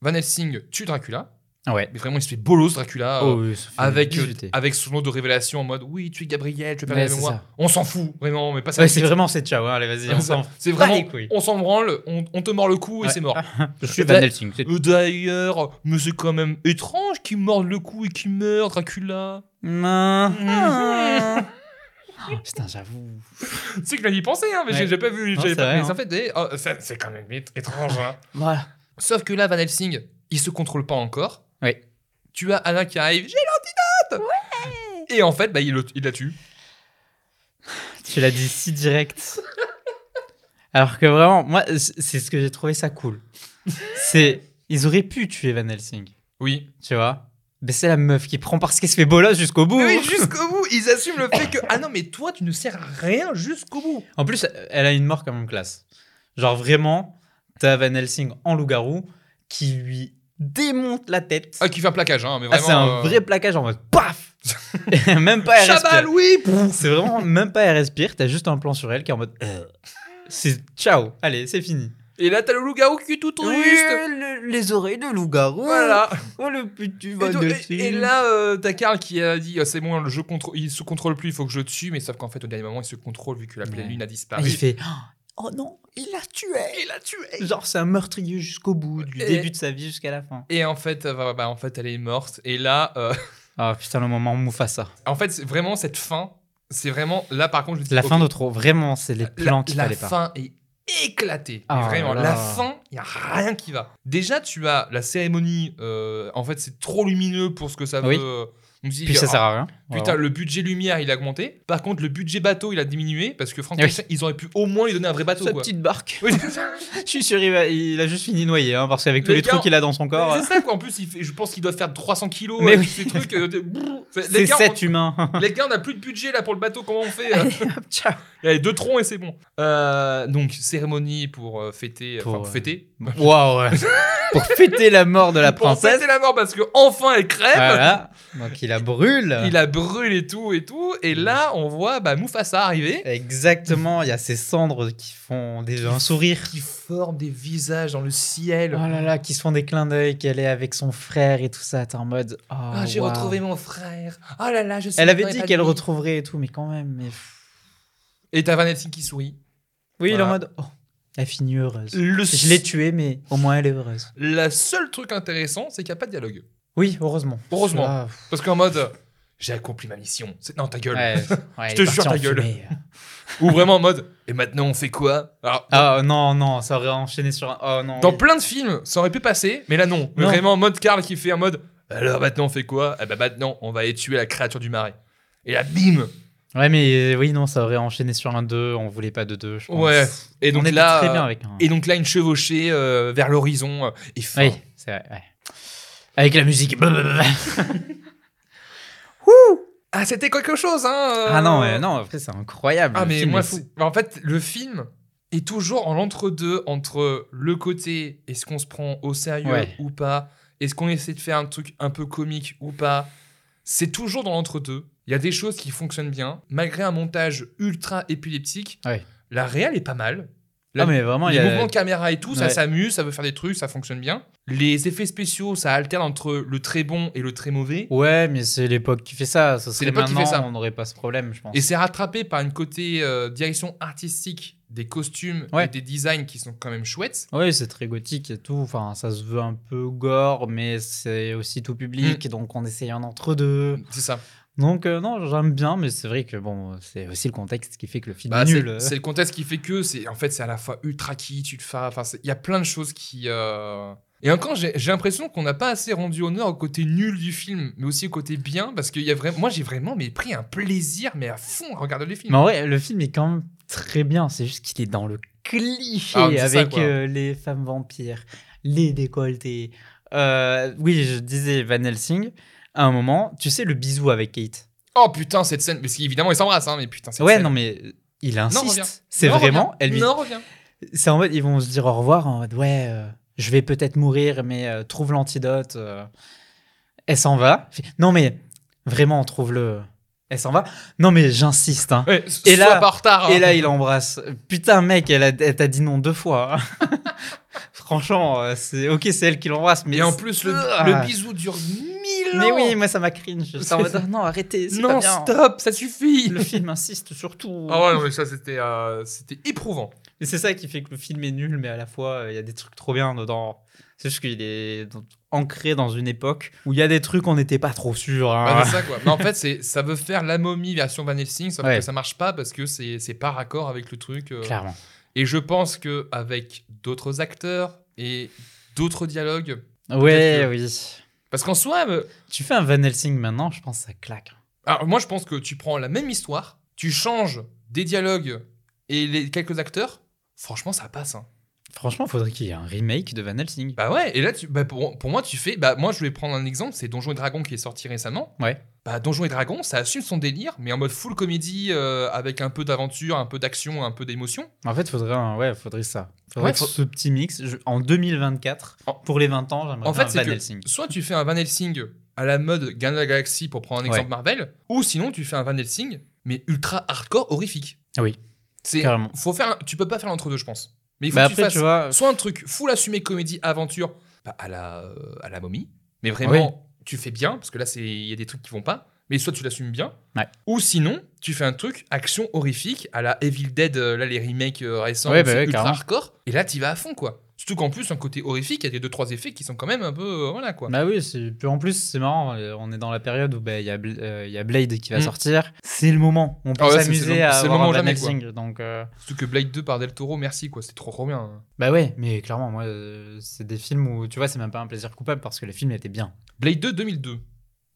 Van Helsing tue Dracula.
Ouais.
Mais vraiment, il se fait bolos, Dracula. euh,
Oh, oui, ça fait
Avec, euh,
bisuter.
avec son lot de révélations en mode oui, tu es Gabriel, tu perds
Ouais,
la
c'est
mémoire.
ça.
On s'en fout, vraiment, mais pas ça.
Ouais, c'est vraiment c'est ciao. hein, Allez, vas-y, on s'en
C'est
bat
vraiment,
les couilles.
on s'en branle, on, on te mord le cou et
Ouais. Ah.
c'est mort.
Je suis Van Helsing. c'est-
Euh, D'ailleurs, mais c'est quand même étrange qu'il morde le cou et qu'il meurt, Dracula.
Ah. Oh, Putain, j'avoue.
C'est que j'allais y penser, hein, mais
Ouais.
j'ai- j'ai pas vu.
Non,
j'avais
c'est
pas-
vrai,
mais
hein.
en fait, des- oh, ça- c'est quand même é- étrange. hein.
Voilà.
Sauf que là, Van Helsing, il se contrôle pas encore.
Oui.
Tu as Anna qui arrive, j'ai l'antidote Et en fait, bah, il, le- il la tue.
Tu l'as dit si direct. Alors que vraiment, moi, c- c'est ce que j'ai trouvé ça cool. C'est. Ils auraient pu tuer Van Helsing,
Oui.
tu vois. Mais c'est la meuf qui prend parce qu'elle se fait bolosse jusqu'au bout.
Mais oui, jusqu'au bout, ils assument le fait que. Ah non, mais toi, tu ne sers à rien jusqu'au bout.
En plus, elle a une mort quand même classe. Genre vraiment, t'as Van Helsing en loup-garou qui lui démonte la tête.
Ah, qui fait un plaquage, hein, mais
Ah,
vraiment.
c'est un
euh,
vrai plaquage en mode paf Et Même pas elle
Chabat,
respire.
Louis
C'est vraiment même pas elle respire, t'as juste un plan sur elle qui est en mode euh, c'est ciao, allez, c'est fini.
Et là, t'as le loup-garou qui est tout touriste.
les oreilles de loup-garou.
Voilà.
Oh le petit
Et, donc- et- et là, euh, t'as Karl qui a dit euh, c'est bon, le jeu contrôle, il se contrôle plus, il faut que je le tue. Mais sauf qu'en fait, au dernier moment, il se contrôle vu que la pleine
Ouais.
lune a
Ah, il
disparu.
fait oh non, il l'a tué.
Il l'a tué.
Genre c'est un meurtrier jusqu'au bout, du
Et-
début de sa vie jusqu'à la fin.
Et en fait, euh, bah, bah, en fait, elle est morte. Et là, euh,
Ah putain le moment Mufasa.
en fait, c'est vraiment cette fin, c'est vraiment là. Par contre, je dis,
La
ok,
fin de trop, vraiment, c'est les
la,
plans qu'il
la
fallait pas.
fin est éclatée. Mais
Ah
vraiment,
là
la
là.
fin, il y a rien qui va. Déjà, tu as la cérémonie. euh, en fait, c'est trop lumineux pour ce que ça
Oui.
veut. On se dit,
Puis ça
ah,
sert à rien.
Putain, le budget lumière, il a augmenté. Par contre, le budget bateau, il a diminué parce que Frankenstein, ils auraient pu au moins lui donner un vrai bateau. quoi.
petite barque.
Oui, c'est ça.
Je suis sûr, il, va- il a juste fini noyé, hein, parce qu'avec tous
Les
les
gars,
trucs qu'il a dans son corps.
C'est ça quoi. En plus, il fait- je pense qu'ils doivent faire 300 kilos.
hein. Mais
euh,
oui.
Ces trucs. euh, de- brrr. C'est- les
C'est
gars,
sept humains.
on- Les gars, on a plus de budget là pour le bateau. Comment on fait euh
Ciao.
Allez, deux troncs et c'est bon. Euh, donc, cérémonie pour euh, fêter.
Pour,
enfin, pour
euh,
fêter.
Waouh. ouais. Pour fêter la mort de la
Pour
princesse.
fêter la mort parce que enfin elle crève.
Voilà. Donc il la brûle.
Il a brûlé tout et tout. Et là, on voit bah, Mufasa arriver.
Exactement, il y a ces cendres qui font déjà un sourire.
Qui forme des visages dans le ciel.
Oh là là, qui se font des clins d'œil, qu'elle est avec son frère et tout ça. T'es en mode. Oh,
Ah, j'ai
waouh.
retrouvé mon frère. Ah là là, je sais
Elle
que
avait
t'aurais
dit
pas
qu'elle
dit.
retrouverait et tout, mais quand même. mais-
Et t'as Van Helsing qui sourit.
Oui, il est en
Voilà.
mode. Oh, elle finit heureuse.
Le
Je l'ai tuée, mais au moins elle est heureuse.
La seule truc intéressant, c'est qu'il n'y a pas de dialogue.
Oui, heureusement.
Heureusement.
Ah,
Parce qu'en mode, j'ai accompli ma mission. C'est- Non, ta gueule.
Ouais, ouais,
Je
il est
te jure,
parti
ta
en
gueule.
fumée.
Ou vraiment en mode, et maintenant on fait quoi Alors,
Ah non, non, ça aurait enchaîné sur un. Oh non.
Dans
oui.
plein de films, ça aurait pu passer, mais là non. Mais
Non.
Vraiment en mode Carl qui fait en mode Alors maintenant on fait quoi Eh ben maintenant on va aller tuer la créature du marais. Et là bim
Ouais, mais euh, oui, non, ça aurait enchaîné sur un 2. On voulait pas de 2, je pense.
Ouais. Et
on
donc
était
là.
très bien avec un.
Et donc là une chevauchée euh, vers l'horizon euh, et fin.
Oui, c'est vrai. ouais. Avec la musique.
Ah c'était quelque chose hein euh.
Ah non, mais non, après, c'est incroyable.
Ah
le
mais
film
moi
est fou.
fou. En fait le film est toujours en l'entre-deux entre le côté est-ce qu'on se prend au sérieux
Ouais.
ou pas Est-ce qu'on essaie de faire un truc un peu comique ou pas C'est toujours dans l'entre-deux. Il y a des choses qui fonctionnent bien. Malgré un montage ultra épileptique,
Ouais.
la réelle est pas mal.
Ah, mais vraiment,
Les
il y a.
mouvements de caméra et tout, ça
Ouais.
s'amuse, ça veut faire des trucs, ça fonctionne bien. Les effets spéciaux, ça alterne entre le très bon et le très mauvais.
Ouais, mais c'est l'époque qui fait ça. ça c'est
l'époque qui
l'époque
fait ça.
On n'aurait pas ce problème, je pense.
Et c'est rattrapé par une côté euh, direction artistique des costumes
Ouais.
et des designs qui sont quand même chouettes.
Oui, c'est très gothique et tout. Enfin, ça se veut un peu gore, mais c'est aussi tout
Mm.
public, donc on essaye un entre deux.
C'est ça.
Donc euh, non, j'aime bien, mais c'est vrai que bon, c'est aussi le contexte qui fait que le film
Bah,
est
c'est-
nul.
C'est le contexte qui fait que c'est en fait c'est à la fois ultra kitsch, ultra. Enfin, c'est- il y a plein de choses qui. euh, Et encore, j'ai j'ai l'impression qu'on n'a pas assez rendu honneur au côté nul du film, mais aussi au côté bien, parce que y a vraiment, moi j'ai vraiment mais, pris un plaisir, mais à fond, à regarder le film.
Mais en vrai, le film est quand même très bien. C'est juste qu'il est dans le cliché
Ah, c'est ça,
avec
quoi.
euh, les femmes vampires, les décolletés. Euh, oui, je disais Van Helsing. À un moment, tu sais le bisou avec Kate.
Oh putain, cette scène, parce qu'évidemment ils s'embrassent, hein, mais putain, cette
Ouais,
scène.
non mais il
reviens.
insiste. C'est
Non,
vraiment,
reviens.
elle lui
Non, reviens.
C'est en mode, ils vont se dire au revoir en mode, ouais, euh, je vais peut-être mourir, mais euh, trouve l'antidote. euh. Elle s'en va. Fait, Non, mais vraiment, trouve-le. Elle s'en va. Non, mais j'insiste. hein.
Ouais, sois
Et là-
pas en retard. hein.
Et là, il embrasse. Putain, mec, elle a- elle t'a dit non deux fois. hein. Franchement, euh, c'est ok, c'est elle qui l'embrasse, mais
Et en plus, le,
Ah.
le bisou dure mille
Mais
ans.
oui, moi, ça m'a cringe. J'étais en mode, non, arrêtez. c'est
non,
pas bien. hein.
stop, ça suffit.
Le film insiste surtout.
Ah ouais, non, mais ça c'était euh, c'était éprouvant.
Et c'est ça qui fait que le film est nul, mais à la fois, euh, il y a des trucs trop bien dedans. C'est juste qu'il est dans- ancré dans une époque où il y a des trucs on n'était pas trop hein. sûr.
Ouais, c'est ça quoi. Mais en fait, c'est ça veut faire la momie version Van Helsing, sauf
Ouais.
que ça marche pas parce que c'est c'est pas raccord avec le truc. euh.
Clairement.
Et je pense que avec d'autres acteurs et d'autres dialogues,
Ouais,
que-
oui.
parce qu'en soi, euh,
Tu fais un Van Helsing maintenant, je pense que ça claque.
alors moi je pense que tu prends la même histoire, tu changes des dialogues et les quelques acteurs, franchement ça passe. hein.
Franchement, faudrait qu'il y ait un remake de Van Helsing.
Bah ouais. Et là, tu, bah, pour, pour moi tu fais, bah moi je vais prendre un exemple, c'est Donjons et Dragons qui est sorti récemment.
Ouais.
bah, Donjons et Dragons, ça assume son délire, mais en mode full comédie, euh, avec un peu d'aventure, un peu d'action, un peu d'émotion.
En fait, faudrait, un- ouais, faudrait ça. Faudrait
Ouais,
que
faut-
ce petit mix. je- En 2024,
En-
pour les 20 ans, j'aimerais
En
bien
fait, c'est
un Van
que
Helsing.
soit tu fais un Van Helsing à la mode Guardians de la Galaxie pour prendre un exemple
Ouais.
Marvel, ou sinon tu fais un Van Helsing, mais ultra hardcore, horrifique.
Ah Oui.
C'est,
Carrément.
faut faire, un- tu peux pas faire l'entre-deux, je pense. Mais il faut
Bah
que
après,
tu fasses
tu vois,
soit un truc full assumé comédie, aventure, bah, à, la, euh, à la momie, mais vraiment tu fais bien, parce que là c'est- il y a des trucs qui vont pas, mais soit tu l'assumes bien,
Ouais.
ou sinon tu fais un truc action horrifique à la Evil Dead, euh, là les remakes euh, récents,
Ouais,
où
bah
c'est
ouais,
ultra
carrément.
hardcore, et là tu vas à fond quoi. Surtout qu'en plus, un côté horrifique, il y a des deux trois effets qui sont quand même un peu. euh, voilà quoi.
Bah oui, c'est- puis en plus, c'est marrant, euh, on est dans la période où bah, il y, a Bl- euh, il y a Blade qui va
Mm.
sortir. C'est le moment, on peut
Ah ouais, c'est- c'est
s'amuser
le-
à
c'est le
avoir
moment
un Van
jamais, quoi.
Helsing. Donc, euh,
Surtout que Blade 2 par Del Toro, merci quoi, c'est trop trop bien. hein.
Bah ouais, mais clairement, moi, euh, c'est des films où, tu vois, c'est même pas un plaisir coupable parce que les films étaient bien.
Blade 2 2002.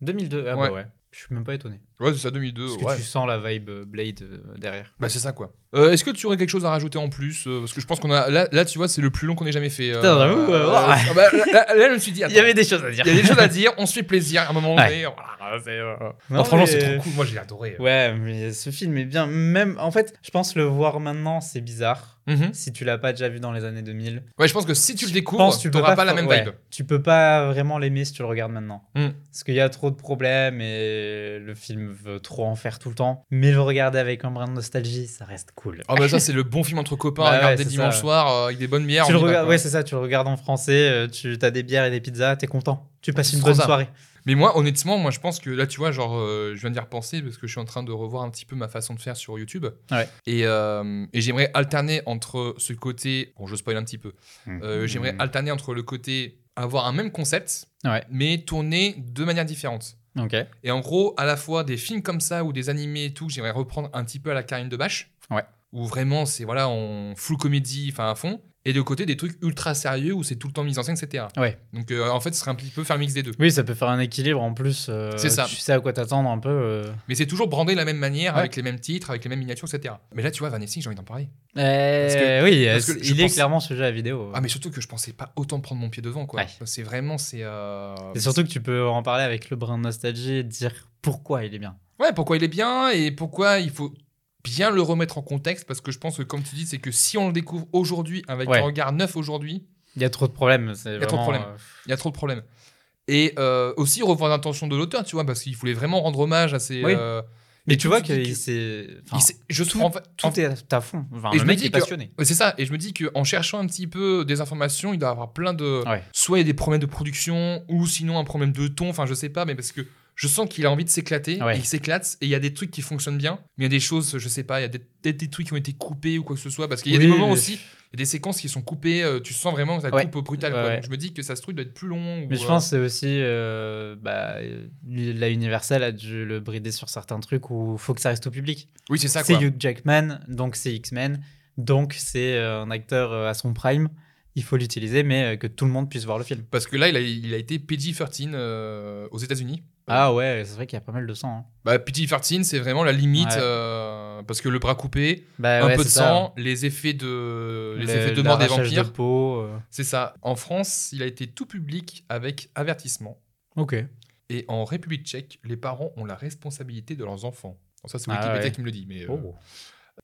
2002, ah
Ouais.
bah ouais. Je suis même pas étonné.
Ouais, c'est ça 2002.
Parce que
ouais.
tu sens la vibe euh, Blade euh, derrière.
Bah c'est ça quoi. Euh, Est-ce que tu aurais quelque chose à rajouter en plus euh, Parce que je pense qu'on a là, là tu vois c'est le plus long qu'on ait jamais fait. euh,
Putain, j'avoue, ouais, ouais.
ah bah, là, là- là, je me suis dit. attends,
Il y avait des choses à dire.
il y a des choses à dire. On se fait plaisir à un moment
Ouais.
donné. voilà, c'est, euh,
Non,
non, franchement
mais-
c'est trop cool. Moi j'ai adoré.
Ouais, mais ce film est bien. Même, en fait, je pense le voir maintenant, c'est bizarre.
Mhm.
Si tu l'as pas déjà vu dans les années 2000,
Ouais, je pense que si tu le découvres,
pense que
tu
peux
n'auras pas, la
fa-
même
ouais,
vibe.
Tu peux pas vraiment l'aimer si tu le regardes maintenant.
Mm.
Parce qu'il y a trop de problèmes et le film veut trop en faire tout le temps. Mais le regarder avec un brin de nostalgie, ça reste cool.
Oh bah ça c'est le bon film entre copains
Bah
à
ouais,
regarder
c'est
dimanche
ça.
soir euh, avec des bonnes bières. on
tu
y
le
va,
regardes,
quoi.
ouais, c'est ça, tu le regardes en français, euh, tu as des bières et des pizzas, t'es content. Tu passes
C'est
une
trop
bonne
ça.
soirée.
Mais moi, honnêtement, moi, je pense que là, tu vois, genre, euh, je viens d'y repenser parce que je suis en train de revoir un petit peu ma façon de faire sur YouTube.
Ouais.
Et, euh, et j'aimerais alterner entre ce côté. Bon, je spoil un petit peu. Euh, J'aimerais alterner entre le côté avoir un même concept,
Hmm. Ouais.
mais tourner de manière différente.
Ok.
Et en gros, à la fois des films comme ça ou des animés et tout, j'aimerais reprendre un petit peu à la Karine Debache.
Ouais.
Où vraiment, c'est voilà, on full comédie, enfin à fond. Et de côté, des trucs ultra sérieux où c'est tout le temps mise en scène, etc.
Ouais.
Donc euh, en fait, ce serait un petit peu faire un mix des deux.
Oui, ça peut faire un équilibre en plus. euh,
C'est ça.
Tu sais à quoi t'attendre un peu. euh.
Mais c'est toujours brandé de la même manière,
Ouais.
avec les mêmes titres, avec les mêmes miniatures, etc. Mais là, tu vois, Vanessa, j'ai envie d'en parler.
Euh, oui,
parce
euh,
que je
il est
pense-
clairement sujet à vidéo.
Ah, mais surtout que je pensais pas autant prendre mon pied devant, quoi.
Ouais.
C'est vraiment, c'est. euh,
Et surtout que tu peux en parler avec le brin de nostalgie et dire pourquoi il est bien.
Ouais, pourquoi il est bien et pourquoi il faut bien le remettre en contexte parce que je pense que comme tu dis c'est que si on le découvre aujourd'hui avec
Ouais.
un regard neuf aujourd'hui
Il y a trop de problèmes. euh, Il
y a trop de problèmes. il y a trop de problèmes et euh, aussi revoir l'intention de l'auteur tu vois parce qu'il voulait vraiment rendre hommage à ses
Oui.
euh,
Mais
et
tu
tout
vois
ce qui-
qu'il s'est.
il s'est- je trouve en fait- en-
Tout est à fond. Enfin,
Et je
le
me
mec
dis
est
que-
passionné.
Ouais, c'est ça et je me dis que en cherchant un petit peu des informations il doit avoir plein de
Ouais.
soit il y a des problèmes de production ou sinon un problème de ton enfin je sais pas mais parce que je sens qu'il a envie de s'éclater
Ouais.
et il s'éclate et il y a des trucs qui fonctionnent bien mais il y a des choses je sais pas il y a des- peut-être des trucs qui ont été coupés ou quoi que ce soit parce qu'il y a des
Oui,
moments
mais-
aussi il y a des séquences qui sont coupées, euh, tu sens vraiment que ça
Ouais.
coupe brutal.
Ouais,
quoi.
ouais.
Donc je me dis que ça se trouve doit être plus long. ou,
Mais je
euh,
pense que c'est aussi. euh, bah, euh, la Universal a dû le brider sur certains trucs où il faut que ça reste au public.
Oui, c'est ça.
C'est
Quoi.
Hugh Jackman, donc c'est X-Men, donc c'est euh, un acteur euh, à son prime. Il faut l'utiliser, mais euh, que tout le monde puisse voir le film.
Parce que là, il a, il a été PG-13 euh, aux États-Unis.
Ah ouais, c'est vrai qu'il y a pas mal de sang. hein.
Bah, PG-13, c'est vraiment la limite.
Ouais.
euh, parce que le bras coupé,
Bah
un
ouais,
peu de
c'est ça.
sang, euh, les effets de, les
Le-
effets de mort des
l'arrachage
vampires.
de peau, euh.
C'est ça. En France, il a été tout public avec avertissement.
Ok.
Et en République tchèque, les parents ont la responsabilité de leurs enfants. Bon, ça, c'est
Ah
Wikipédia
ouais. Oh.
qui me le dit. Mais, euh,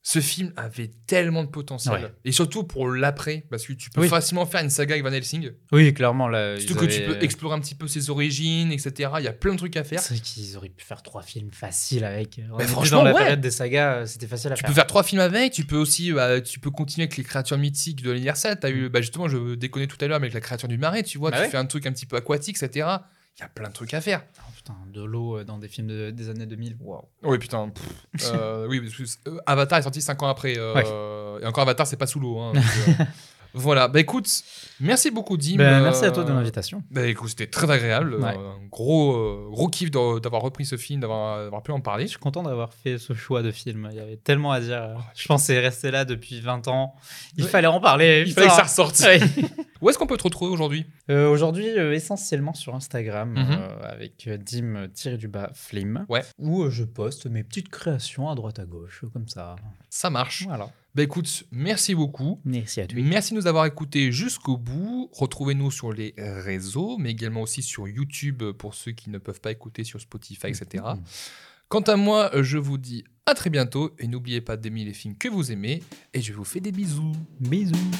ce film avait tellement de potentiel.
Ouais.
Et surtout pour l'après, parce que tu peux
Oui.
facilement faire une saga avec Van Helsing.
Oui, clairement. Là,
Surtout
ils
que tu
avaient-
peux explorer un petit peu ses origines, etc. Il y a plein de trucs à faire.
C'est vrai qu'ils auraient pu faire trois films faciles avec. On était
franchement,
dans la
ouais.
période des sagas, euh, c'était facile à
Tu
faire.
peux faire trois films avec, tu peux aussi bah, tu peux continuer avec les créatures mythiques de l'universel. T'as eu, bah, justement, je déconnais tout à l'heure mais avec la créature du marais, tu vois,
Bah
tu
ouais.
fais un truc un petit peu aquatique, etc. Il y a plein de trucs à faire.
Oh, putain, de l'eau euh, dans des films de- des années 2000. Waouh.
Oui, putain. pff, euh, oui, parce que, euh, Avatar est sorti cinq ans après. euh, Et encore Avatar, c'est pas sous l'eau. hein, donc, euh, voilà, bah écoute, merci beaucoup, Dim.
Ben, merci à toi de
Euh,
l'invitation.
Bah écoute, c'était très agréable.
Ouais.
Euh, un gros, euh, gros kiff de- d'avoir repris ce film, d'avoir d'avoir pu en parler.
Je suis content d'avoir fait ce choix de film. Il y avait tellement à dire. Je pensais rester là depuis 20 ans. Il
Oh, Ouais.
fallait en parler.
Il fallait que ça
putain.
ressorte.
Ouais.
Où est-ce qu'on peut te retrouver aujourd'hui
Euh, Aujourd'hui, euh, essentiellement sur Instagram,
Mhm.
euh, avec euh, Dim euh, tiré du bas Flim,
Ouais.
où euh, je poste mes petites créations à droite à gauche, euh, comme ça.
Ça marche.
Voilà.
Bah écoute, merci beaucoup.
Merci à toi.
Merci de nous avoir écoutés jusqu'au bout. Retrouvez-nous sur les réseaux, mais également aussi sur YouTube pour ceux qui ne peuvent pas écouter sur Spotify, Mmh. etc.
Mhm.
Quant à moi, je vous dis à très bientôt et n'oubliez pas d'aimer les films que vous aimez et je vous fais des bisous.
Bisous.